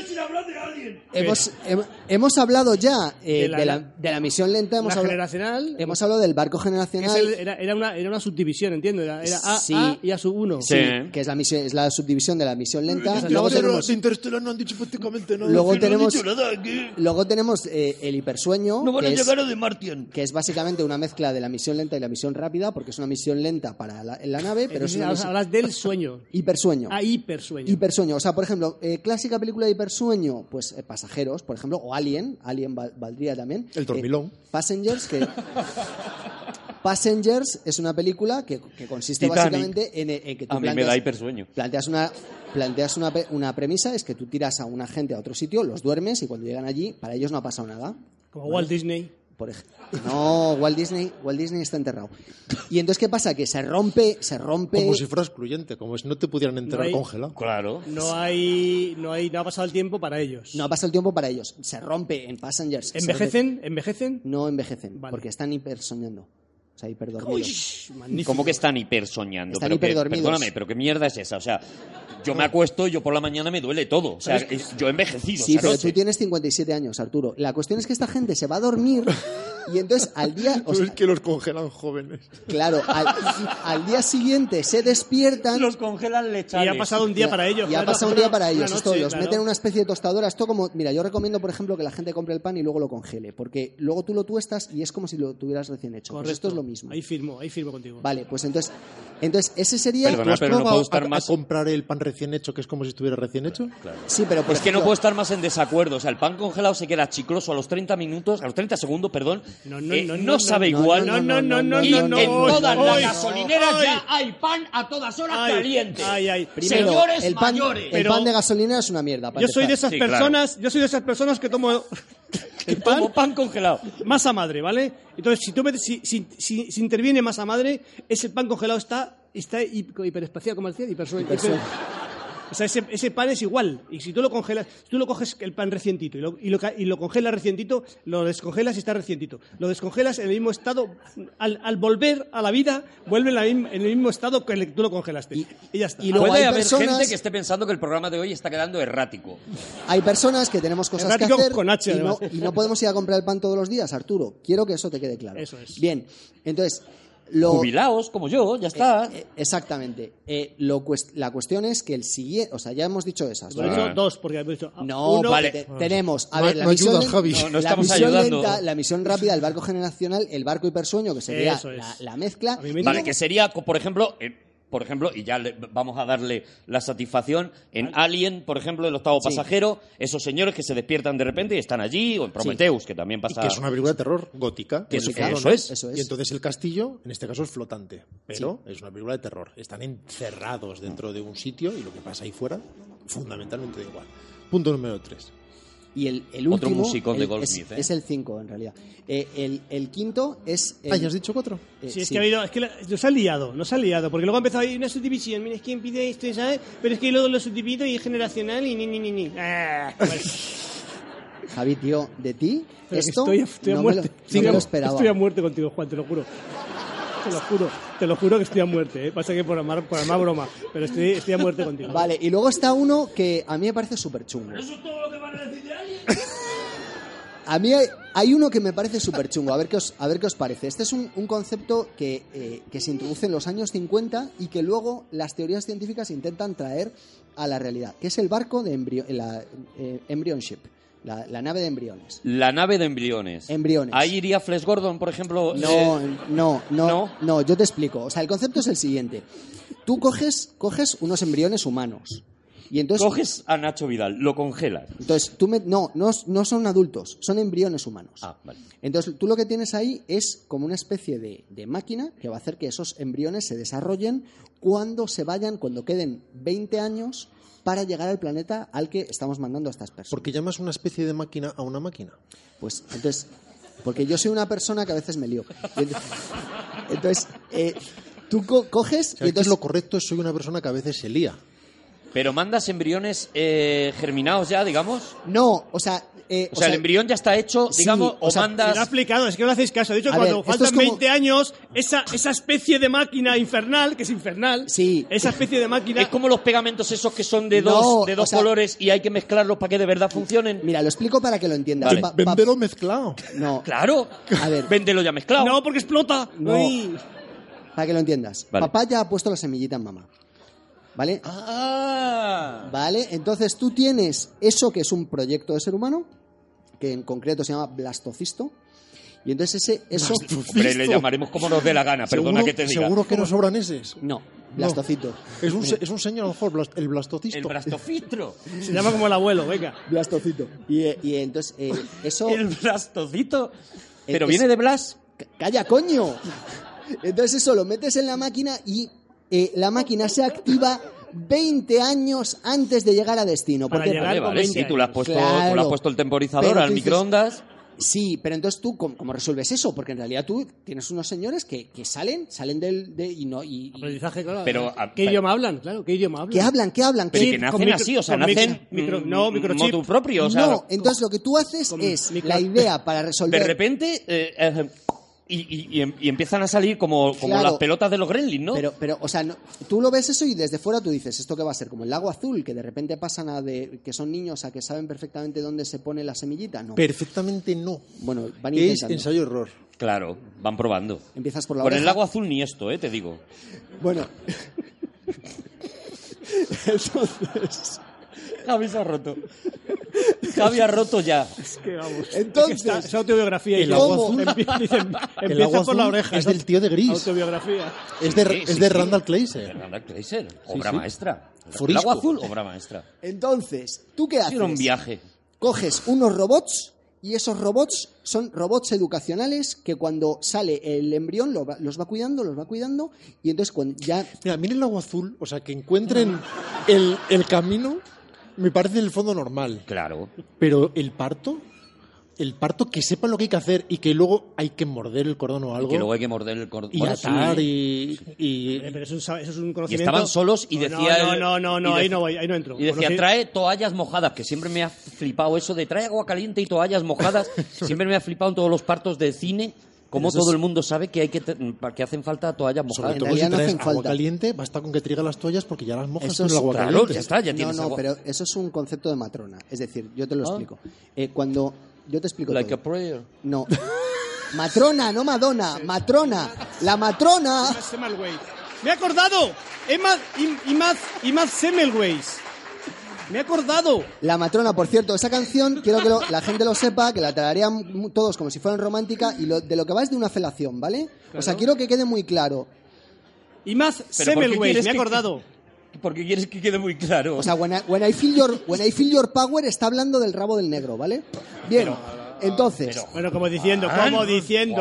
Speaker 3: Hemos, hem- hemos hablado ya
Speaker 2: De
Speaker 3: eh, de,
Speaker 2: la-
Speaker 3: la, de la misión lenta, hemos,
Speaker 2: la
Speaker 3: habla-
Speaker 2: generacional.
Speaker 3: hemos hablado del barco
Speaker 2: que es
Speaker 3: generacional,
Speaker 2: el- era, era una, era una subdivisión, entiendo. Era, era A,
Speaker 3: Sí.
Speaker 2: A y A sub 1.
Speaker 1: Sí.
Speaker 3: que es la, misión, es la subdivisión de la misión lenta.
Speaker 2: Interestelar,
Speaker 3: Luego
Speaker 2: Pero
Speaker 3: tenemos,
Speaker 4: Interstellar no han dicho prácticamente nada.
Speaker 3: luego
Speaker 4: que no han
Speaker 3: tenemos-
Speaker 4: dicho nada, que-
Speaker 3: luego tenemos eh, el hipersueño, que, es,
Speaker 1: a de Martian.
Speaker 3: que es básicamente una mezcla de la misión lenta y la misión rápida, porque es una misión lenta para la, en la nave, pero es una misión-
Speaker 2: hablas del sueño.
Speaker 3: hipersueño.
Speaker 2: A Ah, hipersueño.
Speaker 3: Hipersueño, o sea, por ejemplo, eh, clásica película de hipersueño, pues eh, Pasajeros, por ejemplo, o Alien, Alien val- valdría también.
Speaker 4: El dormilón.
Speaker 3: Eh, Passengers, que... Passengers es una película que, que consiste
Speaker 1: Titanic.
Speaker 3: básicamente en, eh, en que tú
Speaker 1: A mí me
Speaker 3: planteas-
Speaker 1: da hipersueño.
Speaker 3: planteas una planteas una, pe- una premisa, es que tú tiras a una gente a otro sitio, los duermes y cuando llegan allí, para ellos no ha pasado nada.
Speaker 2: Como Walt Disney.
Speaker 3: Por ej- No, Walt Disney, Walt Disney está enterrado. Y entonces qué pasa que se rompe, se rompe
Speaker 4: Como si fuera excluyente, como si no te pudieran enterar
Speaker 2: hay-
Speaker 4: congelado.
Speaker 1: Claro.
Speaker 2: No hay, no hay, no ha pasado el tiempo para ellos.
Speaker 3: No ha pasado el tiempo para ellos. Se rompe en Passengers. se
Speaker 2: ¿Envejecen? ¿Envejecen?
Speaker 3: rompe- No envejecen,
Speaker 2: Vale.
Speaker 3: porque están hipersoñando. O sea, hiperdormidos.
Speaker 1: ¿Cómo que están hipersoñando?
Speaker 3: Están
Speaker 1: Pero que-
Speaker 3: hiperdormidos.
Speaker 1: Perdóname, pero qué mierda es esa. O sea, yo me acuesto y yo por la mañana me duele todo. O sea, es- yo he envejecido. o
Speaker 3: Sí,
Speaker 1: sea,
Speaker 3: pero
Speaker 1: no sé.
Speaker 3: tú tienes 57 años, Arturo. La cuestión es que esta gente se va a dormir y entonces al día... o sea,
Speaker 4: los congelan jóvenes.
Speaker 3: claro, al, al día siguiente se despiertan...
Speaker 1: Los congelan lechales.
Speaker 2: Y ha pasado un día
Speaker 3: Ya-
Speaker 2: para ellos.
Speaker 3: Y ha
Speaker 2: claro,
Speaker 3: pasado un
Speaker 2: una-
Speaker 3: día para ellos.
Speaker 2: una
Speaker 3: esto,
Speaker 2: noche,
Speaker 3: los
Speaker 2: claro.
Speaker 3: meten en una especie de tostadora. Esto como, mira, yo recomiendo, por ejemplo, que la gente compre el pan y luego lo congele, porque luego tú lo tuestas y es como si lo tuvieras recién hecho. Pues
Speaker 2: Correcto.
Speaker 3: esto es lo mismo.
Speaker 2: Ahí firmo, ahí firmo contigo.
Speaker 3: Vale, pues entonces, entonces ese sería.
Speaker 1: Perdona, pero no puedo estar
Speaker 4: a,
Speaker 1: más.
Speaker 4: a comprar el pan recién hecho, que es como si estuviera recién hecho?
Speaker 3: Sí, pero por
Speaker 1: Es que no
Speaker 3: ejemplo,
Speaker 1: puedo estar más en desacuerdo. O sea, el pan congelado se queda chicloso a los 30 minutos, a los 30 segundos, perdón.
Speaker 2: No, no,
Speaker 1: Eh,
Speaker 2: no, no, no,
Speaker 1: sabe
Speaker 3: no,
Speaker 1: igual.
Speaker 2: No, no, no, no,
Speaker 1: y
Speaker 2: no, no.
Speaker 1: en
Speaker 2: no,
Speaker 1: todas
Speaker 2: no,
Speaker 1: las
Speaker 2: no,
Speaker 1: gasolineras
Speaker 2: no,
Speaker 1: ya hay pan a todas horas
Speaker 2: Ay,
Speaker 1: caliente.
Speaker 2: ay, ay.
Speaker 3: primero,
Speaker 1: Señores
Speaker 3: el pan,
Speaker 1: mayores.
Speaker 3: el
Speaker 2: Pero-
Speaker 3: pan de gasolina es una mierda. para
Speaker 2: Yo soy de
Speaker 3: empezar.
Speaker 2: esas
Speaker 1: Sí, claro.
Speaker 2: personas, yo soy de esas personas que tomo el pan
Speaker 1: Como pan congelado.
Speaker 2: masa madre, ¿vale? Entonces, si, tú metes- si, si- si- si interviene masa madre, ese pan congelado está, está hi- hiperespecial, como decía, hipersueño.
Speaker 3: Hipersueño.
Speaker 2: O sea, ese, ese pan es igual. Y si tú lo congelas, si tú lo coges el pan recientito y lo, y lo, ca- y lo congelas recientito, lo descongelas y está recientito. Lo descongelas en el mismo estado. Al, al volver a la vida, vuelve en, la misma- en el mismo estado que el que tú lo congelaste. Y, ya está.
Speaker 3: y luego
Speaker 1: Puede
Speaker 3: hay
Speaker 1: haber
Speaker 3: personas-
Speaker 1: gente que esté pensando que el programa de hoy está quedando errático.
Speaker 3: Hay personas que tenemos cosas que
Speaker 2: Errático
Speaker 3: hacer
Speaker 2: con H,
Speaker 3: y, no,
Speaker 2: además.
Speaker 3: y no podemos ir a comprar el pan todos los días, Arturo. Quiero que eso te quede claro.
Speaker 2: Eso es.
Speaker 3: Bien, entonces, lo,
Speaker 1: Jubilaos, como yo, ya está.
Speaker 3: eh, exactamente. Eh, lo cuest- la cuestión es que el siguiente, o sea, ya hemos dicho esas.
Speaker 2: Hemos dicho Ah, dos, porque hemos dicho. ah,
Speaker 3: No,
Speaker 2: uno-
Speaker 3: vale. tenemos. A
Speaker 4: No-
Speaker 3: ver, la
Speaker 4: no
Speaker 3: misión,
Speaker 4: ayuda,
Speaker 3: len-
Speaker 4: Javi.
Speaker 1: No, no
Speaker 3: la
Speaker 1: estamos
Speaker 3: misión
Speaker 1: ayudando.
Speaker 3: lenta, la misión rápida, el barco generacional, el barco hipersueño, que sería
Speaker 2: Eso es.
Speaker 3: la, la mezcla.
Speaker 2: A mí me-
Speaker 1: Vale,
Speaker 2: Yo-
Speaker 1: que sería, co- por ejemplo, eh, por ejemplo, y ya le- vamos a darle la satisfacción en Alien, por ejemplo, el octavo pasajero, esos señores que se despiertan de repente y están allí, o en Prometheus, que también
Speaker 4: Y
Speaker 1: pasa.
Speaker 4: que es una película de terror gótica.
Speaker 1: Que
Speaker 4: en el
Speaker 1: eso-
Speaker 4: fondo,
Speaker 1: eso
Speaker 4: ¿no?
Speaker 1: es.
Speaker 3: Eso es.
Speaker 4: Y entonces el castillo, en este caso, es flotante. Pero es una película de terror. Están encerrados dentro de un sitio y lo que pasa ahí fuera, fundamentalmente da igual. Punto número 3.
Speaker 3: Y el, el
Speaker 1: Otro
Speaker 3: último
Speaker 1: musicón de
Speaker 3: el- es,
Speaker 1: Goldsmith, ¿eh?
Speaker 3: es el 5, en realidad. Eh, el, el quinto es. el-
Speaker 4: Ah, ¿ya has dicho 4?
Speaker 3: eh,
Speaker 2: Sí, es
Speaker 3: sí.
Speaker 2: que ha habido, es que la- nos han liado, nos han liado, porque luego ha empezado ahí una subdivisión, mira, es que impide esto, ¿sabes? Pero es que luego lo subdivido y es generacional y ni, ni, ni, ni. Ah, vale.
Speaker 3: Javi, tío, de ti,
Speaker 2: Pero que
Speaker 3: esto
Speaker 2: estoy, estoy
Speaker 3: no,
Speaker 2: a
Speaker 3: me lo,
Speaker 2: muerte.
Speaker 3: no
Speaker 2: Estoy
Speaker 3: me
Speaker 2: a-
Speaker 3: lo esperaba.
Speaker 2: Estoy a muerte contigo, Juan, te lo juro. Te lo juro, te lo juro que estoy a muerte. ¿eh? Pasa que por amar, por amar broma, pero estoy, estoy a muerte contigo.
Speaker 3: Vale, y luego está uno que a mí me parece súper chungo. A mí hay, hay uno que me parece súper chungo, a ver qué os, a ver qué os parece. Este es un, un concepto que, eh, que se introduce en los años 50 y que luego las teorías científicas intentan traer a la realidad, que es el barco de embrio- la, eh, Embryon Ship, la, la nave de embriones.
Speaker 1: La nave de embriones.
Speaker 3: Embriones.
Speaker 1: Ahí iría Flesh Gordon, por ejemplo.
Speaker 3: No,
Speaker 1: eh,
Speaker 3: no, no,
Speaker 1: ¿No?
Speaker 3: no, yo te explico. O sea, el concepto es el siguiente. Tú coges, coges unos embriones humanos y entonces...
Speaker 1: coges a Nacho Vidal, lo congelas.
Speaker 3: Entonces, tú me- no, no, no son adultos, son embriones humanos.
Speaker 1: Ah, vale.
Speaker 3: Entonces, tú lo que tienes ahí es como una especie de, de máquina que va a hacer que esos embriones se desarrollen cuando se vayan, cuando queden 20 años para llegar al planeta al que estamos mandando a estas personas.
Speaker 4: Porque llamas una especie de máquina a una máquina.
Speaker 3: Pues entonces, porque yo soy una persona que a veces me lío. Y ent- Entonces, eh, tú co- coges
Speaker 4: O sea,
Speaker 3: y
Speaker 4: aquí
Speaker 3: entonces
Speaker 4: lo correcto es soy una persona que a veces se lía.
Speaker 1: Pero mandas embriones eh, germinados ya, digamos.
Speaker 3: no, o sea, eh,
Speaker 1: O, sea, el embrión ya está hecho,
Speaker 3: sí,
Speaker 1: digamos, o,
Speaker 3: o sea,
Speaker 2: Me lo ha
Speaker 1: mandas.
Speaker 2: explicado, es que no le hacéis caso. De hecho,
Speaker 3: A
Speaker 2: cuando
Speaker 3: ver, esto
Speaker 2: faltan
Speaker 3: es como-
Speaker 2: 20 años, esa, esa especie de máquina infernal, que es infernal,
Speaker 3: Sí.
Speaker 2: esa especie de máquina.
Speaker 1: Es como los pegamentos esos que son de
Speaker 3: No,
Speaker 1: dos, de
Speaker 3: o
Speaker 1: dos
Speaker 3: sea-
Speaker 1: colores y hay que mezclarlos para que de verdad funcionen.
Speaker 3: mira, lo explico para que lo entiendas.
Speaker 1: Vale.
Speaker 3: Pa- pa-
Speaker 4: Vendelo mezclado.
Speaker 3: no,
Speaker 1: Claro.
Speaker 3: A ver.
Speaker 1: Véndelo ya mezclado.
Speaker 2: No, porque explota.
Speaker 3: No.
Speaker 2: Uy.
Speaker 3: Para que lo entiendas.
Speaker 1: Vale.
Speaker 3: Papá ya ha puesto la semillita en mamá. ¿Vale?
Speaker 1: Ah.
Speaker 3: ¿Vale? Entonces tú tienes eso que es un proyecto de ser humano, que en concreto se llama blastocisto. Y entonces ese, eso.
Speaker 1: Hombre, le llamaremos como nos dé la gana, perdona
Speaker 4: seguro,
Speaker 1: que te diga.
Speaker 4: Seguro que no sobran eses.
Speaker 3: No, blastocito.
Speaker 4: Es un, se- es un señor, a lo mejor, blast- el blastocisto.
Speaker 1: El blastofistro.
Speaker 2: Se llama como el abuelo, venga.
Speaker 3: Blastocito. Y, eh, y entonces eh, eso.
Speaker 1: El blastocito. Pero
Speaker 3: Eh, es-
Speaker 1: viene de Blas.
Speaker 3: C- ¡Calla, coño! Entonces eso lo metes en la máquina y eh, la máquina se activa 20 años antes de llegar a destino.
Speaker 2: Para
Speaker 3: Porque-
Speaker 2: llegar
Speaker 1: Vale,
Speaker 2: con
Speaker 1: vale,
Speaker 2: 20
Speaker 1: sí, tú le has
Speaker 2: años.
Speaker 1: puesto,
Speaker 3: Claro.
Speaker 1: tú le has puesto el temporizador
Speaker 3: Pero
Speaker 1: al
Speaker 3: tú dices-
Speaker 1: microondas.
Speaker 3: Sí, pero entonces tú, ¿cómo, cómo resuelves eso? Porque en realidad tú tienes unos señores que, que salen, salen del. de- y no, y, y-
Speaker 2: Aprendizaje, claro.
Speaker 1: Pero, a-
Speaker 2: ¿Qué
Speaker 1: pero-
Speaker 2: idioma hablan? Claro, ¿qué idioma hablan?
Speaker 3: que hablan, que hablan,
Speaker 1: Pero
Speaker 3: que.
Speaker 1: y que nacen
Speaker 2: con micro-
Speaker 1: así, o sea,
Speaker 2: con micro-
Speaker 1: nacen.
Speaker 2: micro-
Speaker 1: mm,
Speaker 2: no,
Speaker 1: mm,
Speaker 2: microchip.
Speaker 1: motu propio, o sea,
Speaker 3: no, entonces lo que tú haces
Speaker 2: con
Speaker 3: es
Speaker 2: micro-
Speaker 3: la idea para resolver.
Speaker 1: de repente. eh, eh, y, y- y- y empiezan a salir como, como
Speaker 3: Claro.
Speaker 1: las pelotas de los gremlins, ¿no?
Speaker 3: Pero, pero, o sea, no- tú lo ves eso y desde fuera tú dices, ¿esto qué va a ser? Como el lago azul, que de repente pasan a de. que son niños a que saben perfectamente dónde se pone la semillita. No.
Speaker 4: Perfectamente no.
Speaker 3: bueno, van
Speaker 4: es
Speaker 3: intentando.
Speaker 4: ensayo-error.
Speaker 1: Claro, van probando.
Speaker 3: Empiezas por la
Speaker 1: Con el
Speaker 3: oreja.
Speaker 1: lago azul ni esto, eh, te digo.
Speaker 3: Bueno. entonces.
Speaker 1: Javi se ha roto. Javi ha roto ya.
Speaker 2: Que vamos.
Speaker 3: Entonces-
Speaker 2: Está- es autobiografía.
Speaker 4: El
Speaker 2: y
Speaker 4: agua
Speaker 2: todo.
Speaker 4: azul-
Speaker 2: Empie- dicen,
Speaker 4: El agua
Speaker 2: empieza por la
Speaker 4: azul
Speaker 2: oreja.
Speaker 4: es del tío de Gris.
Speaker 2: Autobiografía.
Speaker 4: Es de,
Speaker 1: Sí,
Speaker 4: es
Speaker 1: sí,
Speaker 4: de
Speaker 1: sí.
Speaker 4: Randall Kleiser.
Speaker 1: Randall Kleiser, obra
Speaker 4: sí.
Speaker 1: maestra.
Speaker 4: Forisco.
Speaker 1: Lago Azul, obra maestra.
Speaker 3: Entonces, ¿tú qué haces?
Speaker 1: Hicieron un viaje.
Speaker 3: coges unos robots y esos robots son robots educacionales que cuando sale el embrión lo va- los va cuidando, los va cuidando y entonces cuando ya...
Speaker 4: Mira, miren el agua azul, o sea, que encuentren el, el camino, me parece en el fondo normal.
Speaker 1: Claro.
Speaker 4: Pero el parto, el parto que sepan lo que hay que hacer y que luego hay que morder el cordón o algo.
Speaker 1: Y que luego hay que morder el cordón.
Speaker 4: y
Speaker 1: Bueno,
Speaker 4: atar
Speaker 1: sí.
Speaker 4: y, y-
Speaker 2: Eh, Pero eso, es un sa- eso es un conocimiento.
Speaker 1: estaban solos y
Speaker 2: No, no,
Speaker 1: decía
Speaker 2: No,
Speaker 1: el-
Speaker 2: no, no, no,
Speaker 1: y
Speaker 2: ahí
Speaker 1: decía-
Speaker 2: no voy, ahí no entro.
Speaker 1: Y decía,
Speaker 2: Conocí-
Speaker 1: trae toallas mojadas, que siempre me ha flipado eso de trae agua caliente y toallas mojadas. siempre me ha flipado en todos los partos de cine, como
Speaker 4: Eso es-
Speaker 1: todo el mundo sabe que, hay que, te- que hacen falta toallas mojadas.
Speaker 4: sobre
Speaker 3: En
Speaker 4: todo si
Speaker 3: realidad no
Speaker 4: traes
Speaker 3: hacen
Speaker 4: agua
Speaker 3: falta.
Speaker 4: caliente, basta con que traiga las toallas porque ya las mojas
Speaker 3: Eso
Speaker 4: con
Speaker 3: es
Speaker 4: el agua
Speaker 1: Claro,
Speaker 4: caliente.
Speaker 1: ya está, ya
Speaker 3: no,
Speaker 1: tienes
Speaker 3: no,
Speaker 1: agua. Ah.
Speaker 3: pero eso es un concepto de matrona. Es decir, yo te lo explico. Eh, cuando. Yo te explico.
Speaker 1: Like
Speaker 3: todo.
Speaker 1: a prayer.
Speaker 3: No. Matrona, no Madonna, matrona. La matrona.
Speaker 2: Imaz Semmelweis. Me he acordado. Emma, Im- Imaz, Imaz Semmelweis. Me he acordado.
Speaker 3: La matrona, por cierto, esa canción, quiero que lo- la gente lo sepa, que la tararean mu- todos como si fueran romántica, y lo- de lo que va es de una felación, ¿vale? O sea, quiero que quede muy claro.
Speaker 2: Imaz
Speaker 1: ¿Pero por qué
Speaker 2: Semmelweis.
Speaker 1: quieres
Speaker 2: Me he
Speaker 1: que-
Speaker 2: acordado.
Speaker 1: Porque quieres que quede muy claro.
Speaker 3: O sea, when I, when I feel, your, when I feel your power está hablando del rabo del negro, ¿vale? Bien, entonces...
Speaker 2: Bueno, como diciendo, como diciendo,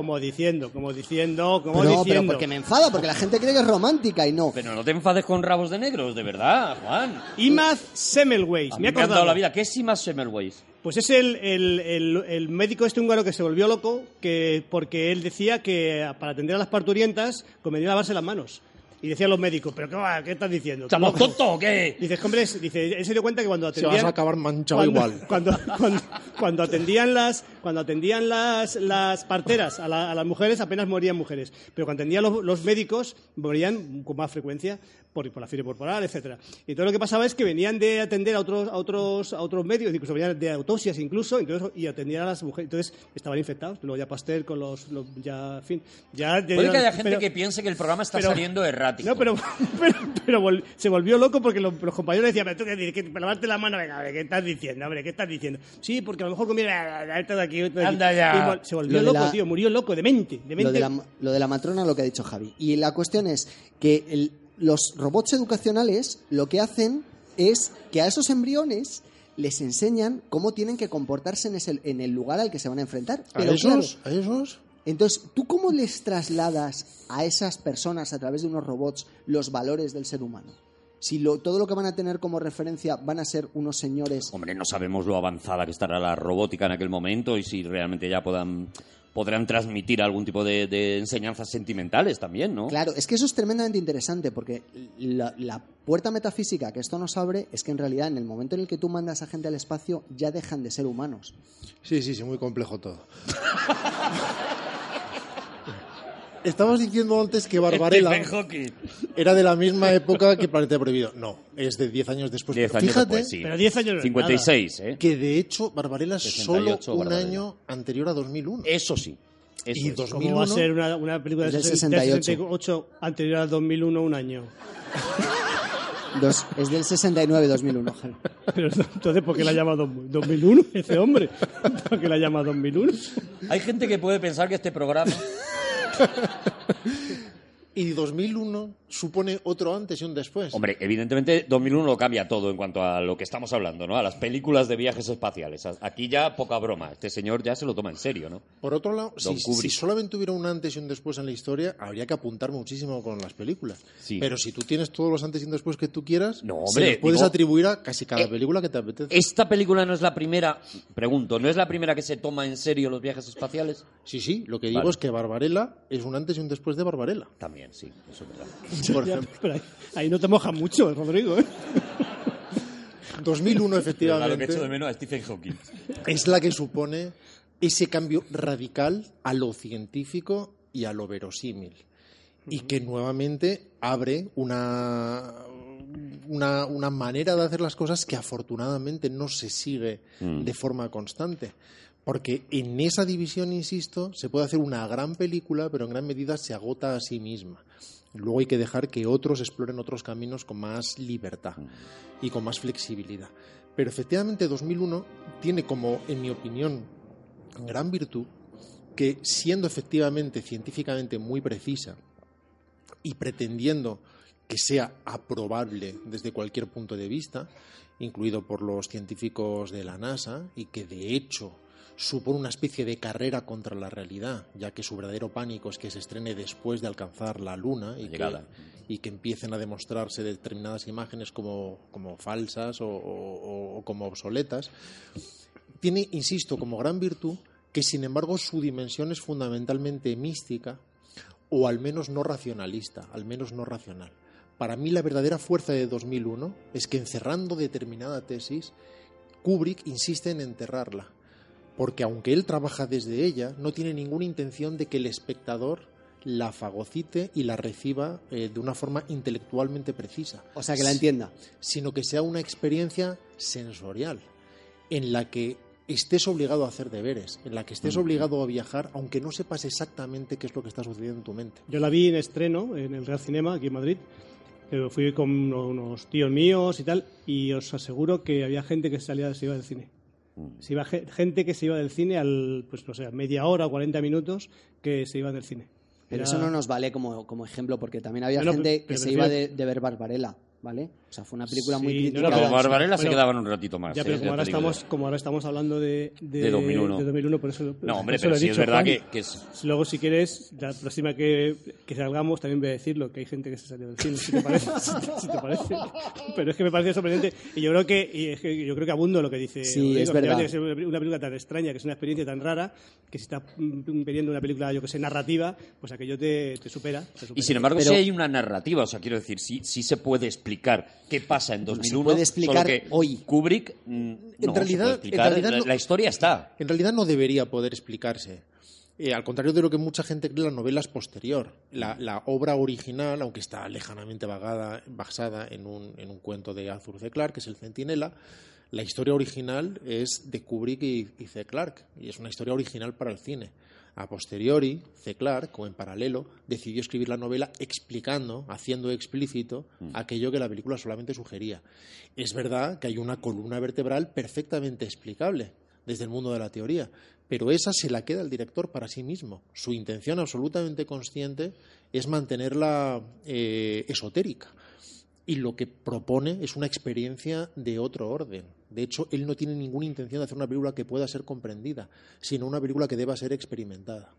Speaker 2: como diciendo, como diciendo, como
Speaker 3: Pero- pero
Speaker 2: diciendo.
Speaker 3: porque me enfada, porque la gente cree que es romántica y no.
Speaker 1: pero no te enfades con rabos de negros, de verdad, Juan.
Speaker 2: Imaz Semmelweis.
Speaker 1: A
Speaker 2: Me he
Speaker 1: mí me han dado
Speaker 2: acordado.
Speaker 1: la vida. ¿Qué es Simas Semmelweis?
Speaker 2: Pues es el, el- el- el médico este húngaro que se volvió loco que, porque él decía que para atender a las parturientas convenía lavarse las manos. Y decían los médicos, ¿pero qué, va- qué estás diciendo? ¿Estás
Speaker 1: ¿Estamos
Speaker 2: loco?".
Speaker 1: tontos o qué?
Speaker 2: Dices, hombre, es- dice, él se dio cuenta que cuando
Speaker 4: Se
Speaker 2: atendían...
Speaker 4: vas a acabar manchado
Speaker 2: cuando,
Speaker 4: igual.
Speaker 2: Cuando, cuando- cuando atendían las cuando atendían las, las parteras a, la- a las mujeres apenas morían mujeres, pero cuando atendían los, los médicos morían con más frecuencia por, por la fiebre corporal, etcétera. Y todo lo que pasaba es que venían de atender a otros a otros a otros medios, incluso venían de autopsias incluso, entonces y atendían a las mujeres, entonces estaban infectados, luego ya Pasteur con los, los- ya en fin, ya
Speaker 1: Puede que haya gente
Speaker 2: pero-
Speaker 1: que piense que el programa está
Speaker 2: pero-
Speaker 1: saliendo errático.
Speaker 2: no, pero, pero, pero vol- se volvió loco porque los, los compañeros decían, pero tú qué dices, que para lavarte la mano, venga, hombre, ¿qué estás diciendo? Hombre, ¿qué estás diciendo? Sí, porque a lo mejor comiera esto de aquí, esto de aquí.
Speaker 1: Anda ya.
Speaker 2: Y vol- se volvió
Speaker 3: Lo de
Speaker 2: loco,
Speaker 3: la-
Speaker 2: tío, murió loco, demente, demente.
Speaker 3: Lo de, la, lo de la matrona, lo que ha dicho Javi. Y la cuestión es que el- los robots educacionales lo que hacen es que a esos embriones les enseñan cómo tienen que comportarse en, ese- en el lugar al que se van a enfrentar.
Speaker 4: ¿A
Speaker 3: Pero claro,
Speaker 4: esos? ¿A esos?
Speaker 3: entonces, ¿tú cómo les trasladas a esas personas a través de unos robots los valores del ser humano? Si lo- todo lo que van a tener como referencia van a ser unos señores
Speaker 1: Hombre, no sabemos lo avanzada que estará la robótica en aquel momento y si realmente ya puedan, podrán transmitir algún tipo de, de enseñanzas sentimentales también, ¿no?
Speaker 3: Claro, es que eso es tremendamente interesante porque la, la puerta metafísica que esto nos abre es que en realidad en el momento en el que tú mandas a gente al espacio ya dejan de ser humanos.
Speaker 4: Sí, sí, sí, muy complejo todo. Estabas diciendo antes que
Speaker 1: Este
Speaker 4: Barbarella era de la misma época que Planeta Prohibido. No, es de 10 años después.
Speaker 1: Diez años
Speaker 4: Fíjate
Speaker 1: después, sí.
Speaker 2: Pero 10 años no es
Speaker 1: 56, ¿eh?
Speaker 4: que de hecho Barbarella es solo
Speaker 1: 68
Speaker 4: un
Speaker 1: Barbarella.
Speaker 4: año anterior a 2001.
Speaker 1: Eso sí. Eso
Speaker 4: Y
Speaker 1: es.
Speaker 4: dos-
Speaker 2: ¿Cómo va a
Speaker 4: 2001?
Speaker 2: ser una, una película de
Speaker 3: Del
Speaker 2: 68.
Speaker 3: 68?
Speaker 2: anterior al 2001 un año?
Speaker 3: Dos- es del 69-2001. Javi.
Speaker 2: Pero entonces, ¿por qué la llama 2000 2001 ese hombre? ¿Por qué la llama 2001?
Speaker 1: Hay gente que puede pensar que este programa...
Speaker 4: Y 2001 supone otro antes y un después.
Speaker 1: Hombre, evidentemente 2001 lo cambia todo en cuanto a lo que estamos hablando, ¿no? A las películas de viajes espaciales. A- Aquí ya poca broma. Este señor ya se lo toma en serio, ¿no?
Speaker 4: Por otro lado, si,
Speaker 1: Don Kubrick.
Speaker 4: si solamente hubiera un antes y un después en la historia, habría que apuntar muchísimo con las películas.
Speaker 1: Sí.
Speaker 4: Pero si tú tienes todos los antes y un después que tú quieras,
Speaker 1: No,
Speaker 4: se
Speaker 1: hombre,
Speaker 4: los puedes
Speaker 1: digo-
Speaker 4: atribuir a casi cada
Speaker 1: Eh,
Speaker 4: película que te apetece.
Speaker 1: ¿Esta película no es la primera, pregunto, no es la primera que se toma en serio los viajes espaciales?
Speaker 4: Sí, sí, lo que digo
Speaker 1: Vale.
Speaker 4: es que Barbarella es un antes y un después de Barbarella.
Speaker 1: También, sí, eso es verdad.
Speaker 4: Por
Speaker 2: Ya,
Speaker 4: ejemplo,
Speaker 2: pero ahí, ahí no te mojas mucho, Rodrigo. ¿eh?
Speaker 4: 2001
Speaker 1: Lo que
Speaker 4: efectivamente
Speaker 1: echo de menos a Stephen Hawking.
Speaker 4: es la que supone ese cambio radical a lo científico y a lo verosímil. Y que nuevamente abre una, una, una manera de hacer las cosas que afortunadamente no se sigue de forma constante. Porque en esa división, insisto, se puede hacer una gran película, pero en gran medida se agota a sí misma. Luego hay que dejar que otros exploren otros caminos con más libertad y con más flexibilidad. Pero efectivamente 2001 tiene como, en mi opinión, gran virtud que siendo efectivamente científicamente muy precisa y pretendiendo que sea aprobable desde cualquier punto de vista, incluido por los científicos de la NASA, y que de hecho supone una especie de carrera contra la realidad, ya que su verdadero pánico es que se estrene después de alcanzar la Luna y, que,
Speaker 1: llegada.
Speaker 4: y que empiecen a demostrarse determinadas imágenes como, como falsas o- o- o como obsoletas tiene, insisto, como gran virtud que, sin embargo, su dimensión es fundamentalmente mística o al menos no racionalista, al menos no racional. Para mí la verdadera fuerza de 2001 es que encerrando determinada tesis, Kubrick insiste en enterrarla, porque aunque él trabaja desde ella, no tiene ninguna intención de que el espectador la fagocite y la reciba eh, de una forma intelectualmente precisa,
Speaker 3: O sea, que la entienda.
Speaker 4: sino que sea una experiencia sensorial, en la que estés obligado a hacer deberes, en la que
Speaker 3: Mm.
Speaker 4: estés obligado a viajar, aunque no sepas exactamente qué es lo que está sucediendo en tu mente.
Speaker 2: Yo la vi en estreno en el Real Cinema aquí en Madrid. que Fui con uno- unos tíos míos y tal, y os aseguro que había gente que salía, se iba del cine.
Speaker 1: Mm.
Speaker 2: Se iba ge- gente que se iba del cine al, pues no sé, a media hora o 40 minutos que se iban del cine.
Speaker 3: Pero
Speaker 2: Era-
Speaker 3: eso no nos vale como, como ejemplo, porque también había
Speaker 2: No, no,
Speaker 3: gente
Speaker 2: pero-
Speaker 3: que
Speaker 2: pero
Speaker 3: se iba de,
Speaker 2: fíjate.
Speaker 3: de ver Barbarella, ¿vale? O sea, fue una película muy
Speaker 2: Sí, no,
Speaker 3: crítica.
Speaker 2: no, pero
Speaker 1: Pero Barbarella se
Speaker 2: Bueno,
Speaker 1: quedaban un ratito más.
Speaker 2: Ya,
Speaker 1: ¿eh?
Speaker 2: pero como
Speaker 1: Ya
Speaker 2: ahora,
Speaker 1: te digo
Speaker 2: estamos,
Speaker 1: yo.
Speaker 2: como ahora estamos hablando de,
Speaker 1: De 2001.
Speaker 2: de 2001, por eso.
Speaker 1: No, hombre,
Speaker 2: por eso lo
Speaker 1: pero
Speaker 2: he
Speaker 1: sí es
Speaker 2: dicho,
Speaker 1: verdad
Speaker 2: Juan.
Speaker 1: que- que es-
Speaker 2: Luego, si quieres, la próxima que, que salgamos también voy a decirlo, que hay gente que se salió del cine, si te parece. si te- si te parece. Pero es que me parece sorprendente. Y yo creo que, y es que, yo creo que abundo lo que dice.
Speaker 3: Sí,
Speaker 2: Rodrigo,
Speaker 3: es
Speaker 2: que
Speaker 3: verdad.
Speaker 2: vaya a ser una una película tan extraña, que es una experiencia tan rara, que si estás mm, pidiendo una película, yo que sé, narrativa, pues aquello te, te supera. te supera.
Speaker 1: Y sin embargo,
Speaker 3: Pero-
Speaker 1: sí hay una narrativa, o sea, quiero decir, sí, sí se puede explicar qué pasa en 2001.
Speaker 3: puede explicar
Speaker 1: solo que
Speaker 3: hoy.
Speaker 1: Kubrick, mm, no, se
Speaker 4: realidad-
Speaker 1: puede
Speaker 4: en
Speaker 1: explicar,
Speaker 4: realidad
Speaker 1: la,
Speaker 4: no-
Speaker 1: la historia está.
Speaker 4: En realidad no debería poder explicarse. Eh, al contrario de lo que mucha gente cree, la novela es posterior. La, la obra original, aunque está lejanamente vagada- basada en un, en un cuento de Arthur C. Clarke, que es El Centinela, la historia original es de Kubrick y, y C. Clarke, y es una historia original para el cine. A posteriori, C. Clarke, o en paralelo, decidió escribir la novela explicando, haciendo explícito aquello que la película solamente sugería. Es verdad que hay una columna vertebral perfectamente explicable desde el mundo de la teoría, pero esa se la queda el director para sí mismo. Su intención absolutamente consciente es mantenerla eh, esotérica y lo que propone es una experiencia de otro orden. De hecho, él no tiene ninguna intención de hacer una película que pueda ser comprendida, sino una película que deba ser experimentada.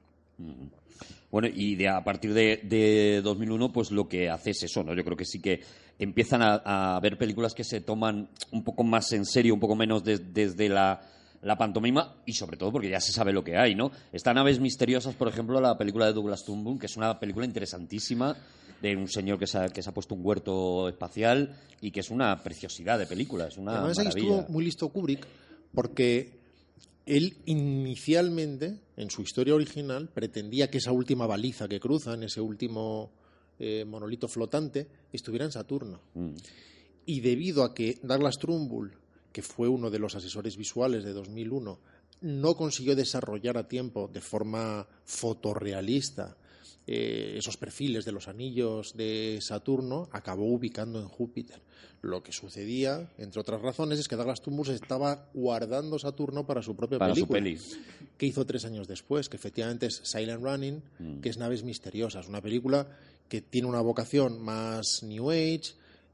Speaker 1: Bueno, y de, a partir de, de 2001, pues lo que hace es eso, ¿no? Yo creo que sí que empiezan a, a ver películas que se toman un poco más en serio, un poco menos des- desde la, la pantomima y sobre todo porque ya se sabe lo que hay, ¿no? Están Aves Misteriosas, por ejemplo, la película de Douglas Turnbull, que es una película interesantísima de un señor que se ha, que se ha puesto un huerto espacial y que es una preciosidad de película, es una
Speaker 4: Además, ahí
Speaker 1: maravilla.
Speaker 4: estuvo muy listo Kubrick, porque él inicialmente, en su historia original, pretendía que esa última baliza que cruzan, ese último eh, monolito flotante, estuviera en Saturno.
Speaker 1: Mm.
Speaker 4: Y debido a que Douglas Trumbull, que fue uno de los asesores visuales de 2001, no consiguió desarrollar a tiempo de forma fotorrealista eh, esos perfiles de los anillos de Saturno, acabó ubicando en Júpiter. Lo que sucedía, entre otras razones, es que Douglas Trumbull se estaba guardando Saturno para su propia
Speaker 1: Para su
Speaker 4: película
Speaker 1: peli.
Speaker 4: que hizo tres años después, que efectivamente es Silent Running,
Speaker 1: Mm.
Speaker 4: que es Naves Misteriosas, una película que tiene una vocación más New Age,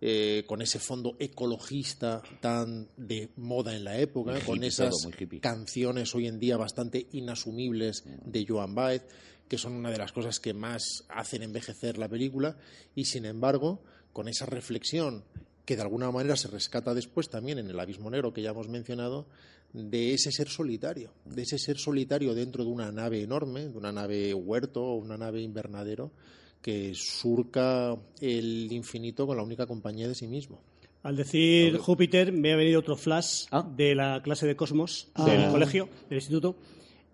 Speaker 4: eh, con ese fondo ecologista tan de moda en la época,
Speaker 1: Muy hippie
Speaker 4: con esas
Speaker 1: todo, muy hippie.
Speaker 4: canciones hoy en día bastante inasumibles de Joan Baez, que son una de las cosas que más hacen envejecer la película, y sin embargo, con esa reflexión que de alguna manera se rescata después también en el abismo negro que ya hemos mencionado, de ese ser solitario, de ese ser solitario dentro de una nave enorme, de una nave huerto o una nave invernadero, que surca el infinito con la única compañía de sí mismo.
Speaker 2: Al decir Júpiter, me ha venido otro flash
Speaker 1: Ah.
Speaker 2: de la clase de cosmos
Speaker 3: Ah.
Speaker 2: del colegio, del instituto.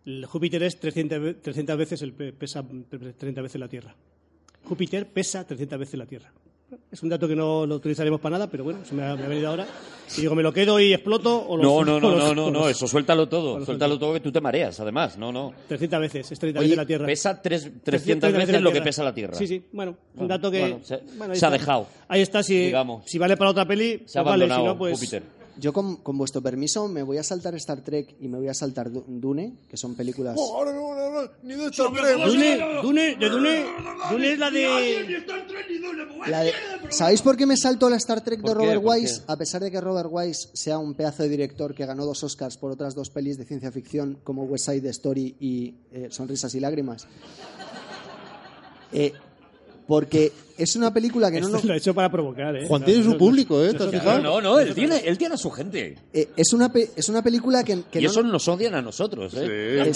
Speaker 2: El Júpiter es 300, ve- 300 veces el pe- pesa 30 veces la Tierra. Júpiter pesa 300 veces la Tierra. Es un dato que no lo utilizaremos para nada, pero bueno, se me ha, me ha venido ahora. Y digo, ¿me lo quedo y exploto? O lo-
Speaker 1: No, no,
Speaker 2: o
Speaker 1: no,
Speaker 2: lo-
Speaker 1: no, no,
Speaker 2: o
Speaker 1: no,
Speaker 2: lo-
Speaker 1: eso suéltalo
Speaker 2: o
Speaker 1: todo,
Speaker 2: los-
Speaker 1: suéltalo todo que tú te mareas, además, no, no.
Speaker 2: 300 veces, es 30
Speaker 1: Oye,
Speaker 2: veces la Tierra.
Speaker 1: Pesa tres- 300,
Speaker 2: 300
Speaker 1: veces lo que
Speaker 2: Tierra.
Speaker 1: pesa la Tierra.
Speaker 2: Sí, sí, bueno, un
Speaker 1: Bueno,
Speaker 2: dato que
Speaker 1: bueno, se-
Speaker 2: ahí
Speaker 1: se ha
Speaker 2: está.
Speaker 1: dejado.
Speaker 2: Ahí está, si,
Speaker 1: Digamos.
Speaker 2: si vale para otra peli,
Speaker 1: Se ha
Speaker 2: pues vale, si
Speaker 1: abandonado
Speaker 2: no, pues...
Speaker 1: Júpiter.
Speaker 3: Yo, con, con vuestro permiso, me voy a saltar Star Trek y me voy a saltar Du- Dune, que son películas...
Speaker 2: ¡Oh! Dune, Dune, de Dune, Dune es la de.
Speaker 3: La de- ¿Sabéis por qué me salto la Star Trek de
Speaker 1: ¿Por qué?
Speaker 3: Robert
Speaker 1: ¿Por
Speaker 3: Wise?
Speaker 1: qué?
Speaker 3: A pesar de que Robert Wise sea un pedazo de director que ganó dos Oscars por otras dos pelis de ciencia ficción como West Side Story y eh, Sonrisas y Lágrimas. Eh, Porque es una película que no
Speaker 1: Este
Speaker 2: Esto
Speaker 3: nos...
Speaker 2: lo he hecho para provocar, ¿eh?
Speaker 4: Juan tiene su público, ¿eh? ¿Te
Speaker 1: No,
Speaker 4: has fijado?
Speaker 1: no, no, él tiene, él tiene a su gente.
Speaker 3: eh, es, una pe- es una película que, que
Speaker 1: Y
Speaker 3: no
Speaker 1: eso nos odian a nosotros, ¿eh?
Speaker 3: Es- Eh,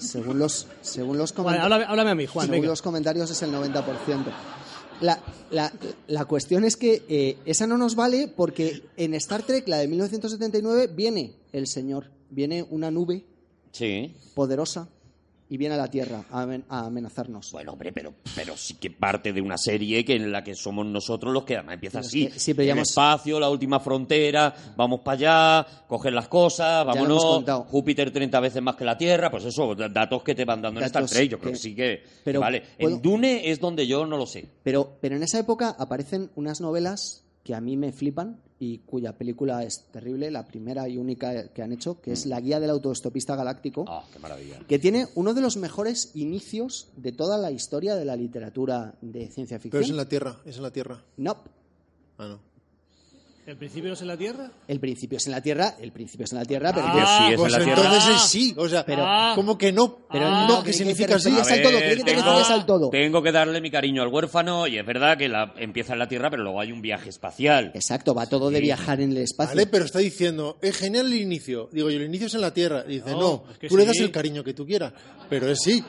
Speaker 3: Según los, según los
Speaker 2: Vale,
Speaker 3: comentarios.
Speaker 2: háblame, háblame a mí, Juan.
Speaker 3: Según
Speaker 2: venga.
Speaker 3: los comentarios es el 90%. La, la- la cuestión es que eh, esa no nos vale porque en Star Trek, la de 1979, viene el señor, viene una nube
Speaker 1: Sí.
Speaker 3: poderosa y viene a la Tierra a, amen- a amenazarnos.
Speaker 1: Bueno, hombre, pero, pero sí que parte de una serie que en la que somos nosotros los que además empieza
Speaker 3: Pero es
Speaker 1: así.
Speaker 3: que siempre
Speaker 1: el
Speaker 3: ya hemos-
Speaker 1: espacio, la última frontera, vamos para allá, coger las cosas,
Speaker 3: lo hemos
Speaker 1: vámonos.
Speaker 3: contado.
Speaker 1: Júpiter 30 veces más que la Tierra, pues eso, da- datos que te van dando en
Speaker 3: Datos
Speaker 1: Star Trek, yo creo
Speaker 3: que-
Speaker 1: que sí que.
Speaker 3: pero
Speaker 1: vale,
Speaker 3: puedo-
Speaker 1: en Dune es donde yo no lo sé.
Speaker 3: Pero, pero en esa época aparecen unas novelas que a mí me flipan y cuya película es terrible, la primera y única que han hecho, que es La Guía del Autoestopista Galáctico.
Speaker 1: Ah, qué maravilla.
Speaker 3: que tiene uno de los mejores inicios de toda la historia de la literatura de ciencia
Speaker 4: Pero
Speaker 3: ficción.
Speaker 4: es en la Tierra, es en la Tierra.
Speaker 3: No,
Speaker 4: Ah, no.
Speaker 2: ¿El principio no es en la Tierra?
Speaker 3: el principio es en la Tierra, el principio es en la Tierra, pero...
Speaker 1: Ah, sí, es en
Speaker 4: Pues
Speaker 1: la Tierra.
Speaker 4: entonces es sí, o sea,
Speaker 3: Pero-
Speaker 4: ¿cómo que no?
Speaker 3: pero
Speaker 4: no,
Speaker 3: no,
Speaker 4: ¿qué
Speaker 3: cree que
Speaker 4: significa
Speaker 3: te
Speaker 4: sí?
Speaker 3: refieres al todo, cree que te
Speaker 1: tengo-
Speaker 3: refieres al todo.
Speaker 1: Tengo que darle mi cariño al huérfano y es verdad que la, empieza en la Tierra, pero luego hay un viaje espacial.
Speaker 3: Exacto, va todo de viajar en el espacio.
Speaker 4: Vale, pero está diciendo, es genial el inicio. Digo yo, el inicio es en la Tierra. Y dice, no,
Speaker 2: No, es que
Speaker 4: tú le das
Speaker 2: sí.
Speaker 4: el cariño que tú quieras. Pero es sí.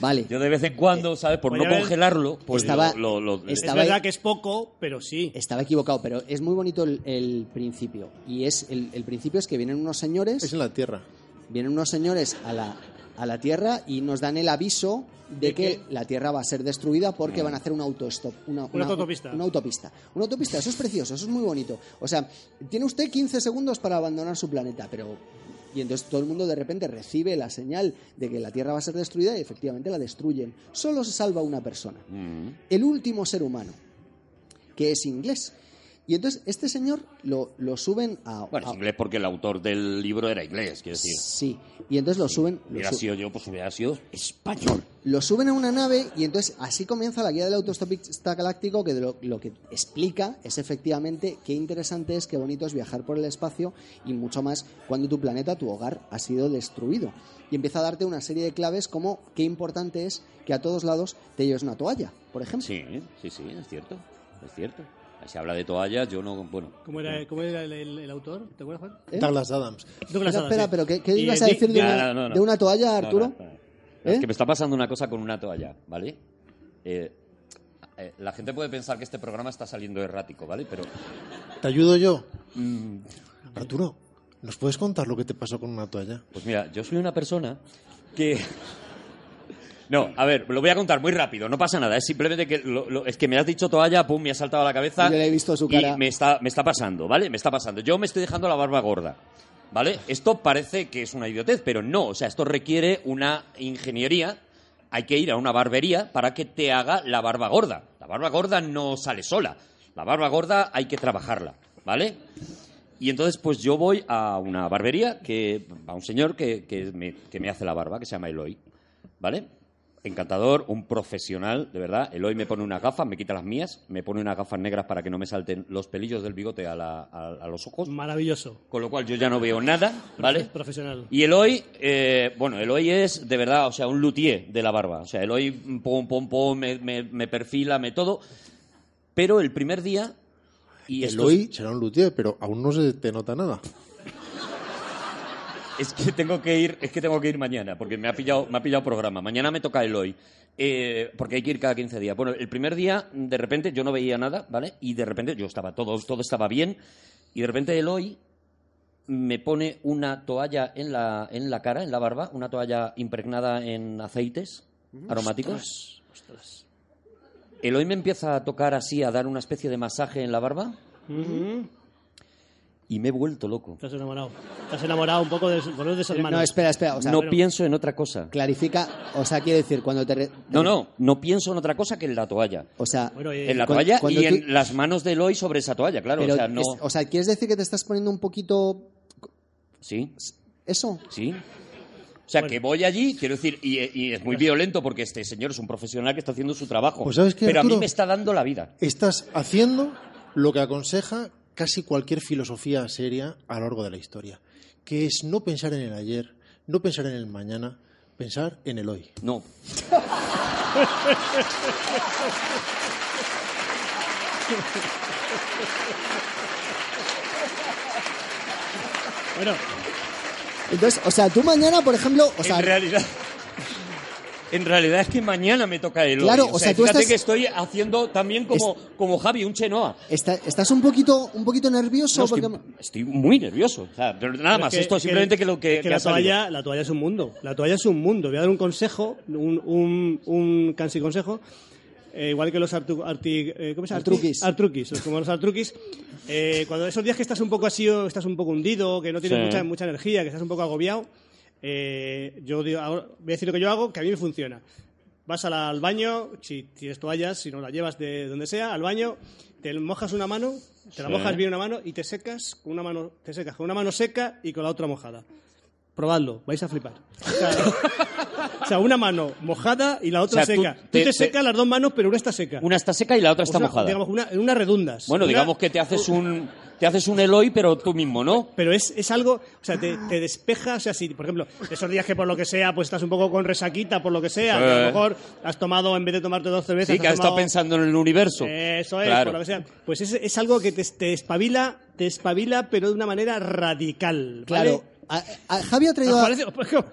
Speaker 3: Vale,
Speaker 1: Yo de vez en cuando, ¿sabes? Por
Speaker 2: voy
Speaker 1: no
Speaker 2: a ver-
Speaker 1: congelarlo, pues
Speaker 3: Estaba-
Speaker 1: lo, lo- lo-
Speaker 3: Estaba
Speaker 2: es verdad
Speaker 3: ahí-
Speaker 2: que es poco, pero sí.
Speaker 3: estaba equivocado, pero es muy bonito el, el principio. Y es el, el principio es que vienen unos
Speaker 4: Es
Speaker 3: señores,
Speaker 4: en la Tierra.
Speaker 3: vienen unos señores a la, a la Tierra y nos dan el aviso de
Speaker 2: ¿De
Speaker 3: que
Speaker 2: qué?
Speaker 3: la Tierra va a ser destruida porque van a hacer un autostop. Una, una-
Speaker 2: autopista.
Speaker 3: Una autopista. Una autopista, eso es precioso, eso es muy bonito. O sea, tiene usted 15 segundos para abandonar su planeta, pero... Y entonces todo el mundo de repente recibe la señal de que la Tierra va a ser destruida y efectivamente la destruyen. Solo se salva una persona
Speaker 1: Mm.
Speaker 3: el último ser humano, que es inglés. Y entonces este señor lo, lo suben a...
Speaker 1: Bueno,
Speaker 3: a-
Speaker 1: es inglés porque el autor del libro era inglés, quiero decir.
Speaker 3: Sí, y entonces lo suben, lo,
Speaker 1: Hubiera
Speaker 3: su-
Speaker 1: sido yo, pues hubiera sido español.
Speaker 3: lo suben a una nave y entonces así comienza la guía del autostopista galáctico que de lo, lo que explica es efectivamente qué interesante es, qué bonito es viajar por el espacio y mucho más cuando tu planeta, tu hogar, ha sido destruido. Y empieza a darte una serie de claves como qué importante es que a todos lados te lleves una toalla, por ejemplo.
Speaker 1: Sí, sí, sí, es cierto. Es cierto. Ahí se habla de toallas, yo no. Bueno.
Speaker 2: ¿Cómo era, cómo era el, el- el autor? ¿Te acuerdas, Juan?
Speaker 3: ¿Eh?
Speaker 4: Douglas Adams.
Speaker 2: Douglas
Speaker 3: Espera,
Speaker 2: Adams,
Speaker 3: espera,
Speaker 2: sí.
Speaker 3: pero ¿qué, qué
Speaker 2: Y,
Speaker 3: ibas
Speaker 2: eh,
Speaker 3: a decir de
Speaker 2: di-
Speaker 3: una,
Speaker 1: no, no, no.
Speaker 3: de una toalla,
Speaker 1: No, no,
Speaker 3: Arturo?
Speaker 1: no. Es
Speaker 3: ¿Eh?
Speaker 1: que me está pasando una cosa con una toalla, ¿vale? Eh, eh, la gente puede pensar que este programa está saliendo errático, ¿vale? Pero.
Speaker 4: ¿Te ayudo yo? Arturo, ¿nos puedes contar lo que te pasó con una toalla?
Speaker 1: Pues mira, yo soy una persona que... No, a ver, lo voy a contar muy rápido, no pasa nada, es simplemente que lo- lo- es que me has dicho toalla, pum, me ha saltado a la cabeza.
Speaker 3: Yo le he visto su
Speaker 1: y
Speaker 3: cara.
Speaker 1: me está, me está pasando, ¿vale? Me está pasando. Yo me estoy dejando la barba gorda, ¿vale? Esto parece que es una idiotez, pero no, o sea, esto requiere una ingeniería. Hay que ir a una barbería para que te haga la barba gorda. La barba gorda no sale sola. La barba gorda hay que trabajarla, ¿vale? Y entonces, pues yo voy a una barbería, que, a un señor que, que me, que me hace la barba, que se llama Eloy. ¿Vale? Encantador, un profesional, de verdad. Eloy me pone unas gafas, me quita las mías, me pone unas gafas negras para que no me salten los pelillos del bigote a, la- a- a los ojos.
Speaker 2: Maravilloso.
Speaker 1: Con lo cual yo ya no veo nada, ¿vale?
Speaker 2: Profesional.
Speaker 1: Y Eloy, eh, bueno, Eloy es de verdad, o sea, un luthier de la barba. O sea, Eloy, mm, pum, pum, pum, me, me- me perfila, me todo. Pero el primer día. Y esto es-
Speaker 4: Eloy será un luthier, pero aún no se te nota nada.
Speaker 1: Es que tengo que ir, es que tengo que ir mañana, porque me ha pillado, me ha pillado programa. Mañana me toca el hoy. eh, porque hay que ir cada 15 días. Bueno, el primer día, de repente, yo no veía nada, ¿vale? Y de repente, yo estaba todo, todo estaba bien. Y de repente el hoy me pone una toalla en la, en la cara, en la barba, una toalla impregnada en aceites aromáticos. El hoy me empieza a tocar así, a dar una especie de masaje en la barba. Y me he vuelto loco.
Speaker 2: Estás enamorado. Estás enamorado un poco de, por lo menos de esas manos.
Speaker 3: No, espera, espera. O sea,
Speaker 1: no
Speaker 3: pero-
Speaker 1: pienso en otra cosa.
Speaker 3: clarifica, o sea, quiere decir, cuando te... re-
Speaker 1: No, no, no pienso en otra cosa que en la toalla.
Speaker 3: O sea,
Speaker 2: Bueno, eh,
Speaker 1: En la
Speaker 3: cuan-
Speaker 1: toalla
Speaker 3: cuando
Speaker 1: y
Speaker 3: tú-
Speaker 1: en las manos de Eloy sobre esa toalla, claro.
Speaker 3: pero
Speaker 1: o sea, no.
Speaker 3: es- o sea, ¿quieres decir que te estás poniendo un poquito
Speaker 1: Sí,
Speaker 3: eso?
Speaker 1: sí. O sea,
Speaker 2: Bueno.
Speaker 1: que voy allí, quiero decir, y, y es muy violento porque este señor es un profesional que está haciendo su trabajo.
Speaker 4: Pues, ¿sabes qué,
Speaker 1: pero a
Speaker 4: Arturo?
Speaker 1: mí me está dando la vida.
Speaker 4: Estás haciendo lo que aconseja casi cualquier filosofía seria a lo largo de la historia, que es no pensar en el ayer, no pensar en el mañana, Pensar en el hoy.
Speaker 1: No.
Speaker 2: Bueno,
Speaker 3: Entonces, o sea, tú mañana, por ejemplo, o sea,
Speaker 1: en realidad. En realidad es que mañana me toca el hoy.
Speaker 3: Claro, o sea, tú
Speaker 1: fíjate
Speaker 3: estás-
Speaker 1: que estoy haciendo también como, como Javi, un Chenoa.
Speaker 3: está- estás un poquito, un poquito nervioso
Speaker 1: No, estoy,
Speaker 3: porque...
Speaker 1: estoy muy nervioso. O sea, pero nada
Speaker 2: Pero
Speaker 1: más,
Speaker 2: es que-
Speaker 1: esto simplemente que, lo que,
Speaker 2: es que
Speaker 1: que
Speaker 2: la,
Speaker 1: ha salido.
Speaker 2: toalla, la toalla es un mundo. La toalla es un mundo. Voy a dar un consejo, un, un, un casi consejo. Eh, igual que los artu- arti- eh, ¿cómo se llama?
Speaker 3: Artruquis.
Speaker 2: Artruquis, los- como los artruquis. Eh, cuando esos días que estás un poco así, o estás un poco hundido, que no tienes
Speaker 1: Sí.
Speaker 2: mucha, mucha energía, que estás un poco agobiado, eh, yo digo, ahora voy a decir lo que yo hago, que a mí me funciona. Vas al, al baño, si tienes toallas, si no las llevas de donde sea, al baño, te mojas una mano, te la
Speaker 1: Sí.
Speaker 2: mojas bien una mano y te secas con una mano, te secas con una mano seca y con la otra mojada. Probadlo, vais a flipar. O sea, o sea, una mano mojada y la otra
Speaker 1: O sea, tú
Speaker 2: seca. Tú,
Speaker 1: te-
Speaker 2: te,
Speaker 1: te-
Speaker 2: secas las dos manos, pero una está seca.
Speaker 1: Una está seca y la otra está
Speaker 2: O sea,
Speaker 1: mojada.
Speaker 2: Digamos, una, unas redundas.
Speaker 1: bueno,
Speaker 2: Una-
Speaker 1: digamos que te haces un te haces un Eloy, pero tú mismo, ¿no?
Speaker 2: Pero es, es algo, o sea, te, te despeja, o sea, si, por ejemplo, esos días que por lo que sea, pues estás un poco con resaquita, por lo que sea,
Speaker 1: Sí.
Speaker 2: que a lo mejor has tomado, en vez de tomarte dos cervezas,
Speaker 1: Sí, que has estado
Speaker 2: tomado-
Speaker 1: pensando en el universo.
Speaker 2: Eso es,
Speaker 1: Claro.
Speaker 2: por lo que sea. Pues es, es algo que te, te espabila, te espabila, pero de una manera radical. ¿vale?
Speaker 3: Claro, a- a- Javi ha traído... a-
Speaker 2: Parece-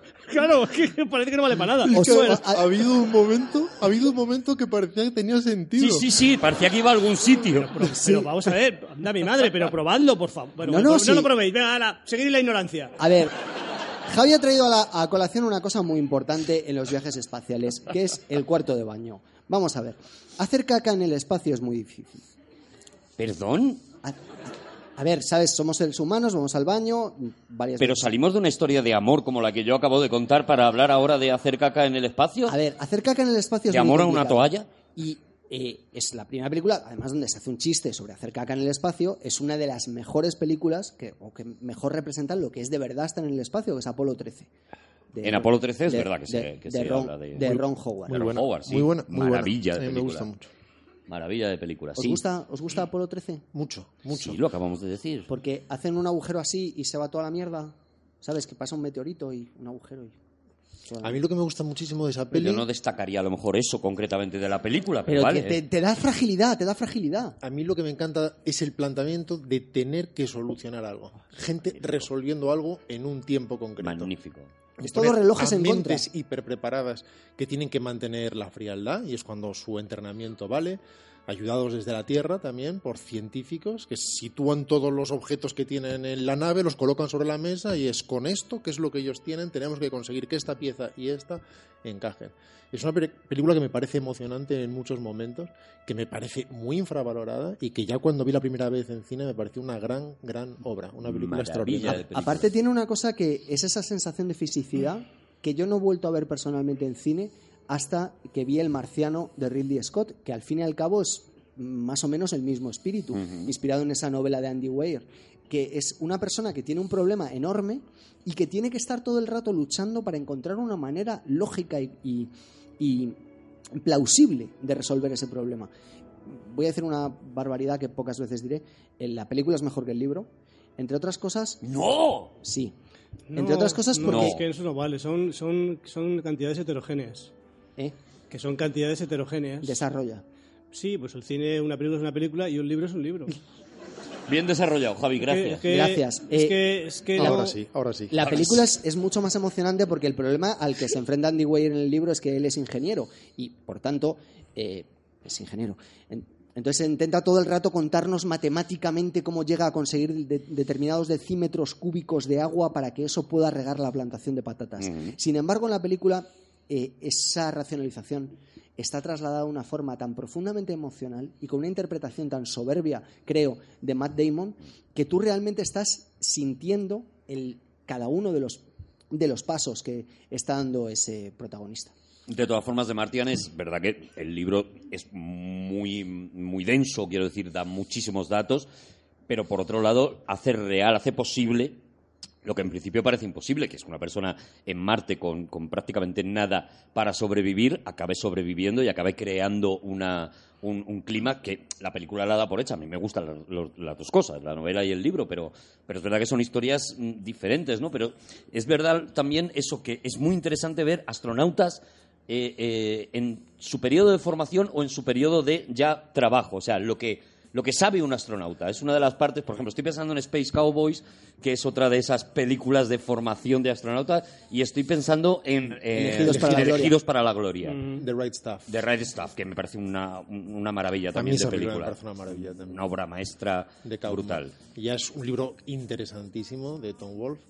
Speaker 2: claro, que parece que no vale para nada.
Speaker 3: O sea,
Speaker 2: Bueno,
Speaker 3: a-
Speaker 4: Ha habido un momento, ha habido un momento que parecía que tenía sentido.
Speaker 1: Sí, sí, sí, parecía que iba a algún sitio.
Speaker 2: Pero, pero vamos a ver, anda mi madre, pero probadlo, por favor. Bueno,
Speaker 3: No,
Speaker 2: no,
Speaker 3: no,
Speaker 2: no,
Speaker 3: sí.
Speaker 2: lo probéis, venga, ala, seguid la ignorancia.
Speaker 3: A ver, Javi ha traído a, la- a colación una cosa muy importante en los viajes espaciales, que es el cuarto de baño. Vamos a ver, hacer caca en el espacio es muy difícil.
Speaker 1: ¿Perdón?
Speaker 3: A, a ver, ¿sabes? Somos seres humanos, vamos al baño varias
Speaker 1: Pero
Speaker 3: veces.
Speaker 1: salimos de una historia de amor como la que yo acabo de contar para hablar ahora de hacer caca en el espacio.
Speaker 3: A ver, hacer caca en el espacio es
Speaker 1: ¿De
Speaker 3: muy
Speaker 1: amor a una
Speaker 3: complicado.
Speaker 1: toalla?
Speaker 3: Y eh, es la primera película, además donde se hace un chiste sobre hacer caca en el espacio, es una de las mejores películas que, o que mejor representan lo que es de verdad estar en el espacio, que es Apolo 13. De-
Speaker 1: En Apolo 13 es
Speaker 3: de-
Speaker 1: verdad que se-
Speaker 3: de-
Speaker 1: que
Speaker 3: de
Speaker 1: se
Speaker 3: Ron-
Speaker 1: habla de-
Speaker 3: de
Speaker 1: Muy-
Speaker 3: Ron Howard.
Speaker 1: Muy buena, Howard, sí.
Speaker 4: Muy buena, muy buena.
Speaker 1: Maravilla de
Speaker 4: A mí me
Speaker 1: película.
Speaker 4: gusta mucho.
Speaker 1: Maravilla de película,
Speaker 3: ¿Os,
Speaker 1: sí.
Speaker 3: gusta, ¿Os gusta Apolo 13?
Speaker 4: Mucho, mucho.
Speaker 1: Sí, lo acabamos de decir.
Speaker 3: Porque hacen un agujero así y se va toda la mierda. ¿Sabes? Que pasa un meteorito y un agujero y... toda la
Speaker 4: A mí lo que me gusta muchísimo de esa
Speaker 1: Pero
Speaker 4: peli...
Speaker 1: yo no destacaría a lo mejor eso concretamente de la película, pero,
Speaker 3: Pero
Speaker 1: vale.
Speaker 3: que te,
Speaker 1: eh.
Speaker 3: te da fragilidad, te da fragilidad.
Speaker 4: A mí lo que me encanta es el planteamiento de tener que solucionar algo. Gente resolviendo algo en un tiempo concreto.
Speaker 1: Magnífico.
Speaker 4: Y
Speaker 3: Todos
Speaker 4: poner
Speaker 3: relojes
Speaker 4: a
Speaker 3: en contra.
Speaker 4: mentes Pues hiperpreparadas que tienen que mantener la frialdad y es cuando su entrenamiento vale. Ayudados desde la Tierra también por científicos que sitúan todos los objetos que tienen en la nave, los colocan sobre la mesa y es con esto, que es lo que ellos tienen, tenemos que conseguir que esta pieza y esta encajen. Es una pe- película que me parece emocionante en muchos momentos, que me parece muy infravalorada y que ya cuando vi la primera vez en cine me pareció una gran, gran obra, una película
Speaker 1: Maravilla
Speaker 4: extraordinaria.
Speaker 1: de película.
Speaker 3: Aparte tiene una cosa que es esa sensación de fisicidad que yo no he vuelto a ver personalmente en cine hasta que vi El Marciano de Ridley Scott, que al fin y al cabo es más o menos el mismo espíritu, inspirado en esa novela de Andy Weir, que es una persona que tiene un problema enorme y que tiene que estar todo el rato luchando para encontrar una manera lógica y- y- y plausible de resolver ese problema voy a decir una barbaridad que pocas veces diré. Eh, La película es mejor que el libro. Entre otras cosas,
Speaker 1: ¡No!
Speaker 3: sí.
Speaker 2: No,
Speaker 3: Entre otras cosas
Speaker 2: no,
Speaker 3: porque...
Speaker 2: es que eso no vale, son, son, son cantidades heterogéneas.
Speaker 3: Eh,
Speaker 2: Que son cantidades heterogéneas.
Speaker 3: desarrolla.
Speaker 2: sí, pues el cine, una película es una película y un libro es un libro.
Speaker 1: Bien desarrollado, Javi,
Speaker 2: Es
Speaker 1: gracias.
Speaker 2: que-
Speaker 3: Gracias.
Speaker 2: Es
Speaker 3: Eh,
Speaker 2: que, es que
Speaker 4: Ahora
Speaker 2: no-
Speaker 4: sí, ahora sí.
Speaker 3: La película es, es mucho más emocionante porque el problema al que se enfrenta Andy Weir en el libro es que él es ingeniero y, por tanto, eh, es ingeniero. En- Entonces intenta todo el rato contarnos matemáticamente cómo llega a conseguir de- determinados decímetros cúbicos de agua para que eso pueda regar la plantación de patatas. Sin embargo, en la película eh, esa racionalización está trasladada de una forma tan profundamente emocional y con una interpretación tan soberbia, creo, de Matt Damon, que tú realmente estás sintiendo el, cada uno de los, de los pasos que está dando ese protagonista.
Speaker 1: De todas formas, de Martian es verdad que el libro es muy, muy denso, quiero decir, da muchísimos datos, pero por otro lado, hace real, hace posible lo que en principio parece imposible, que es que una persona en Marte con, con prácticamente nada para sobrevivir, acabe sobreviviendo y acabe creando una, un, un clima que la película la da por hecha. A mí me gustan las, los- las dos cosas, la novela y el libro, pero, pero es verdad que son historias mm, diferentes, ¿no? Pero es verdad también eso, que es muy interesante ver astronautas eh, eh, en su periodo de formación o en su periodo de ya trabajo. O sea, lo que lo que sabe un astronauta. Es una de las partes, por ejemplo, estoy pensando en Space Cowboys, que es otra de esas películas de formación de astronautas, y estoy pensando en eh,
Speaker 3: Elegidos para la Gloria.
Speaker 1: Elegidos para la Gloria,
Speaker 4: The Right Stuff.
Speaker 1: de Red Stuff, que me parece una, un- una maravilla
Speaker 4: A mí
Speaker 1: también
Speaker 4: esa
Speaker 1: de
Speaker 4: película me
Speaker 1: película.
Speaker 4: parece una maravilla también.
Speaker 1: Una obra maestra
Speaker 4: de Kaufman.
Speaker 1: brutal.
Speaker 4: Ya es un libro interesantísimo de Tom Wolfe,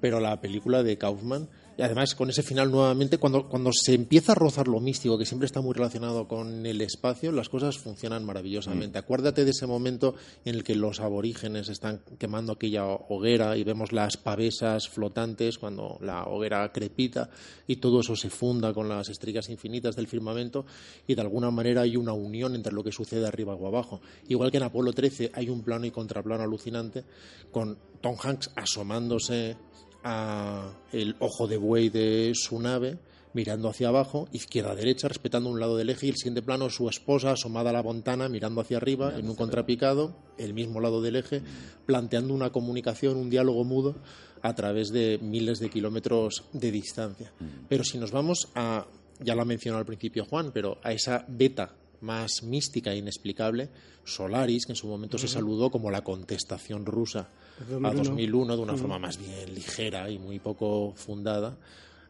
Speaker 4: pero la película de Kaufman, y además con ese final nuevamente, cuando, cuando se empieza a rozar lo místico, que siempre está muy relacionado con el espacio, las cosas funcionan maravillosamente. Acuérdate de ese momento en el que los aborígenes están quemando aquella hoguera y vemos las pavesas flotantes cuando la hoguera crepita y todo eso se funda con las estrellas infinitas del firmamento y de alguna manera hay una unión entre lo que sucede arriba o abajo. Igual que en Apolo 13 hay un plano y contraplano alucinante con Tom Hanks asomándose a el ojo de buey de su nave mirando hacia abajo, izquierda derecha, respetando un lado del eje y el siguiente plano su esposa asomada a la ventana mirando hacia arriba en un contrapicado, el mismo lado del eje, planteando una comunicación, un diálogo mudo a través de miles de kilómetros de distancia. Pero si nos vamos a ya lo ha mencionado al principio Juan, pero a esa beta más mística e inexplicable, Solaris, que en su momento se saludó como la contestación rusa a 2001 de una forma más bien ligera y muy poco fundada.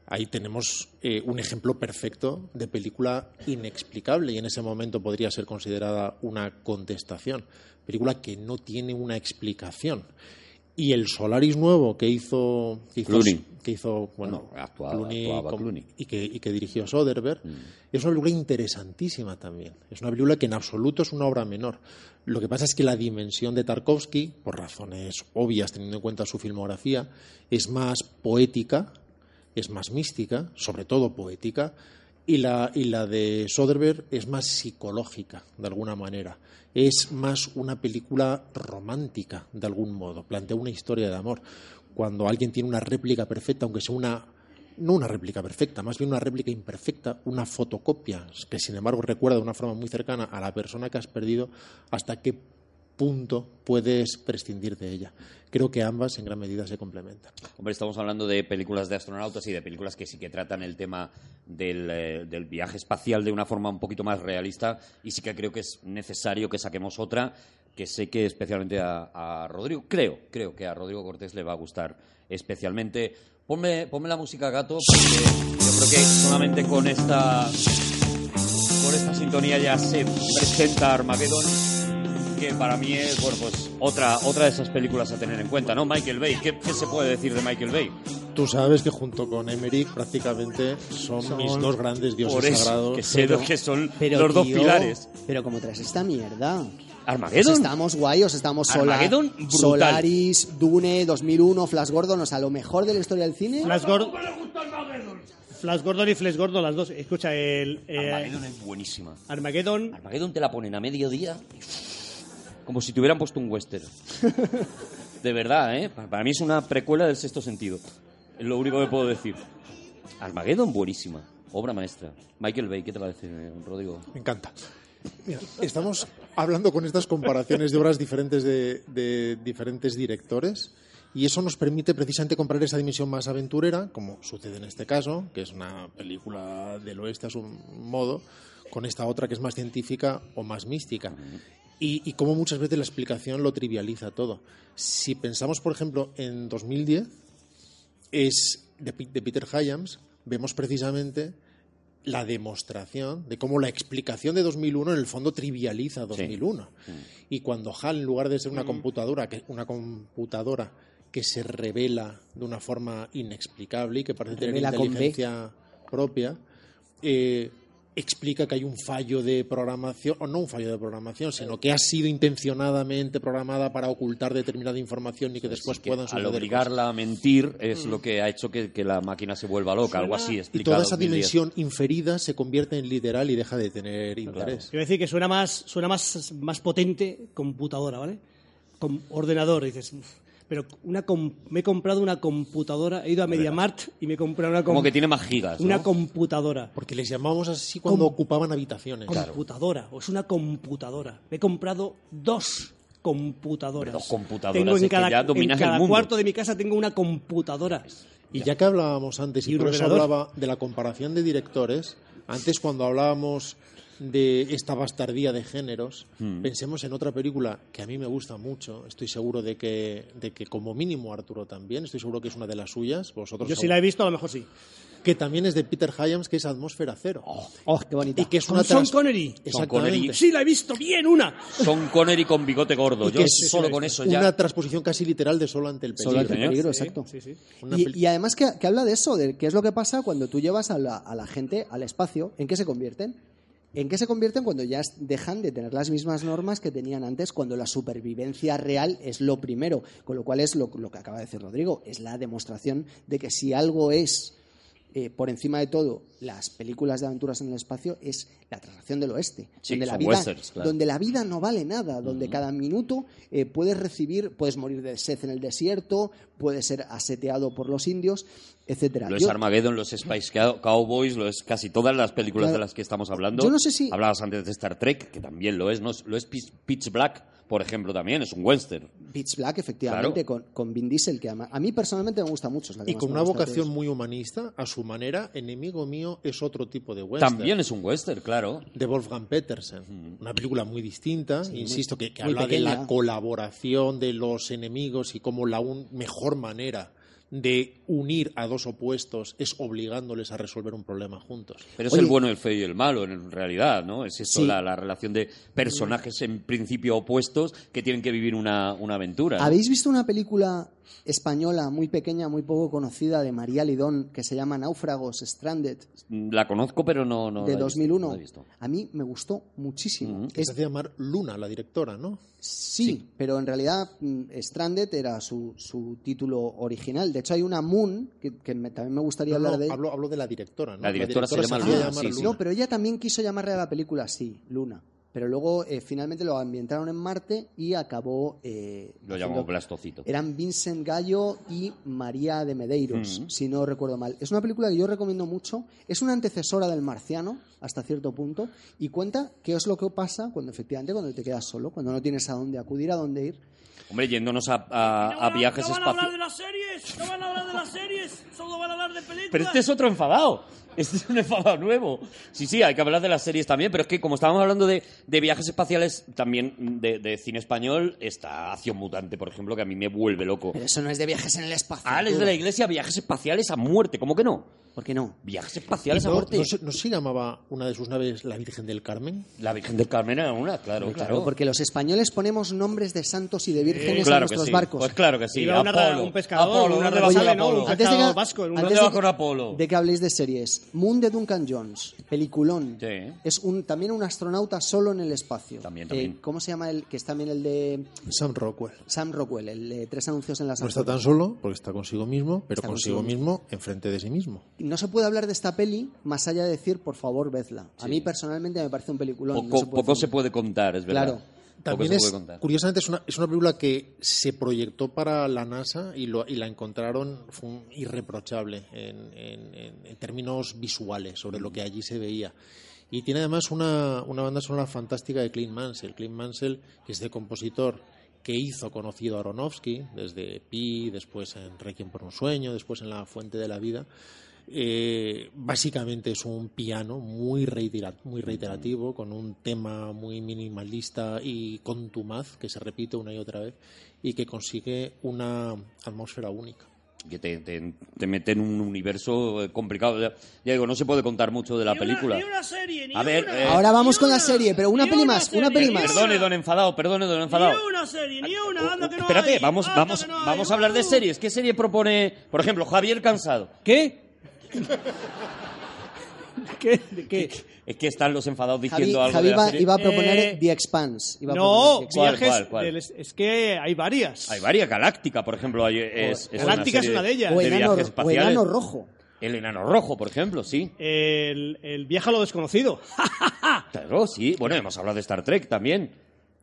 Speaker 4: Ahí tenemos eh, un ejemplo perfecto de película inexplicable y en ese momento podría ser considerada una contestación, película que no tiene una explicación. Y el Solaris nuevo que hizo, que hizo,
Speaker 1: Clooney.
Speaker 4: que hizo, bueno,
Speaker 1: Bueno, actuaba-
Speaker 4: Clooney
Speaker 1: actuaba
Speaker 4: con-
Speaker 1: Clooney.
Speaker 4: y que, y que dirigió Soderbergh, es una película interesantísima también. Es una película que en absoluto es una obra menor. Lo que pasa es que la dimensión de Tarkovsky, por razones obvias teniendo en cuenta su filmografía, es más poética, es más mística, sobre todo poética, y la, y la de Soderbergh es más psicológica, de alguna manera. Es más una película romántica, de algún modo. Plantea una historia de amor. Cuando alguien tiene una réplica perfecta, aunque sea una no una réplica perfecta, más bien una réplica imperfecta, una fotocopia, que sin embargo recuerda de una forma muy cercana a la persona que has perdido, hasta qué punto puedes prescindir de ella. Creo que ambas en gran medida se complementan.
Speaker 1: Hombre, estamos hablando de películas de astronautas y de películas que sí que tratan el tema del, eh, del viaje espacial de una forma un poquito más realista y sí que creo que es necesario que saquemos otra que sé que especialmente a, a Rodrigo, creo, creo que a Rodrigo Cortés le va a gustar especialmente. Ponme, ponme la música, gato, porque yo creo que solamente con esta, con esta sintonía ya se presenta Armageddon que para mí es bueno pues otra otra de esas películas a tener en cuenta no Michael Bay ¿qué, qué se puede decir de Michael Bay
Speaker 4: Tú sabes que junto con Emmerich prácticamente son, mis dos grandes dioses
Speaker 1: por eso
Speaker 4: sagrados.
Speaker 1: que sé
Speaker 3: pero-
Speaker 1: lo que son
Speaker 3: Pero,
Speaker 1: los dos
Speaker 3: tío,
Speaker 1: pilares
Speaker 3: Pero como traes esta mierda. Os
Speaker 1: Armageddon
Speaker 3: estamos guayos, estamos sola-
Speaker 1: Armageddon, brutal.
Speaker 3: Solaris, Dune, 2001, Flash Gordon, o sea, lo mejor de la historia del cine.
Speaker 2: Flash Gordon. Flash Gordon y Flash Gordon, las dos. Escucha, el.
Speaker 3: Ah,
Speaker 2: eh,
Speaker 1: Armageddon es buenísima
Speaker 2: Armageddon.
Speaker 1: Armageddon te la ponen a mediodía y, como si te hubieran puesto un western de verdad eh Pa- para mí es una precuela del sexto sentido es lo único que puedo decir Armageddon buenísima obra maestra Michael Bay ¿qué te parece eh, Rodrigo?
Speaker 4: Me encanta. Mira, estamos hablando con estas comparaciones de obras diferentes de, de diferentes directores y eso nos permite precisamente comprar esa dimensión más aventurera, como sucede en este caso, que es una película del oeste a su modo, con esta otra que es más científica o más mística. Y, y como muchas veces la explicación lo trivializa todo. Si pensamos, por ejemplo, en 2010, es de, Pi- de Peter Hyams, vemos precisamente la demostración de cómo la explicación de 2001 en el fondo trivializa 2001.
Speaker 3: Mm.
Speaker 4: Y cuando HAL, en lugar de ser una computadora, que, una computadora que se revela de una forma inexplicable y que parece tener
Speaker 3: Revela con B.
Speaker 4: inteligencia propia, eh, explica que hay un fallo de programación, o no un fallo de programación, sino que ha sido intencionadamente programada para ocultar determinada información y que después
Speaker 1: que
Speaker 4: puedan
Speaker 1: al
Speaker 4: suceder cosas. Mm.
Speaker 1: obligarla a mentir es lo que ha hecho que, que la máquina se vuelva loca, algo así
Speaker 4: Y
Speaker 1: explicado.
Speaker 4: toda esa
Speaker 1: mil días.
Speaker 4: dimensión inferida se convierte en literal y deja de tener interés.
Speaker 2: Quiero decir que suena más, suena más, más potente computadora, ¿vale? Con ordenador. Dices, "Uf". pero una com- me he comprado una computadora, he ido a MediaMart y me he comprado una, com-
Speaker 1: Como que tiene más gigas. ¿no?
Speaker 2: una computadora.
Speaker 4: Porque les llamamos así cuando
Speaker 2: Com-
Speaker 4: ocupaban habitaciones.
Speaker 2: computadora, o es una computadora. Me he comprado dos computadoras.
Speaker 1: Pero dos computadoras, es que ya dominas
Speaker 2: en cada
Speaker 1: el mundo.
Speaker 2: cuarto de mi casa tengo una computadora.
Speaker 4: Y ya que hablábamos antes, y,
Speaker 2: Y un
Speaker 4: por eso
Speaker 2: ordenador.
Speaker 4: hablaba de la comparación de directores, antes cuando hablábamos de esta bastardía de géneros, pensemos en otra película que a mí me gusta mucho, estoy seguro de que, de que como mínimo Arturo también, estoy seguro que es una de las suyas, vosotros
Speaker 2: Yo si la
Speaker 4: seguro-
Speaker 2: he visto, a lo mejor sí.
Speaker 4: que también es de Peter Hyams, que es Atmósfera Cero.
Speaker 3: Oh, qué bonita.
Speaker 4: y que es
Speaker 2: Con
Speaker 4: una
Speaker 2: Sean
Speaker 4: trans-
Speaker 2: Connery.
Speaker 1: Connery.
Speaker 4: Exactamente.
Speaker 2: Sí, la he visto bien, una.
Speaker 1: Son Connery con bigote gordo.
Speaker 4: Y
Speaker 1: Yo
Speaker 4: que es
Speaker 1: solo con eso ya.
Speaker 4: Una transposición casi literal de solo ante el peligro.
Speaker 3: Solo ante el
Speaker 1: señor.
Speaker 3: peligro,
Speaker 2: Sí,
Speaker 3: exacto.
Speaker 2: sí, sí.
Speaker 4: Una
Speaker 3: y,
Speaker 4: peli-
Speaker 3: y además que, que habla de eso, de qué es lo que pasa cuando tú llevas a la, a la gente al espacio, ¿en qué se convierten? ¿En qué se convierten cuando ya es- dejan de tener las mismas normas que tenían antes, cuando la supervivencia real es lo primero? Con lo cual es lo, lo que acaba de decir Rodrigo, es la demostración de que si algo es, eh, por encima de todo, las películas de aventuras en el espacio, es la traslación del oeste,
Speaker 1: Sí,
Speaker 3: donde, la
Speaker 1: son
Speaker 3: vida,
Speaker 1: westerns, claro.
Speaker 3: donde la vida no vale nada, donde cada minuto eh, puedes recibir, puedes morir de sed en el desierto, puedes ser aseteado por los indios, etcétera.
Speaker 1: Lo es
Speaker 3: Yo-
Speaker 1: Armageddon, los Spice Cow- Cowboys, lo es casi todas las películas
Speaker 3: Claro.
Speaker 1: de las que estamos hablando.
Speaker 3: Yo no sé si-
Speaker 1: Hablabas antes de Star Trek, que también lo es, ¿no? Lo es Pitch, Pitch Black, por ejemplo, también, es un western.
Speaker 3: Pitch Black, efectivamente, con, con Vin Diesel, que ama- a mí personalmente me gusta mucho. es la que
Speaker 4: y
Speaker 3: más
Speaker 4: con
Speaker 3: me
Speaker 4: una
Speaker 3: gusta,
Speaker 4: vocación
Speaker 3: entonces.
Speaker 4: muy humanista, a su manera, enemigo mío es otro tipo de western.
Speaker 1: También es un western, claro.
Speaker 4: de Wolfgang Petersen. Una película muy distinta, insisto, que, que
Speaker 3: muy
Speaker 4: habla de la
Speaker 3: pequeña.
Speaker 4: colaboración de los enemigos y cómo la un- mejor manera de unir a dos opuestos es obligándoles a resolver un problema juntos.
Speaker 1: Pero es
Speaker 3: Oye.
Speaker 1: el bueno, el feo y el malo, en realidad, ¿no? Es eso,
Speaker 3: Sí.
Speaker 1: la, la relación de personajes en principio opuestos que tienen que vivir una, una aventura. ¿no?
Speaker 3: ¿Habéis visto una película española muy pequeña, muy poco conocida, de María Lidón, que se llama Náufragos Stranded,
Speaker 1: La conozco, pero no. no
Speaker 3: de
Speaker 1: la he visto,
Speaker 3: 2001?
Speaker 1: no la he visto.
Speaker 3: A mí me gustó muchísimo.
Speaker 4: Que se hacía llamar Luna, la directora, ¿no?
Speaker 3: Sí, pero en realidad mm, Stranded era su, su título original. De hecho, hay una Moon, que, que me- también me gustaría
Speaker 4: No, no,
Speaker 3: hablar de...
Speaker 4: hablo, hablo de la directora, ¿no?
Speaker 1: La directora se llama
Speaker 4: hacía
Speaker 1: Luna,
Speaker 4: llamar
Speaker 1: sí, sí.
Speaker 3: No, pero ella también quiso llamarle a la película así, Luna. Pero luego eh, finalmente lo ambientaron en Marte y acabó... eh,
Speaker 1: Lo
Speaker 3: haciendo-
Speaker 1: llamamos Blastocito.
Speaker 3: Eran Vincent Gallo y María de Medeiros, si no recuerdo mal. Es una película que yo recomiendo mucho. Es una antecesora del marciano, hasta cierto punto, y cuenta qué es lo que pasa cuando efectivamente cuando te quedas solo, cuando no tienes a dónde acudir, a dónde ir.
Speaker 1: Hombre, yéndonos a, a- a viajes espaciales.
Speaker 2: las series! ¡No van a hablar de las series! ¡Solo van a hablar de películas!
Speaker 1: Pero este es otro enfadado. Este es un enfadado nuevo. Sí, sí, hay que hablar de las series también, pero es que como estábamos hablando de, de viajes espaciales, también de, de cine español, está Acción Mutante, por ejemplo, que a mí me vuelve loco.
Speaker 3: Pero eso no es de viajes en el espacio.
Speaker 1: Alex Ah, de la Iglesia, viajes espaciales a muerte, ¿cómo que no?
Speaker 3: ¿Por qué no?
Speaker 1: Viajes espaciales a
Speaker 4: ¿No,
Speaker 1: muerte.
Speaker 4: no se, no se llamaba una de sus naves la Virgen del Carmen?
Speaker 1: La Virgen del Carmen era una, claro, claro.
Speaker 3: Porque los españoles ponemos nombres de santos y de vírgenes en
Speaker 1: claro que
Speaker 3: nuestros
Speaker 1: sí.
Speaker 3: barcos.
Speaker 1: Pues claro que sí.
Speaker 2: Iba una ra-
Speaker 1: Apolo.
Speaker 2: un pescador,
Speaker 1: Apolo,
Speaker 2: una
Speaker 1: ¿dónde vas a
Speaker 2: rebozada, ¿no?
Speaker 1: Apolo?
Speaker 2: Un
Speaker 3: antes de que,
Speaker 2: pescado vasco en un
Speaker 3: antes
Speaker 1: río
Speaker 3: de
Speaker 1: bajo
Speaker 3: que-
Speaker 1: un Apolo.
Speaker 3: de que habléis de series, Moon de Duncan Jones, peliculón.
Speaker 1: Sí.
Speaker 3: Es un, también un astronauta solo en el espacio.
Speaker 1: También, también.
Speaker 3: Eh, ¿Cómo se llama el que es también el de
Speaker 4: Sam Rockwell.
Speaker 3: Sam Rockwell, el de Tres Anuncios en la
Speaker 4: No Pues está
Speaker 3: Antiguas?
Speaker 4: tan solo, porque está consigo mismo, pero
Speaker 3: Está
Speaker 4: consigo,
Speaker 3: consigo
Speaker 4: mismo enfrente de sí mismo.
Speaker 3: No se puede hablar de esta peli más allá de decir, por favor, vedla. A mí personalmente me parece un peliculón. no
Speaker 1: Poco,
Speaker 3: se puede
Speaker 1: poco se
Speaker 3: decir.
Speaker 1: puede contar, es verdad.
Speaker 3: Claro.
Speaker 1: Poco
Speaker 4: También
Speaker 1: se
Speaker 4: es,
Speaker 1: puede contar.
Speaker 4: curiosamente, es una, es una película que se proyectó para la NASA y, lo- y la encontraron fue un- irreprochable en, en- en- en términos visuales sobre lo que allí se veía. Y tiene además una, una banda sonora fantástica de Clint Mansell. Clint Mansell, que es de compositor que hizo conocido a Aronofsky, desde Pi, después en Requiem por un sueño, después en La Fuente de la Vida. Eh, básicamente es un piano muy, reitera- muy reiterativo, con un tema muy minimalista y contumaz que se repite una y otra vez y que consigue una atmósfera única.
Speaker 1: que te, te- te mete en un universo eh, complicado. Ya, ya digo, no se puede contar mucho de la película.
Speaker 2: serie, ni
Speaker 1: A ver, eh,
Speaker 3: Ahora vamos con la serie, pero una peli más, una peli más.
Speaker 1: Perdone, don enfadado, perdone, don enfadado.
Speaker 2: una serie, ni
Speaker 1: Uh, uh, espérate, vamos, vamos, vamos a
Speaker 2: Uh.
Speaker 1: hablar de series. ¿Qué serie propone, por ejemplo, Javier Cansado?
Speaker 2: ¿Qué? ¿Qué? ¿De qué?
Speaker 1: Es que están los enfadados
Speaker 3: Javi,
Speaker 1: diciendo algo
Speaker 3: Javi
Speaker 1: de la
Speaker 3: iba,
Speaker 1: serie.
Speaker 3: iba a proponer
Speaker 2: Eh,
Speaker 3: The Expanse. iba a proponer
Speaker 2: No,
Speaker 3: The Expanse.
Speaker 1: ¿Cuál,
Speaker 2: viajes.
Speaker 1: cuál, cuál?
Speaker 2: del- es que hay varias.
Speaker 1: Hay varias, Galáctica, por ejemplo. hay- es, es
Speaker 2: Galáctica es
Speaker 1: serie
Speaker 2: una de ellas.
Speaker 3: O
Speaker 1: de
Speaker 3: enano,
Speaker 1: viajes
Speaker 3: o
Speaker 1: espaciales.
Speaker 3: Enano rojo.
Speaker 1: El enano rojo, por ejemplo, sí.
Speaker 2: El, el viaje a lo desconocido.
Speaker 1: Claro, sí. Bueno, hemos hablado de Star Trek también.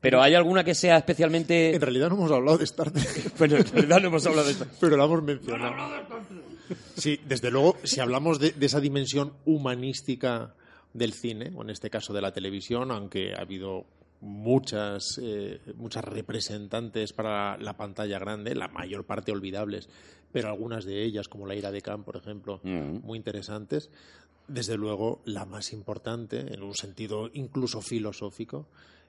Speaker 1: Pero ¿hay alguna que sea especialmente...?
Speaker 4: En realidad no hemos hablado de Star Trek,
Speaker 1: Pero en realidad no hemos hablado de esto.
Speaker 4: pero lo hemos mencionado. Sí, desde luego, si hablamos de, de esa dimensión humanística del cine, o en este caso de la televisión, aunque ha habido muchas, eh, muchas representantes para la pantalla grande, la mayor parte olvidables, pero algunas de ellas, como La ira de Khan, por ejemplo, muy interesantes. Desde luego, la más importante, en un sentido incluso filosófico,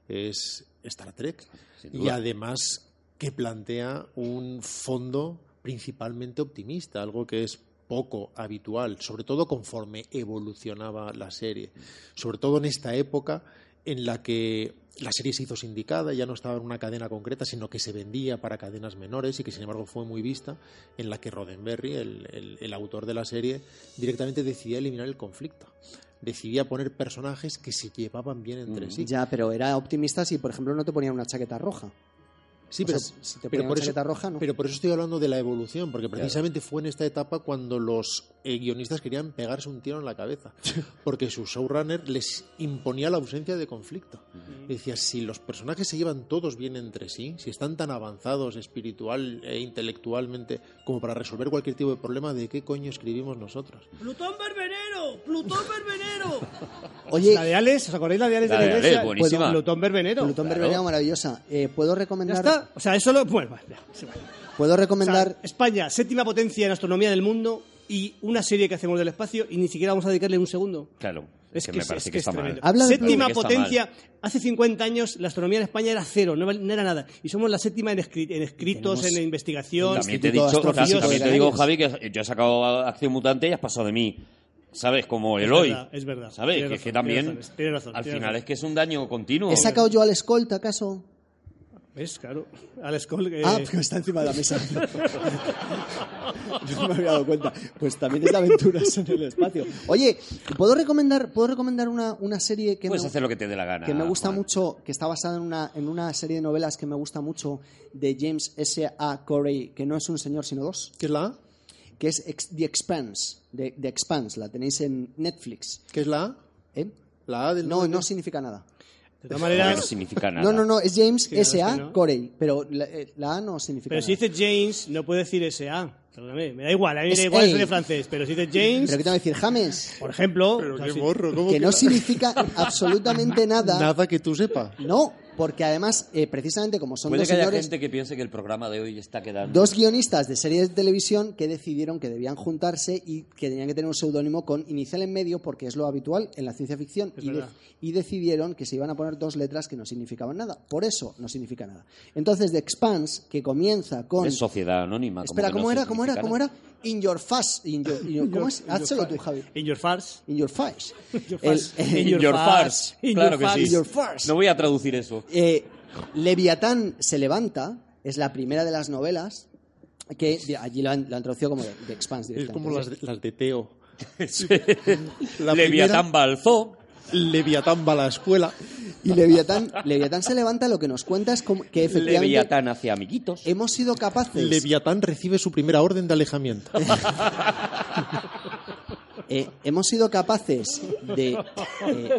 Speaker 4: es Star Trek. Y además que plantea un fondo principalmente optimista, algo que es poco habitual, sobre todo conforme evolucionaba la serie, sobre todo en esta época en la que la serie se hizo sindicada, ya no estaba en una cadena concreta, sino que se vendía para cadenas menores y que sin embargo fue muy vista, en la que Roddenberry, el, el- el autor de la serie, directamente decidía eliminar el conflicto. Decidía poner personajes que se llevaban bien entre sí.
Speaker 3: Ya, pero era optimista si, por ejemplo, no te ponían una chaqueta roja.
Speaker 4: Sí,
Speaker 3: O
Speaker 4: pero,
Speaker 3: sea, si te
Speaker 4: pero
Speaker 3: ponían
Speaker 4: por
Speaker 3: chaqueta
Speaker 4: eso,
Speaker 3: roja, no.
Speaker 4: pero por eso estoy hablando de la evolución, porque precisamente fue en esta etapa cuando los eh, guionistas querían pegarse un tiro en la cabeza, porque su showrunner les imponía la ausencia de conflicto. Decía, si los personajes se llevan todos bien entre sí, si están tan avanzados espiritual e intelectualmente como para resolver cualquier tipo de problema, ¿de qué coño escribimos nosotros?
Speaker 6: Plutón Berbenero, Plutón Berbenero.
Speaker 3: Oye,
Speaker 2: La de Alex, ¿os acordáis la de Alex
Speaker 1: La
Speaker 2: de la
Speaker 1: de Alex,
Speaker 2: iglesia?
Speaker 1: buenísima.
Speaker 2: Pues, Plutón Berbenero.
Speaker 3: Plutón Berbereo, maravillosa. Eh, ¿Puedo
Speaker 2: Ya
Speaker 3: recomendar,
Speaker 2: está. O sea, eso lo. Bueno, vale, ya, se va.
Speaker 3: ¿puedo
Speaker 2: O sea,
Speaker 3: recomendar
Speaker 2: España, séptima potencia en astronomía del mundo y una serie que hacemos del espacio y ni siquiera vamos a dedicarle un segundo.
Speaker 1: Claro,
Speaker 2: Es que,
Speaker 1: me
Speaker 2: es-
Speaker 1: parece
Speaker 2: es
Speaker 1: que,
Speaker 2: que es
Speaker 1: está mal.
Speaker 2: tremendo.
Speaker 3: Habla de
Speaker 2: séptima
Speaker 1: Plutón. Está mal.
Speaker 2: potencia. Hace 50 años la astronomía en España era cero, no, val- no era nada. Y somos la séptima en, escri- en escritos,
Speaker 3: Tenemos-
Speaker 2: en investigación.
Speaker 1: También te he
Speaker 3: Instituto
Speaker 1: dicho,
Speaker 3: Astrofísico
Speaker 1: Javi,
Speaker 3: de
Speaker 1: también te digo, Javi,
Speaker 3: Canarias.
Speaker 1: que yo he sacado a- Acción Mutante y has pasado de mí. ¿Sabes? Como
Speaker 2: Es
Speaker 1: el hoy.
Speaker 2: verdad, es verdad.
Speaker 1: ¿Sabes?
Speaker 2: Tienes
Speaker 1: que, es que
Speaker 2: razón,
Speaker 1: también.
Speaker 2: tienes razón, tienes razón,
Speaker 1: al
Speaker 2: tienes
Speaker 1: final
Speaker 2: razón.
Speaker 1: es que es un daño continuo.
Speaker 3: ¿He sacado yo al escolta, acaso?
Speaker 2: ¿Ves? Claro. Alex Cole. eh,
Speaker 3: Ah, porque está encima de la mesa. Yo no me había dado cuenta. Pues también es de aventuras en el espacio. Oye, ¿puedo recomendar, puedo recomendar una, una serie que
Speaker 1: Puedes
Speaker 3: me,
Speaker 1: hacer lo que te dé la gana.
Speaker 3: que me gusta
Speaker 1: Juan.
Speaker 3: mucho, que está basada en una, en una serie de novelas que me gusta mucho de James S. A. Corey, que no es un señor sino dos,
Speaker 4: ¿Qué es la A?
Speaker 3: que es Ex- The Expanse. The, The Expanse, la tenéis en Netflix.
Speaker 4: ¿Qué es la A?
Speaker 3: ¿eh?
Speaker 4: La A del
Speaker 3: No, no significa nada.
Speaker 2: de
Speaker 1: Porque
Speaker 2: todas maneras.
Speaker 1: no significa nada.
Speaker 3: No, no, no, es James
Speaker 2: claro,
Speaker 3: S.
Speaker 2: es que
Speaker 3: A.
Speaker 2: no.
Speaker 3: Corey, pero la, eh, la A no significa
Speaker 2: Pero
Speaker 3: nada.
Speaker 2: si dices James, no puede decir S.A. Perdóname, me da igual, a mí me da
Speaker 3: Es
Speaker 2: igual,
Speaker 3: A.
Speaker 2: soy de francés. Pero si dices James,
Speaker 3: ¿Pero qué te va a decir James?
Speaker 2: por ejemplo. o
Speaker 4: Pero
Speaker 2: sea,
Speaker 4: qué
Speaker 2: si-
Speaker 4: morro, ¿cómo
Speaker 3: que
Speaker 4: que
Speaker 3: no
Speaker 4: la-
Speaker 3: significa absolutamente nada.
Speaker 4: Nada que tú sepas.
Speaker 3: No, porque además, eh, precisamente como son
Speaker 1: Puede
Speaker 3: dos
Speaker 1: que haya
Speaker 3: señores,
Speaker 1: gente que piense que el programa de hoy está quedando.
Speaker 3: dos guionistas de series de televisión que decidieron que debían juntarse y que tenían que tener un seudónimo con inicial en medio, porque es lo habitual en la ciencia ficción,
Speaker 2: Es
Speaker 3: y, de-
Speaker 2: verdad.
Speaker 3: y decidieron que se iban a poner dos letras que no significaban nada. Por eso no significa nada. Entonces, The Expanse, que comienza con...
Speaker 1: Es sociedad anónima. como
Speaker 3: Espera,
Speaker 1: que no
Speaker 3: ¿cómo era? ¿Cómo era?
Speaker 1: significa
Speaker 3: ¿Cómo
Speaker 1: nada.
Speaker 3: era? In your face. In your- in your- ¿Cómo es? Házelo tú, Javi.
Speaker 2: In your farce.
Speaker 3: In your face.
Speaker 2: your
Speaker 3: El-
Speaker 2: face.
Speaker 3: el-
Speaker 1: In your, farce.
Speaker 2: In
Speaker 1: Claro
Speaker 2: your
Speaker 1: que
Speaker 2: farce.
Speaker 1: sí.
Speaker 3: In your farce.
Speaker 1: No voy a traducir eso.
Speaker 3: Eh, Leviatán se levanta, es la primera de las novelas que de- allí la han, la han traducido como de, de Expanse
Speaker 4: Es
Speaker 3: directamente.
Speaker 4: como las de, las de Teo. La
Speaker 1: Leviatán Balzó.
Speaker 4: Leviatán va a la escuela.
Speaker 3: Y Leviatán, Leviatán se levanta, lo que nos cuenta es como que efectivamente
Speaker 1: Leviatán hacia amiguitos.
Speaker 3: hemos sido capaces...
Speaker 4: Leviatán recibe su primera orden de alejamiento.
Speaker 3: Eh, hemos sido capaces de eh,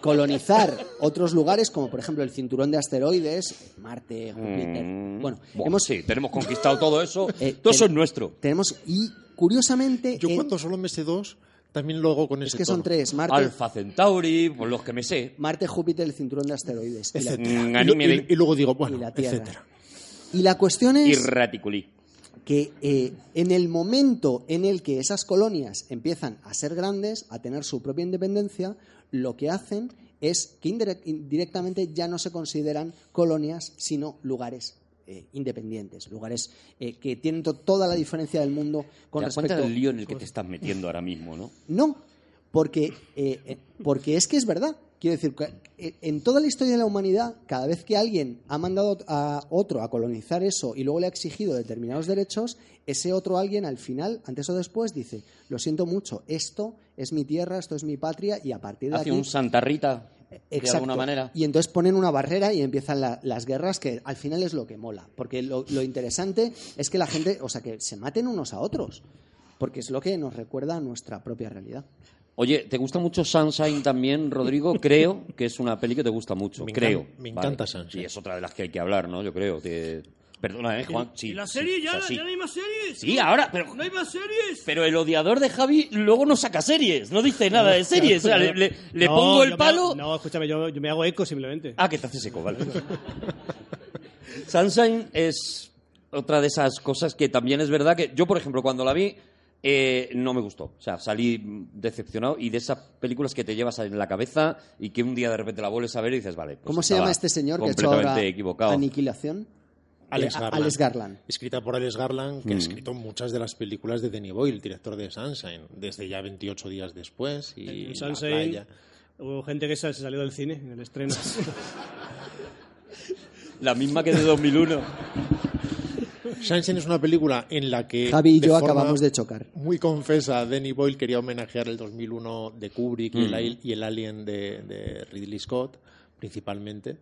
Speaker 3: colonizar otros lugares, como por ejemplo el cinturón de asteroides, Marte, Júpiter. Bueno,
Speaker 1: Mm. Buah,
Speaker 3: hemos,
Speaker 1: sí, tenemos conquistado todo eso.
Speaker 3: Eh,
Speaker 1: todo eso
Speaker 3: ten-
Speaker 1: es nuestro.
Speaker 3: tenemos. Y curiosamente.
Speaker 4: Yo
Speaker 3: eh,
Speaker 4: cuando solo me sé dos, también lo hago con
Speaker 3: es
Speaker 4: ese
Speaker 3: que son
Speaker 4: tono.
Speaker 3: tres: Marte,
Speaker 1: Alfa Centauri, por los que me sé.
Speaker 3: Marte Júpiter, el cinturón de asteroides. Y la-
Speaker 4: Etcétera.
Speaker 1: Mm,
Speaker 4: Y lo-
Speaker 1: anime de-
Speaker 4: y, y luego digo,
Speaker 3: y
Speaker 4: bueno,
Speaker 3: la Tierra.
Speaker 4: etcétera.
Speaker 3: Y la cuestión
Speaker 1: Ah, Y
Speaker 3: es
Speaker 1: Raticulí.
Speaker 3: que eh, en el momento en el que esas colonias empiezan a ser grandes, a tener su propia independencia, lo que hacen es que indirec- indirectamente ya no se consideran colonias, sino lugares eh, independientes, lugares eh, que tienen to- toda la diferencia del mundo
Speaker 1: Te
Speaker 3: con
Speaker 1: das cuenta
Speaker 3: respecto
Speaker 1: del lío en el que te estás metiendo ahora mismo, ¿no?
Speaker 3: No, porque, eh, eh, porque es que es verdad. Quiero decir, que, eh, en toda la historia de la humanidad, cada vez que alguien ha mandado a otro a colonizar eso y luego le ha exigido determinados derechos, ese otro alguien al final, antes o después, dice, lo siento mucho, esto es mi tierra, esto es mi patria y a partir de
Speaker 1: Hacia
Speaker 3: aquí...
Speaker 1: un Santa Rita, de
Speaker 3: Exacto.
Speaker 1: alguna manera.
Speaker 3: Y entonces ponen una barrera y empiezan la- las guerras, que al final es lo que mola. Porque lo, lo interesante es que la gente, o sea, que se maten unos a otros. Porque es lo que nos recuerda a nuestra propia realidad.
Speaker 1: Oye, ¿te gusta mucho Sunshine también, Rodrigo? Creo que es una peli que te gusta mucho.
Speaker 4: Me encan-
Speaker 1: creo.
Speaker 4: me encanta Sunshine.
Speaker 1: Y es otra de las que hay que hablar, ¿no? Yo creo. Te- Perdona, ¿eh, Juan? Sí.
Speaker 6: ¿Y la
Speaker 1: sí,
Speaker 6: serie?
Speaker 1: o
Speaker 6: ¿Ya,
Speaker 1: sea, sí.
Speaker 6: ya no hay más series?
Speaker 1: Sí, ahora, pero
Speaker 6: ¿No hay más series?
Speaker 1: Pero el odiador de Javi luego no saca series, no dice nada de series. O sea, le, le- le
Speaker 2: No,
Speaker 1: pongo
Speaker 2: yo
Speaker 1: el
Speaker 2: me hago-
Speaker 1: palo.
Speaker 2: no, escúchame, yo, yo me hago eco simplemente.
Speaker 1: Ah, que te haces eco, vale. Sunshine es otra de esas cosas que también es verdad que yo, por ejemplo, cuando la vi, eh, no me gustó. O sea, salí mm, decepcionado y de esas películas que te llevas en la cabeza y que un día de repente la vuelves a ver y dices, vale. pues
Speaker 3: ¿Cómo se
Speaker 1: estaba
Speaker 3: llama este señor que ha hecho
Speaker 1: completamente
Speaker 3: ahora
Speaker 1: equivocado.
Speaker 3: Aniquilación?
Speaker 4: Alex
Speaker 3: Eh, a-
Speaker 4: Garland.
Speaker 3: Alex Garland.
Speaker 4: Escrita por Alex Garland,
Speaker 1: Mm.
Speaker 4: que ha escrito muchas de las películas de Danny Boyle, el director de Sunshine, desde ya 28 días después y
Speaker 2: En
Speaker 4: La
Speaker 2: Sunshine
Speaker 4: Playa.
Speaker 2: hubo gente que se se salió del cine en el estreno.
Speaker 1: La misma que de 2001.
Speaker 4: Sunshine es una película en la que...
Speaker 3: Javi y yo
Speaker 4: forma
Speaker 3: acabamos de chocar.
Speaker 4: Muy confesa, Danny Boyle quería homenajear el 2001 de Kubrick
Speaker 1: Mm.
Speaker 4: y, el, al- y el Alien de, de Ridley Scott, principalmente,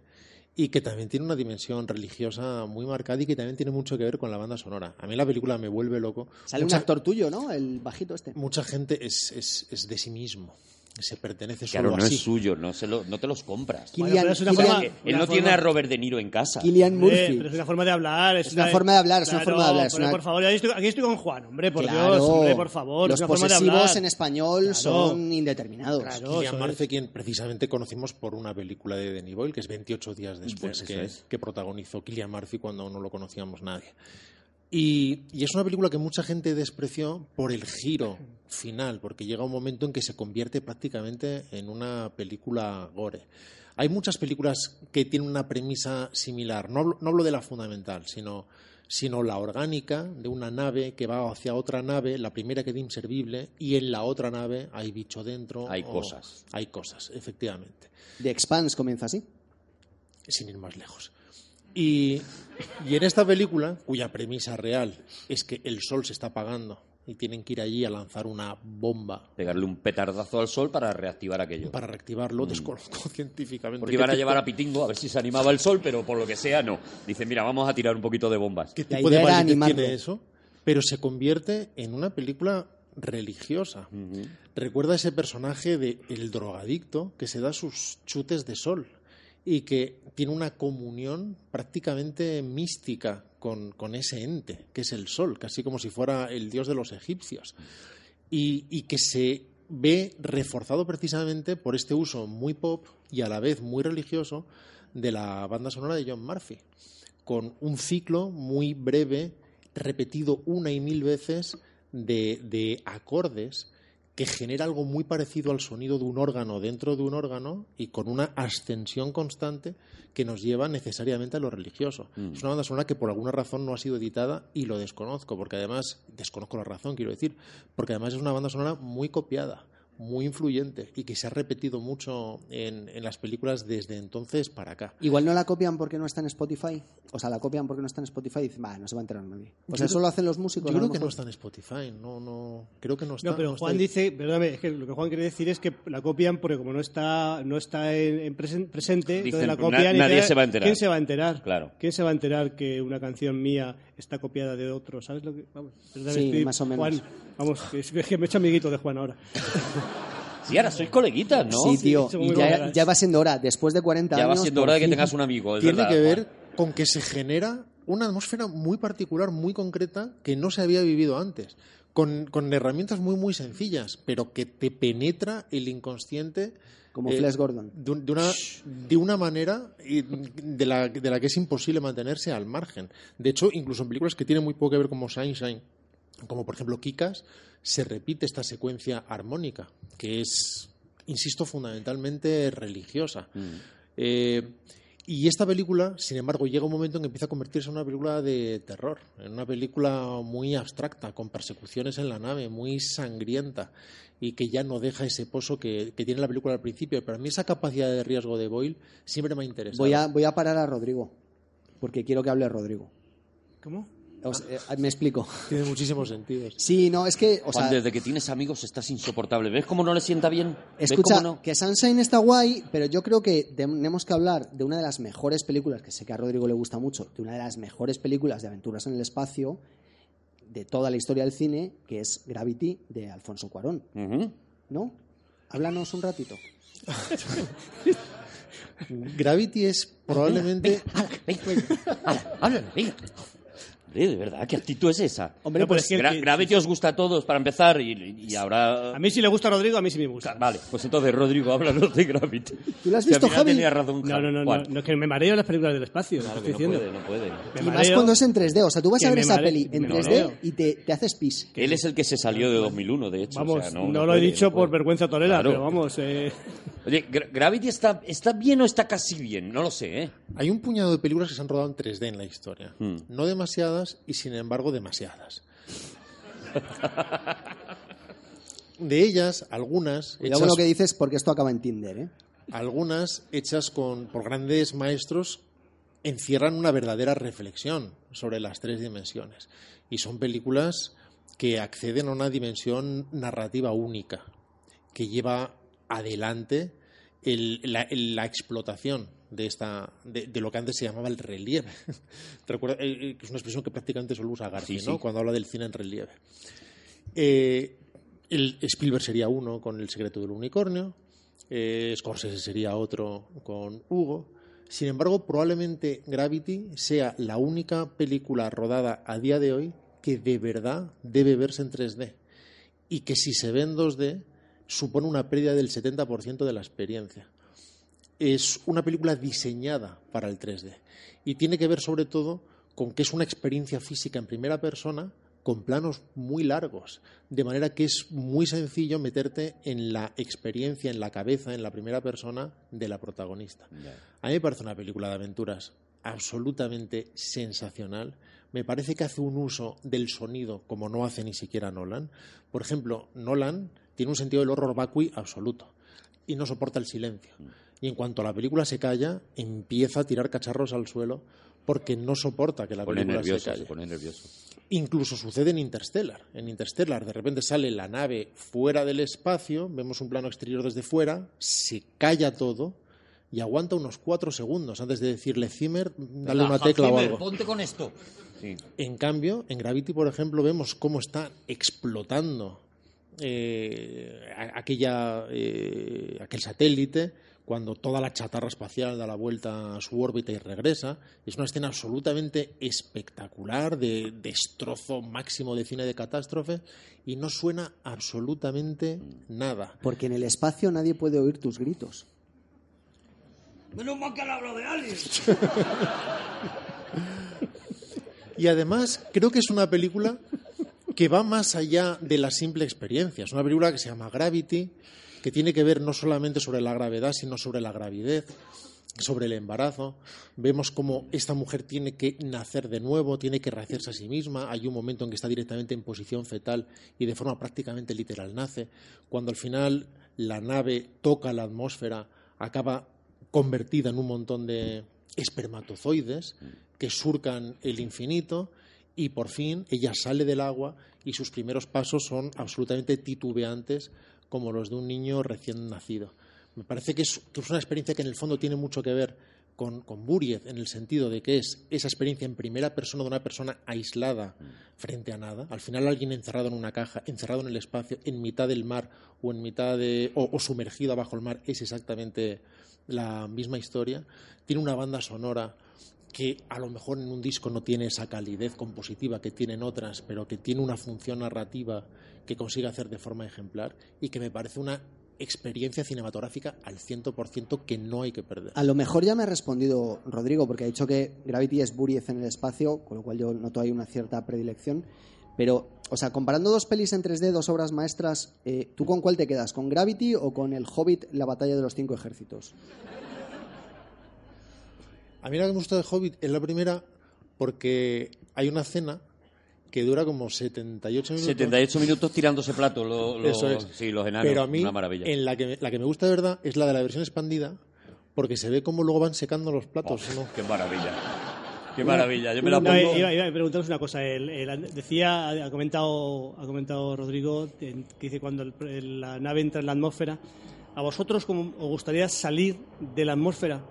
Speaker 4: y que también tiene una dimensión religiosa muy marcada y que también tiene mucho que ver con la banda sonora. A mí la película me vuelve loco.
Speaker 3: Sale un
Speaker 4: Mucha-
Speaker 3: actor tuyo, ¿no? El bajito este.
Speaker 4: mucha gente es, es, es de sí mismo, se pertenece solo
Speaker 1: Claro, no
Speaker 4: a sí.
Speaker 1: es suyo, no, se lo- no te los compras.
Speaker 2: Bueno,
Speaker 3: Killian,
Speaker 2: pero es una
Speaker 3: Killian-
Speaker 2: forma-
Speaker 1: Él no
Speaker 2: Una
Speaker 1: tiene
Speaker 2: forma-
Speaker 1: a Robert De Niro en casa.
Speaker 3: Killian
Speaker 2: Hombre,
Speaker 3: Murphy.
Speaker 2: pero es una forma de hablar. Es,
Speaker 3: una forma de hablar, es una forma de hablar, es
Speaker 2: pero
Speaker 3: una-
Speaker 2: Por favor, ahí estoy- aquí estoy con Juan, hombre, por
Speaker 3: Claro.
Speaker 2: Dios, hombre, por favor.
Speaker 3: Los
Speaker 2: es una
Speaker 3: posesivos
Speaker 2: forma de hablar.
Speaker 3: en español
Speaker 2: Claro.
Speaker 3: son indeterminados.
Speaker 2: Claro.
Speaker 4: Killian
Speaker 1: ¿eh?
Speaker 2: eso
Speaker 4: Murphy, quien precisamente conocimos por una película de Danny Boyle, que es 28 días después,
Speaker 1: Eso
Speaker 4: que,
Speaker 1: es.
Speaker 4: que protagonizó Killian Murphy cuando aún no lo conocíamos nadie. Y, y es una película que mucha gente despreció por el giro final, porque llega un momento en que se convierte prácticamente en una película gore. Hay muchas películas que tienen una premisa similar. No hablo, no hablo de la fundamental, sino, sino la orgánica de una nave que va hacia otra nave, la primera queda inservible, y en la otra nave hay bicho dentro.
Speaker 1: Hay cosas.
Speaker 4: Hay cosas, efectivamente
Speaker 3: The Expanse comienza así.
Speaker 4: sin ir más lejos. Y, y en esta película, cuya premisa real es que el sol se está apagando y tienen que ir allí a lanzar una bomba
Speaker 1: Pegarle un petardazo al sol para reactivar aquello.
Speaker 4: para reactivarlo, desconozco científicamente.
Speaker 1: Mm. Porque iban a llevar a Pitingo a ver si se animaba el sol, pero por lo que sea no. Dice, mira, vamos a tirar un poquito de bombas.
Speaker 4: qué
Speaker 3: La
Speaker 4: tipo de
Speaker 3: idea era
Speaker 4: validez
Speaker 3: animarlo.
Speaker 4: tiene eso, pero se convierte en una película religiosa. Recuerda ese personaje de el drogadicto que se da sus chutes de sol y que tiene una comunión prácticamente mística con, con ese ente, que es el sol, casi como si fuera el dios de los egipcios y, y que se ve reforzado precisamente por este uso muy pop y a la vez muy religioso de la banda sonora de John Murphy, con un ciclo muy breve, repetido una y mil veces, de, de acordes que genera algo muy parecido al sonido de un órgano dentro de un órgano y con una ascensión constante que nos lleva necesariamente a lo religioso. Es una banda sonora que por alguna razón no ha sido editada y lo desconozco, porque además, desconozco la razón, quiero decir, porque además es una banda sonora muy copiada, muy influyente y que se ha repetido mucho en, en las películas desde entonces para acá.
Speaker 3: Igual no la copian porque no está en Spotify. O sea, la copian porque no está en Spotify y dicen, "Bah, no se va a enterar nadie. O sea, eso lo hacen los músicos.
Speaker 4: Yo
Speaker 3: a lo
Speaker 4: creo que no
Speaker 3: mejor.
Speaker 4: está en Spotify, no, no, creo que no está.
Speaker 2: No, pero
Speaker 4: no
Speaker 2: Juan
Speaker 4: está-
Speaker 2: dice, perdóname, es que lo que Juan quiere decir es que la copian porque como no está, no está en, en presen- presente,
Speaker 1: Dicen, pues,
Speaker 2: entonces la
Speaker 1: na-
Speaker 2: copian y
Speaker 1: nadie
Speaker 2: dicen,
Speaker 1: se va a enterar.
Speaker 2: ¿Quién se va a enterar?
Speaker 1: Claro.
Speaker 2: ¿Quién se va a enterar que una canción mía está copiada de otro? ¿Sabes lo que? Vamos, perdóname,
Speaker 3: Sí,
Speaker 2: estoy-
Speaker 3: más o menos.
Speaker 2: Juan, vamos, que es, es que me he hecho amiguito de Juan ahora.
Speaker 1: Sí, ahora sois coleguitas, ¿no?
Speaker 3: Sí, tío.
Speaker 2: Sí,
Speaker 3: y
Speaker 2: muy
Speaker 3: ya,
Speaker 2: buenas.
Speaker 3: ya va siendo hora. Después de 40
Speaker 1: Ya va
Speaker 3: años.
Speaker 1: siendo
Speaker 3: por
Speaker 1: hora de que
Speaker 3: fin.
Speaker 1: tengas un amigo, es
Speaker 4: tiene
Speaker 1: Pues verdad.
Speaker 4: que ver con que se genera una atmósfera muy particular, muy concreta, que no se había vivido antes, con, con herramientas muy, muy sencillas, pero que te penetra el inconsciente.
Speaker 3: Como Flash Gordon.
Speaker 4: De, un- de una, de una manera y de la, de la que es imposible mantenerse al margen. De hecho, incluso en películas que tienen muy poco que ver como Sunshine, como por ejemplo Kikas, se repite esta secuencia armónica, que es, insisto, fundamentalmente religiosa. Eh, y esta película, sin embargo, llega un momento en que empieza a convertirse en una película de terror, en una película muy abstracta, con persecuciones en la nave, muy sangrienta, y que ya no deja ese pozo que, que tiene la película al principio. Pero a mí esa capacidad de riesgo de Boyle siempre me ha interesado.
Speaker 3: Voy a, voy a parar a Rodrigo. Porque quiero que hable Rodrigo.
Speaker 2: ¿Cómo?
Speaker 3: O sea, eh, me explico.
Speaker 4: Tiene muchísimos sentidos.
Speaker 3: Sí, no, es que. O
Speaker 1: Juan,
Speaker 3: sea,
Speaker 1: desde que tienes amigos estás insoportable. ¿Ves cómo no le sienta bien? ¿Ves
Speaker 3: Escucha,
Speaker 1: cómo no?
Speaker 3: que Sunshine está guay, pero yo creo que tenemos que hablar de una de las mejores películas, que sé que a Rodrigo le gusta mucho, de una de las mejores películas de aventuras en el espacio de toda la historia del cine, que es Gravity de Alfonso Cuarón,
Speaker 1: Ujú.
Speaker 3: ¿no? Háblanos un ratito.
Speaker 4: Gravity es probablemente
Speaker 1: Háblalo, venga. Hombre, de verdad, ¿qué actitud es esa?
Speaker 2: Hombre, pues que-
Speaker 1: Gra-
Speaker 2: que-
Speaker 1: Gravity os gusta a todos para empezar y, y ahora.
Speaker 2: A mí si le gusta a Rodrigo, a mí sí me gusta.
Speaker 1: Vale, pues entonces, Rodrigo, háblanos de Gravity.
Speaker 3: ¿Tú lo has
Speaker 1: Si al
Speaker 3: visto,
Speaker 1: final
Speaker 3: Javi?
Speaker 1: tenía razón,
Speaker 2: No,
Speaker 1: Javi.
Speaker 2: no, no, no,
Speaker 1: Juan.
Speaker 2: no, que me mareo en las películas del espacio,
Speaker 1: Claro
Speaker 2: te
Speaker 1: que no
Speaker 2: estoy
Speaker 1: puede,
Speaker 2: diciendo.
Speaker 1: no puede.
Speaker 2: Me
Speaker 3: Y más
Speaker 2: mareo.
Speaker 3: cuando es en 3D. O sea, tú vas
Speaker 2: Que
Speaker 3: a ver
Speaker 2: me
Speaker 3: esa
Speaker 2: mareo,
Speaker 3: peli en
Speaker 2: me
Speaker 3: 3D
Speaker 2: mareo.
Speaker 3: y te, te haces pis.
Speaker 1: Que él es el que se salió de 2001, de hecho.
Speaker 2: Vamos,
Speaker 1: o sea,
Speaker 2: no,
Speaker 1: no
Speaker 2: lo he
Speaker 1: puede,
Speaker 2: dicho
Speaker 1: no
Speaker 2: por
Speaker 1: puede.
Speaker 2: vergüenza torera,
Speaker 1: Claro.
Speaker 2: pero vamos, eh,
Speaker 1: Oye, Gra- Gravity está, está bien o está casi bien, no lo sé, ¿eh?
Speaker 4: Hay un puñado de películas que se han rodado en 3D en la historia.
Speaker 3: Hmm.
Speaker 4: No demasiadas y sin embargo demasiadas. De ellas, algunas
Speaker 3: Cuidado
Speaker 4: hechas,
Speaker 3: con lo que dices porque esto acaba en Tinder, ¿eh?
Speaker 4: algunas hechas con, por grandes maestros encierran una verdadera reflexión sobre las tres dimensiones. Y son películas que acceden a una dimensión narrativa única, que lleva adelante el- la, el- la explotación de, esta, de, de lo que antes se llamaba el relieve. Recuerda, eh, eh, que es una expresión que prácticamente solo usa García,
Speaker 1: Sí,
Speaker 4: ¿no?
Speaker 1: sí.
Speaker 4: cuando habla del cine en relieve. Eh, el Spielberg sería uno con El secreto del unicornio, eh, Scorsese sería otro con Hugo. Sin embargo, probablemente Gravity sea la única película rodada a día de hoy que de verdad debe verse en 3D y que si se ve en 2D supone una pérdida del 70% de la experiencia. Es una película diseñada para el 3D y tiene que ver sobre todo con que es una experiencia física en primera persona con planos muy largos, de manera que es muy sencillo meterte en la experiencia, en la cabeza, en la primera persona de la protagonista. A mí me parece una película de aventuras absolutamente sensacional. Me parece que hace un uso del sonido como no hace ni siquiera Nolan. Por ejemplo, Nolan tiene un sentido del horror vacui absoluto y no soporta el silencio. Y en cuanto la película se calla, empieza a tirar cacharros al suelo porque no soporta que la
Speaker 1: Se pone
Speaker 4: película se
Speaker 1: nervioso,
Speaker 4: calle.
Speaker 1: se pone nervioso.
Speaker 4: Incluso sucede en Interstellar. En Interstellar, de repente sale la nave fuera del espacio, vemos un plano exterior desde fuera, se calla todo y aguanta unos cuatro segundos antes de decirle Zimmer, dale una tecla o algo.
Speaker 1: Ponte con esto.
Speaker 4: En cambio, en Gravity, por ejemplo, vemos cómo está explotando eh, a- aquella, eh, aquel satélite cuando toda la chatarra espacial da la vuelta a su órbita y regresa. Es una escena absolutamente espectacular, de destrozo máximo de cine de catástrofe, y no suena absolutamente nada.
Speaker 3: Porque en el espacio nadie puede oír tus gritos.
Speaker 6: Menos mal que le hablo de Alice.
Speaker 4: Y además creo que es una película que va más allá de la simple experiencia. Es una película que se llama Gravity, que tiene que ver no solamente sobre la gravedad, sino sobre la gravidez, sobre el embarazo. Vemos cómo esta mujer tiene que nacer de nuevo, tiene que rehacerse a sí misma. Hay un momento en que está directamente en posición fetal y de forma prácticamente literal nace. Cuando al final la nave toca la atmósfera, acaba convertida en un montón de espermatozoides que surcan el infinito y por fin ella sale del agua y sus primeros pasos son absolutamente titubeantes como los de un niño recién nacido. Me parece que es, que es una experiencia que en el fondo tiene mucho que ver con, con Buriez en el sentido de que es esa experiencia en primera persona de una persona aislada frente a nada. Al final alguien encerrado en una caja, encerrado en el espacio, en mitad del mar o en mitad de o, o sumergido bajo el mar es exactamente la misma historia. Tiene una banda sonora que a lo mejor en un disco no tiene esa calidez compositiva que tienen otras, pero que tiene una función narrativa que consigue hacer de forma ejemplar y que me parece una experiencia cinematográfica al 100% que no hay que perder.
Speaker 3: A lo mejor ya me ha respondido Rodrigo, porque ha dicho que Gravity es Buriez en el espacio, con lo cual yo noto ahí una cierta predilección. Pero, o sea, comparando dos pelis en 3D, dos obras maestras, eh, ¿tú con cuál te quedas? ¿Con Gravity o con El Hobbit, la batalla de los cinco ejércitos?
Speaker 4: A mí la que me gustó de Hobbit es la primera porque hay una cena que dura como 78 minutos.
Speaker 1: 78 minutos tirándose plato, lo- lo-
Speaker 4: Eso es.
Speaker 1: sí, los enanos,
Speaker 4: Pero a mí,
Speaker 1: una maravilla.
Speaker 4: En la, que, me- la que me gusta de verdad es la de la versión expandida porque se ve cómo luego van secando los platos. ¿no?
Speaker 1: Oh, Qué maravilla. Qué maravilla. Yo me la
Speaker 2: no,
Speaker 1: pongo.
Speaker 2: eh, iba, iba a preguntaros una cosa. El- el- decía, ha comentado, ha comentado Rodrigo en- que dice cuando el- el- la nave entra en la atmósfera, ¿a vosotros como os gustaría salir de la atmósfera?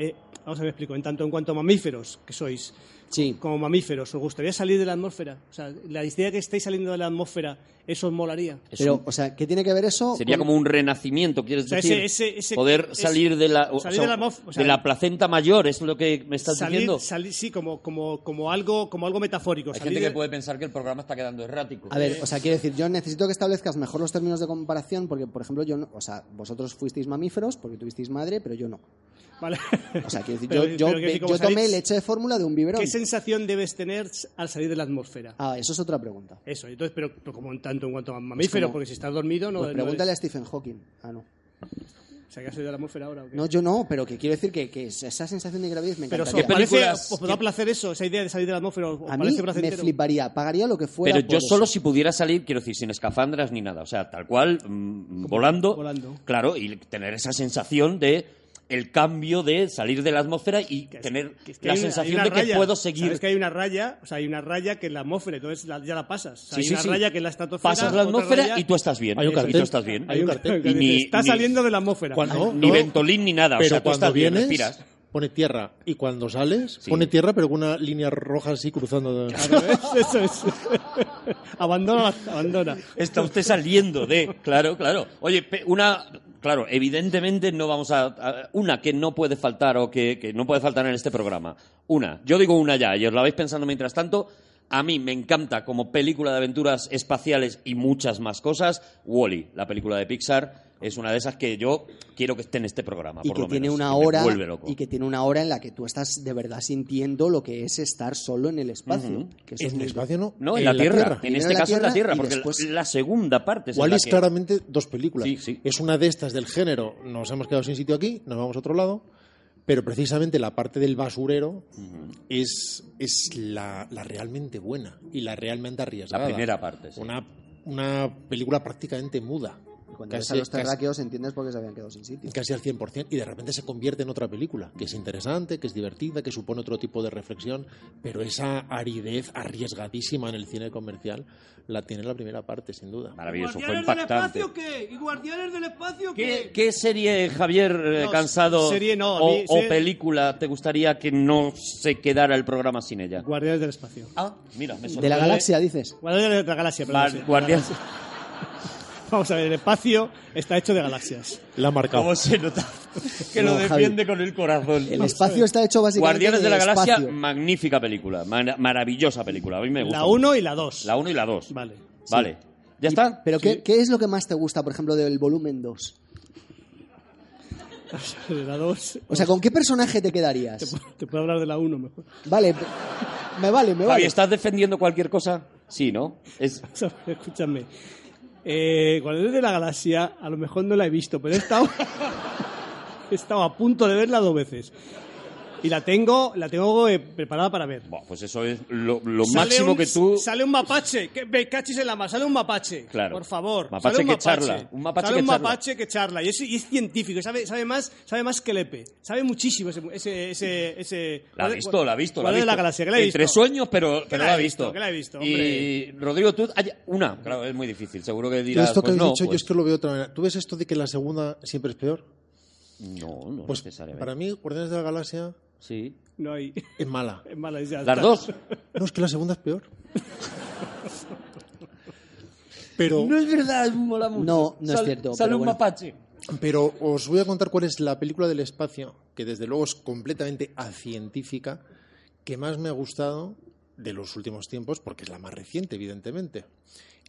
Speaker 2: eh, vamos a ver, explico, en tanto en cuanto a mamíferos que sois,
Speaker 3: Sí.
Speaker 2: como mamíferos, ¿os gustaría salir de la atmósfera? O sea, la idea que estáis saliendo de la atmósfera, ¿eso os molaría?
Speaker 1: Es
Speaker 3: Pero,
Speaker 1: un-
Speaker 3: o sea, ¿qué tiene que ver eso?
Speaker 1: sería
Speaker 3: con-
Speaker 1: como un renacimiento, quieres
Speaker 2: O sea,
Speaker 1: decir.
Speaker 2: ese- ese- ese-
Speaker 1: poder
Speaker 2: ese-
Speaker 1: salir de la, o
Speaker 2: salir
Speaker 1: sea,
Speaker 2: de la mof- o sea,
Speaker 1: de la placenta mayor, es lo que me estás
Speaker 2: salir,
Speaker 1: diciendo.
Speaker 2: salir- sí, como, como, como, algo, como algo metafórico.
Speaker 1: Hay
Speaker 2: salir
Speaker 1: gente que
Speaker 2: de-
Speaker 1: puede pensar que el programa está quedando errático.
Speaker 3: A ver, o sea, quiero decir, yo necesito que establezcas mejor los términos de comparación porque, por ejemplo, yo no, o sea, vosotros fuisteis mamíferos porque tuvisteis madre, pero yo no.
Speaker 2: Vale.
Speaker 3: O sea, quiero decir,
Speaker 2: Pero-
Speaker 3: yo, yo,
Speaker 2: pero que sí,
Speaker 3: yo
Speaker 2: como
Speaker 3: tomé
Speaker 2: salís-
Speaker 3: leche de fórmula de un biberón.
Speaker 2: ¿Qué sensación debes tener al salir de la atmósfera?
Speaker 3: Ah, eso es otra pregunta.
Speaker 2: Eso, entonces, pero, pero como en tanto en cuanto a mamíferos,
Speaker 3: como-
Speaker 2: porque si estás dormido no...
Speaker 3: Pues
Speaker 2: no
Speaker 3: pregúntale a Stephen Hawking. Ah, no.
Speaker 2: eres- o sea, que has salido de la atmósfera ahora. ¿o qué?
Speaker 3: No, yo no, pero que quiero decir que, que esa sensación de gravidez me
Speaker 2: pero
Speaker 3: encantaría.
Speaker 2: ¿os parece,
Speaker 1: películas-
Speaker 2: ¿os da placer eso, esa idea de salir de la atmósfera? ¿Os
Speaker 3: a mí
Speaker 2: parece
Speaker 3: me
Speaker 2: placentero?
Speaker 3: fliparía, pagaría lo que fuera.
Speaker 1: Pero yo
Speaker 3: por
Speaker 1: solo
Speaker 3: eso.
Speaker 1: si pudiera salir, quiero decir, sin escafandras ni nada. O sea, tal cual, mm, volando,
Speaker 2: volando.
Speaker 1: Claro, y tener esa sensación de el cambio de salir de la atmósfera y
Speaker 2: Que es-
Speaker 1: tener
Speaker 2: que es que
Speaker 1: la
Speaker 2: hay una- hay
Speaker 1: sensación
Speaker 2: una
Speaker 1: de que
Speaker 2: raya.
Speaker 1: puedo seguir.
Speaker 2: Sabes que hay una raya, o sea, hay una raya que es la atmósfera, entonces la- ya la pasas. O sea,
Speaker 1: Sí,
Speaker 2: hay
Speaker 1: sí,
Speaker 2: una
Speaker 1: sí.
Speaker 2: raya que es la estratosfera.
Speaker 1: Pasas la
Speaker 2: otra
Speaker 1: atmósfera
Speaker 2: raya-
Speaker 1: y tú estás bien.
Speaker 4: Hay un
Speaker 1: Y
Speaker 4: cartel.
Speaker 1: tú estás bien.
Speaker 4: Hay un cartel.
Speaker 2: que
Speaker 1: Y
Speaker 2: dice,
Speaker 1: ni-
Speaker 2: está
Speaker 1: ni-
Speaker 2: saliendo de la atmósfera.
Speaker 4: Cuando-
Speaker 1: Ni
Speaker 4: No.
Speaker 1: ventolín ni nada. o
Speaker 4: pero
Speaker 1: sea, tú
Speaker 4: cuando
Speaker 1: estás bien,
Speaker 4: vienes,
Speaker 1: respiras.
Speaker 4: pone tierra. Y cuando sales,
Speaker 1: Sí.
Speaker 4: pone tierra, pero con una línea roja así cruzando. de-
Speaker 2: Al revés, Eso es. abandona, abandona.
Speaker 1: Está usted saliendo de. Claro, claro. Oye, pe- una. Claro, evidentemente no vamos a, a- Una que no puede faltar o que, que no puede faltar en este programa. Una. Yo digo una ya, y os la vais pensando mientras tanto. A mí me encanta como película de aventuras espaciales y muchas más cosas. Wally, la película de Pixar, es una de esas que yo quiero que esté en este programa.
Speaker 3: y
Speaker 1: por
Speaker 3: que
Speaker 1: lo
Speaker 3: tiene
Speaker 1: menos,
Speaker 3: una
Speaker 1: que me
Speaker 3: hora
Speaker 1: vuelve loco.
Speaker 3: y que tiene una hora en la que tú estás de verdad sintiendo lo que es estar solo en el espacio
Speaker 1: Ujú.
Speaker 3: que eso es
Speaker 4: En el
Speaker 3: muy-
Speaker 4: espacio no.
Speaker 1: No, en, la, tierra. En
Speaker 3: Primero
Speaker 1: este
Speaker 3: la
Speaker 1: caso en la
Speaker 3: Tierra
Speaker 1: Tierra,
Speaker 3: y
Speaker 1: porque la-
Speaker 3: después-
Speaker 1: la, segunda parte es en
Speaker 4: Wally
Speaker 1: la
Speaker 4: es
Speaker 1: que-
Speaker 4: claramente dos películas.
Speaker 1: Sí, sí.
Speaker 4: Es una de estas del género. Nos hemos quedado sin sitio aquí, nos vamos a otro lado. Pero precisamente la parte del basurero es, es la, la realmente buena y la realmente arriesgada.
Speaker 1: primera parte, sí.
Speaker 4: Una, una película prácticamente muda.
Speaker 3: y cuando ves a los terráqueos entiendes por qué se habían quedado sin sitio
Speaker 4: casi al 100% y de repente se convierte en otra película, que es interesante, que es divertida, que supone otro tipo de reflexión, pero esa aridez arriesgadísima en el cine comercial la tiene la primera parte, sin duda.
Speaker 1: Maravilloso, fue
Speaker 6: ¿Guardianes del
Speaker 1: impactante.
Speaker 6: espacio qué? ¿Y Guardianes del espacio
Speaker 1: ¿Qué,
Speaker 6: qué?
Speaker 1: qué serie, Javier eh,
Speaker 2: Eh, No,
Speaker 1: Cansado
Speaker 2: serie no, a
Speaker 1: o,
Speaker 2: mí
Speaker 1: o
Speaker 2: serie-
Speaker 1: película te gustaría que no se quedara el programa sin ella?
Speaker 2: Guardianes del espacio.
Speaker 1: Ah, mira, me
Speaker 3: de la
Speaker 1: sorprende.
Speaker 3: galaxia dices
Speaker 2: Guardianes de la galaxia, perdón,
Speaker 1: Mar-
Speaker 2: sí.
Speaker 1: Guardián-
Speaker 2: Vamos a ver, el espacio está hecho de galaxias.
Speaker 4: La ha marcado.
Speaker 1: ¿Cómo se nota? Que
Speaker 3: No,
Speaker 1: lo
Speaker 3: Javi.
Speaker 1: defiende con el corazón.
Speaker 3: el espacio está hecho básicamente
Speaker 1: Guardianes de la Galaxia, mm,
Speaker 3: espacio.
Speaker 1: magnífica película, mar- maravillosa película. A mí me gusta.
Speaker 2: La
Speaker 1: mucho.
Speaker 2: 1 y la 2.
Speaker 1: La 1 y la 2.
Speaker 2: Vale.
Speaker 1: Vale. ¿Ya está?
Speaker 3: pero
Speaker 1: Sí.
Speaker 3: ¿qué, qué es lo que más te gusta por ejemplo del volumen 2
Speaker 2: De la 2.
Speaker 3: o sea con qué personaje te quedarías
Speaker 2: Te puedo hablar de la 1 mejor.
Speaker 3: vale me vale me
Speaker 1: Javi,
Speaker 3: vale
Speaker 1: ¿estás defendiendo cualquier cosa? Sí, ¿no? Es...
Speaker 2: O sea, Escúchame. Eh, Guardianes de la Galaxia, a lo mejor no la he visto, pero he estado, he estado a punto de verla dos veces. Y la tengo, la tengo eh, preparada para ver.
Speaker 1: Buah, pues eso es lo, lo
Speaker 2: Sale
Speaker 1: máximo
Speaker 2: un-
Speaker 1: que tú...
Speaker 2: Sale un mapache, que me cachis en la mano, sale un mapache.
Speaker 1: Claro.
Speaker 2: Por favor.
Speaker 1: Mapache
Speaker 2: sale un
Speaker 1: que
Speaker 2: mapache.
Speaker 1: charla, un mapache
Speaker 2: sale
Speaker 1: que
Speaker 2: un
Speaker 1: charla.
Speaker 2: mapache que charla. Y es, y es científico, sabe, sabe, más, sabe más que Lepe. Sabe muchísimo ese. ese, ese, ese-
Speaker 1: La ha
Speaker 2: ¿cuál-
Speaker 1: visto, la ha visto. La ha
Speaker 2: cuál es
Speaker 1: visto.
Speaker 2: la galaxia, que la he
Speaker 1: Entre
Speaker 2: visto.
Speaker 1: sueños, pero, pero
Speaker 2: la
Speaker 1: la ha
Speaker 2: he visto,
Speaker 1: visto.
Speaker 2: que la he visto,
Speaker 1: y Rodrigo, tú. hay una, claro, es muy difícil. Seguro que
Speaker 4: Yo
Speaker 1: dirás.
Speaker 4: esto que
Speaker 1: pues
Speaker 4: has
Speaker 1: no,
Speaker 4: dicho, yo
Speaker 1: pues-
Speaker 4: es que lo veo de otra manera. ¿Tú ves esto de que la segunda siempre es peor?
Speaker 1: No, no
Speaker 4: Pues
Speaker 1: necesariamente.
Speaker 4: para mí, Guardianes de la Galaxia
Speaker 1: Sí.
Speaker 2: No hay.
Speaker 4: es mala.
Speaker 2: es mala, ya
Speaker 1: Las
Speaker 2: está.
Speaker 1: dos.
Speaker 4: No, es que la segunda es peor. Pero,
Speaker 1: es verdad, mola
Speaker 3: mucho. No, no es Sale- cierto, sale pero un bueno.
Speaker 1: mapache.
Speaker 4: pero os voy a contar cuál es la película del espacio, que desde luego es completamente acientífica, que más me ha gustado de los últimos tiempos, porque es la más reciente, evidentemente,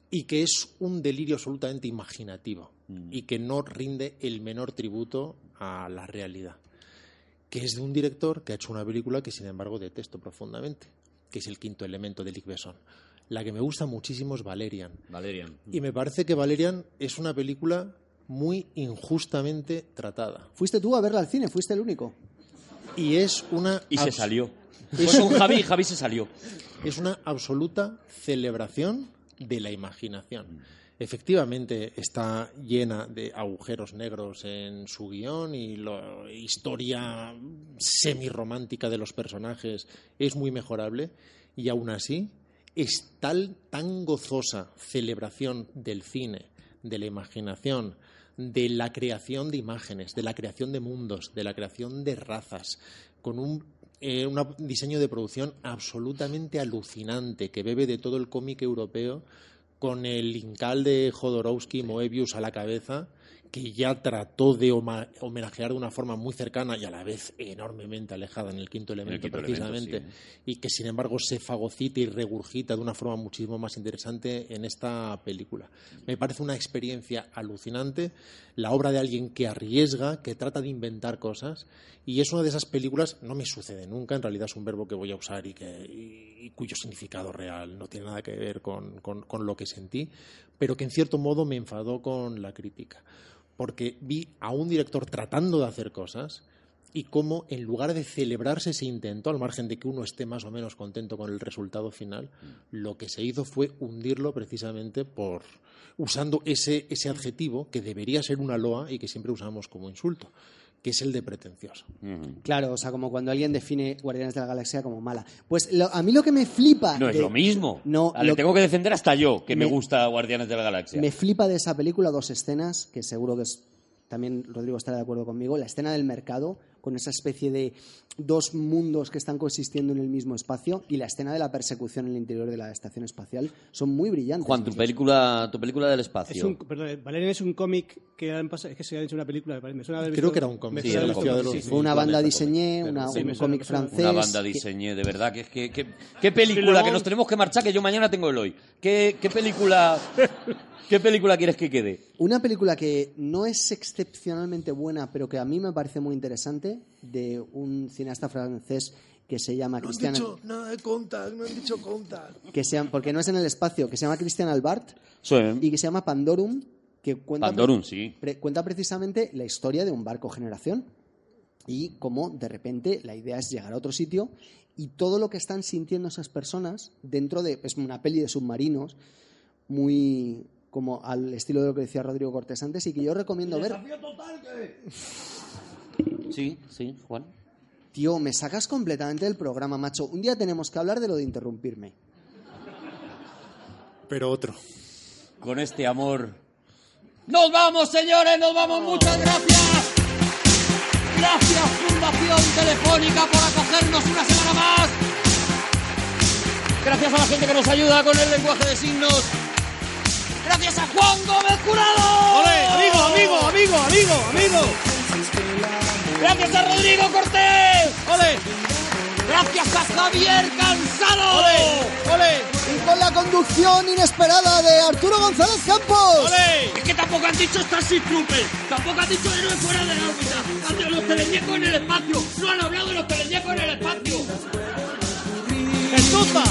Speaker 4: y que es un delirio absolutamente imaginativo y que no rinde el menor tributo a la realidad. que es de un director que ha hecho una película que sin embargo detesto profundamente, que es El quinto elemento de Luc Besson. La que me gusta muchísimo es Valerian.
Speaker 1: Valerian.
Speaker 4: Y me parece que Valerian es una película muy injustamente tratada.
Speaker 3: fuiste tú a verla al cine fuiste el único
Speaker 4: Y es una...
Speaker 1: Y se
Speaker 4: abs-
Speaker 1: salió. Fue con Javi y Javi se salió.
Speaker 4: Es una absoluta celebración de la imaginación. Efectivamente, está llena de agujeros negros en su guión y la historia semirromántica de los personajes es muy mejorable. Y aún así, es tal, tan gozosa celebración del cine, de la imaginación, de la creación de imágenes, de la creación de mundos, de la creación de razas, con un, eh, un diseño de producción absolutamente alucinante que bebe de todo el cómic europeo, con el incal de Jodorowsky, Moebius a la cabeza que ya trató de homenajear de una forma muy cercana y a la vez enormemente alejada en el quinto elemento, el quinto precisamente, elemento, sí. y que sin embargo se fagocita y regurgita de una forma muchísimo más interesante en esta película. Me parece una experiencia alucinante, la obra de alguien que arriesga, que trata de inventar cosas, y es una de esas películas, no me sucede nunca, en realidad es un verbo que voy a usar y, que, y, y cuyo significado real no tiene nada que ver con, con, con lo que sentí, pero que en cierto modo me enfadó con la crítica porque vi a un director tratando de hacer cosas y cómo en lugar de celebrarse ese intento, al margen de que uno esté más o menos contento con el resultado final, lo que se hizo fue hundirlo precisamente por usando ese, ese adjetivo que debería ser una loa y que siempre usamos como insulto que es el de pretencioso.
Speaker 2: Ah,
Speaker 3: Claro, o sea, como cuando alguien define Guardianes de la Galaxia como mala. Pues lo, a mí lo que me flipa...
Speaker 1: No de, es lo mismo. No, lo, le tengo que defender hasta yo, que me, me, gusta Guardianes de la Galaxia.
Speaker 3: Me flipa de esa película dos escenas, que seguro que es, también Rodrigo estará de acuerdo conmigo. La escena del mercado, con esa especie de dos mundos que están coexistiendo en el mismo espacio, y la escena de la persecución en el interior de la estación espacial, son muy brillantes.
Speaker 1: Juan, tu película, tu película del espacio.
Speaker 2: Es un, perdón, Valerian es un cómic que era en es que se había hecho una película, me suena haber
Speaker 4: Creo
Speaker 2: visto,
Speaker 4: que era un cómic.
Speaker 1: Sí, era un cómic.
Speaker 3: Sí, sí, una banda diseñé, una, un cómic francés.
Speaker 1: Una banda diseñé, de verdad. Que, que, que, ¿Qué película? Que nos tenemos que marchar, que yo mañana tengo el hoy. ¿Qué, qué película... ¿Qué película quieres que quede?
Speaker 3: Una película que no es excepcionalmente buena, pero que a mí me parece muy interesante, de un cineasta francés que se llama
Speaker 6: no
Speaker 3: Cristian...
Speaker 6: han dicho nada de contact, no han dicho contact.
Speaker 3: Que sea, porque no es en el espacio, que se llama Cristian Albart
Speaker 1: sí.
Speaker 3: y que se llama Pandorum, que cuenta,
Speaker 1: Pandorum, sí.
Speaker 3: pre, cuenta precisamente la historia de un barco generación y cómo de repente la idea es llegar a otro sitio y todo lo que están sintiendo esas personas dentro de... Es una peli de submarinos muy como al estilo de lo que decía Rodrigo Cortés antes y que yo recomiendo
Speaker 6: El
Speaker 3: ver.
Speaker 6: desafío total, ¿qué?
Speaker 1: Sí, sí, Juan.
Speaker 3: Tío, me sacas completamente del programa, macho. Un día tenemos que hablar de lo de interrumpirme.
Speaker 4: Pero otro.
Speaker 1: Con este amor. ¡Nos vamos, señores! ¡Nos vamos! ¡Muchas gracias! Gracias, Fundación Telefónica, por acogernos una semana más. Gracias a la gente que nos ayuda con el lenguaje de signos gracias a Juan Gómez Curado.
Speaker 2: ¡Ole! Amigo, amigo, amigo, amigo, amigo.
Speaker 1: Gracias a Rodrigo Cortés.
Speaker 2: ¡Ole!
Speaker 1: Gracias a Javier Cansado.
Speaker 2: ¡Ole! ¡Ole!
Speaker 3: Y con la conducción inesperada de Arturo González Campos.
Speaker 2: ¡Ole!
Speaker 6: Es que tampoco han dicho Starship Troopers, tampoco han dicho héroes fuera de la órbita, han dicho los teleñecos en el espacio, no han hablado de los teleñecos en el espacio.
Speaker 2: ¡Estufa!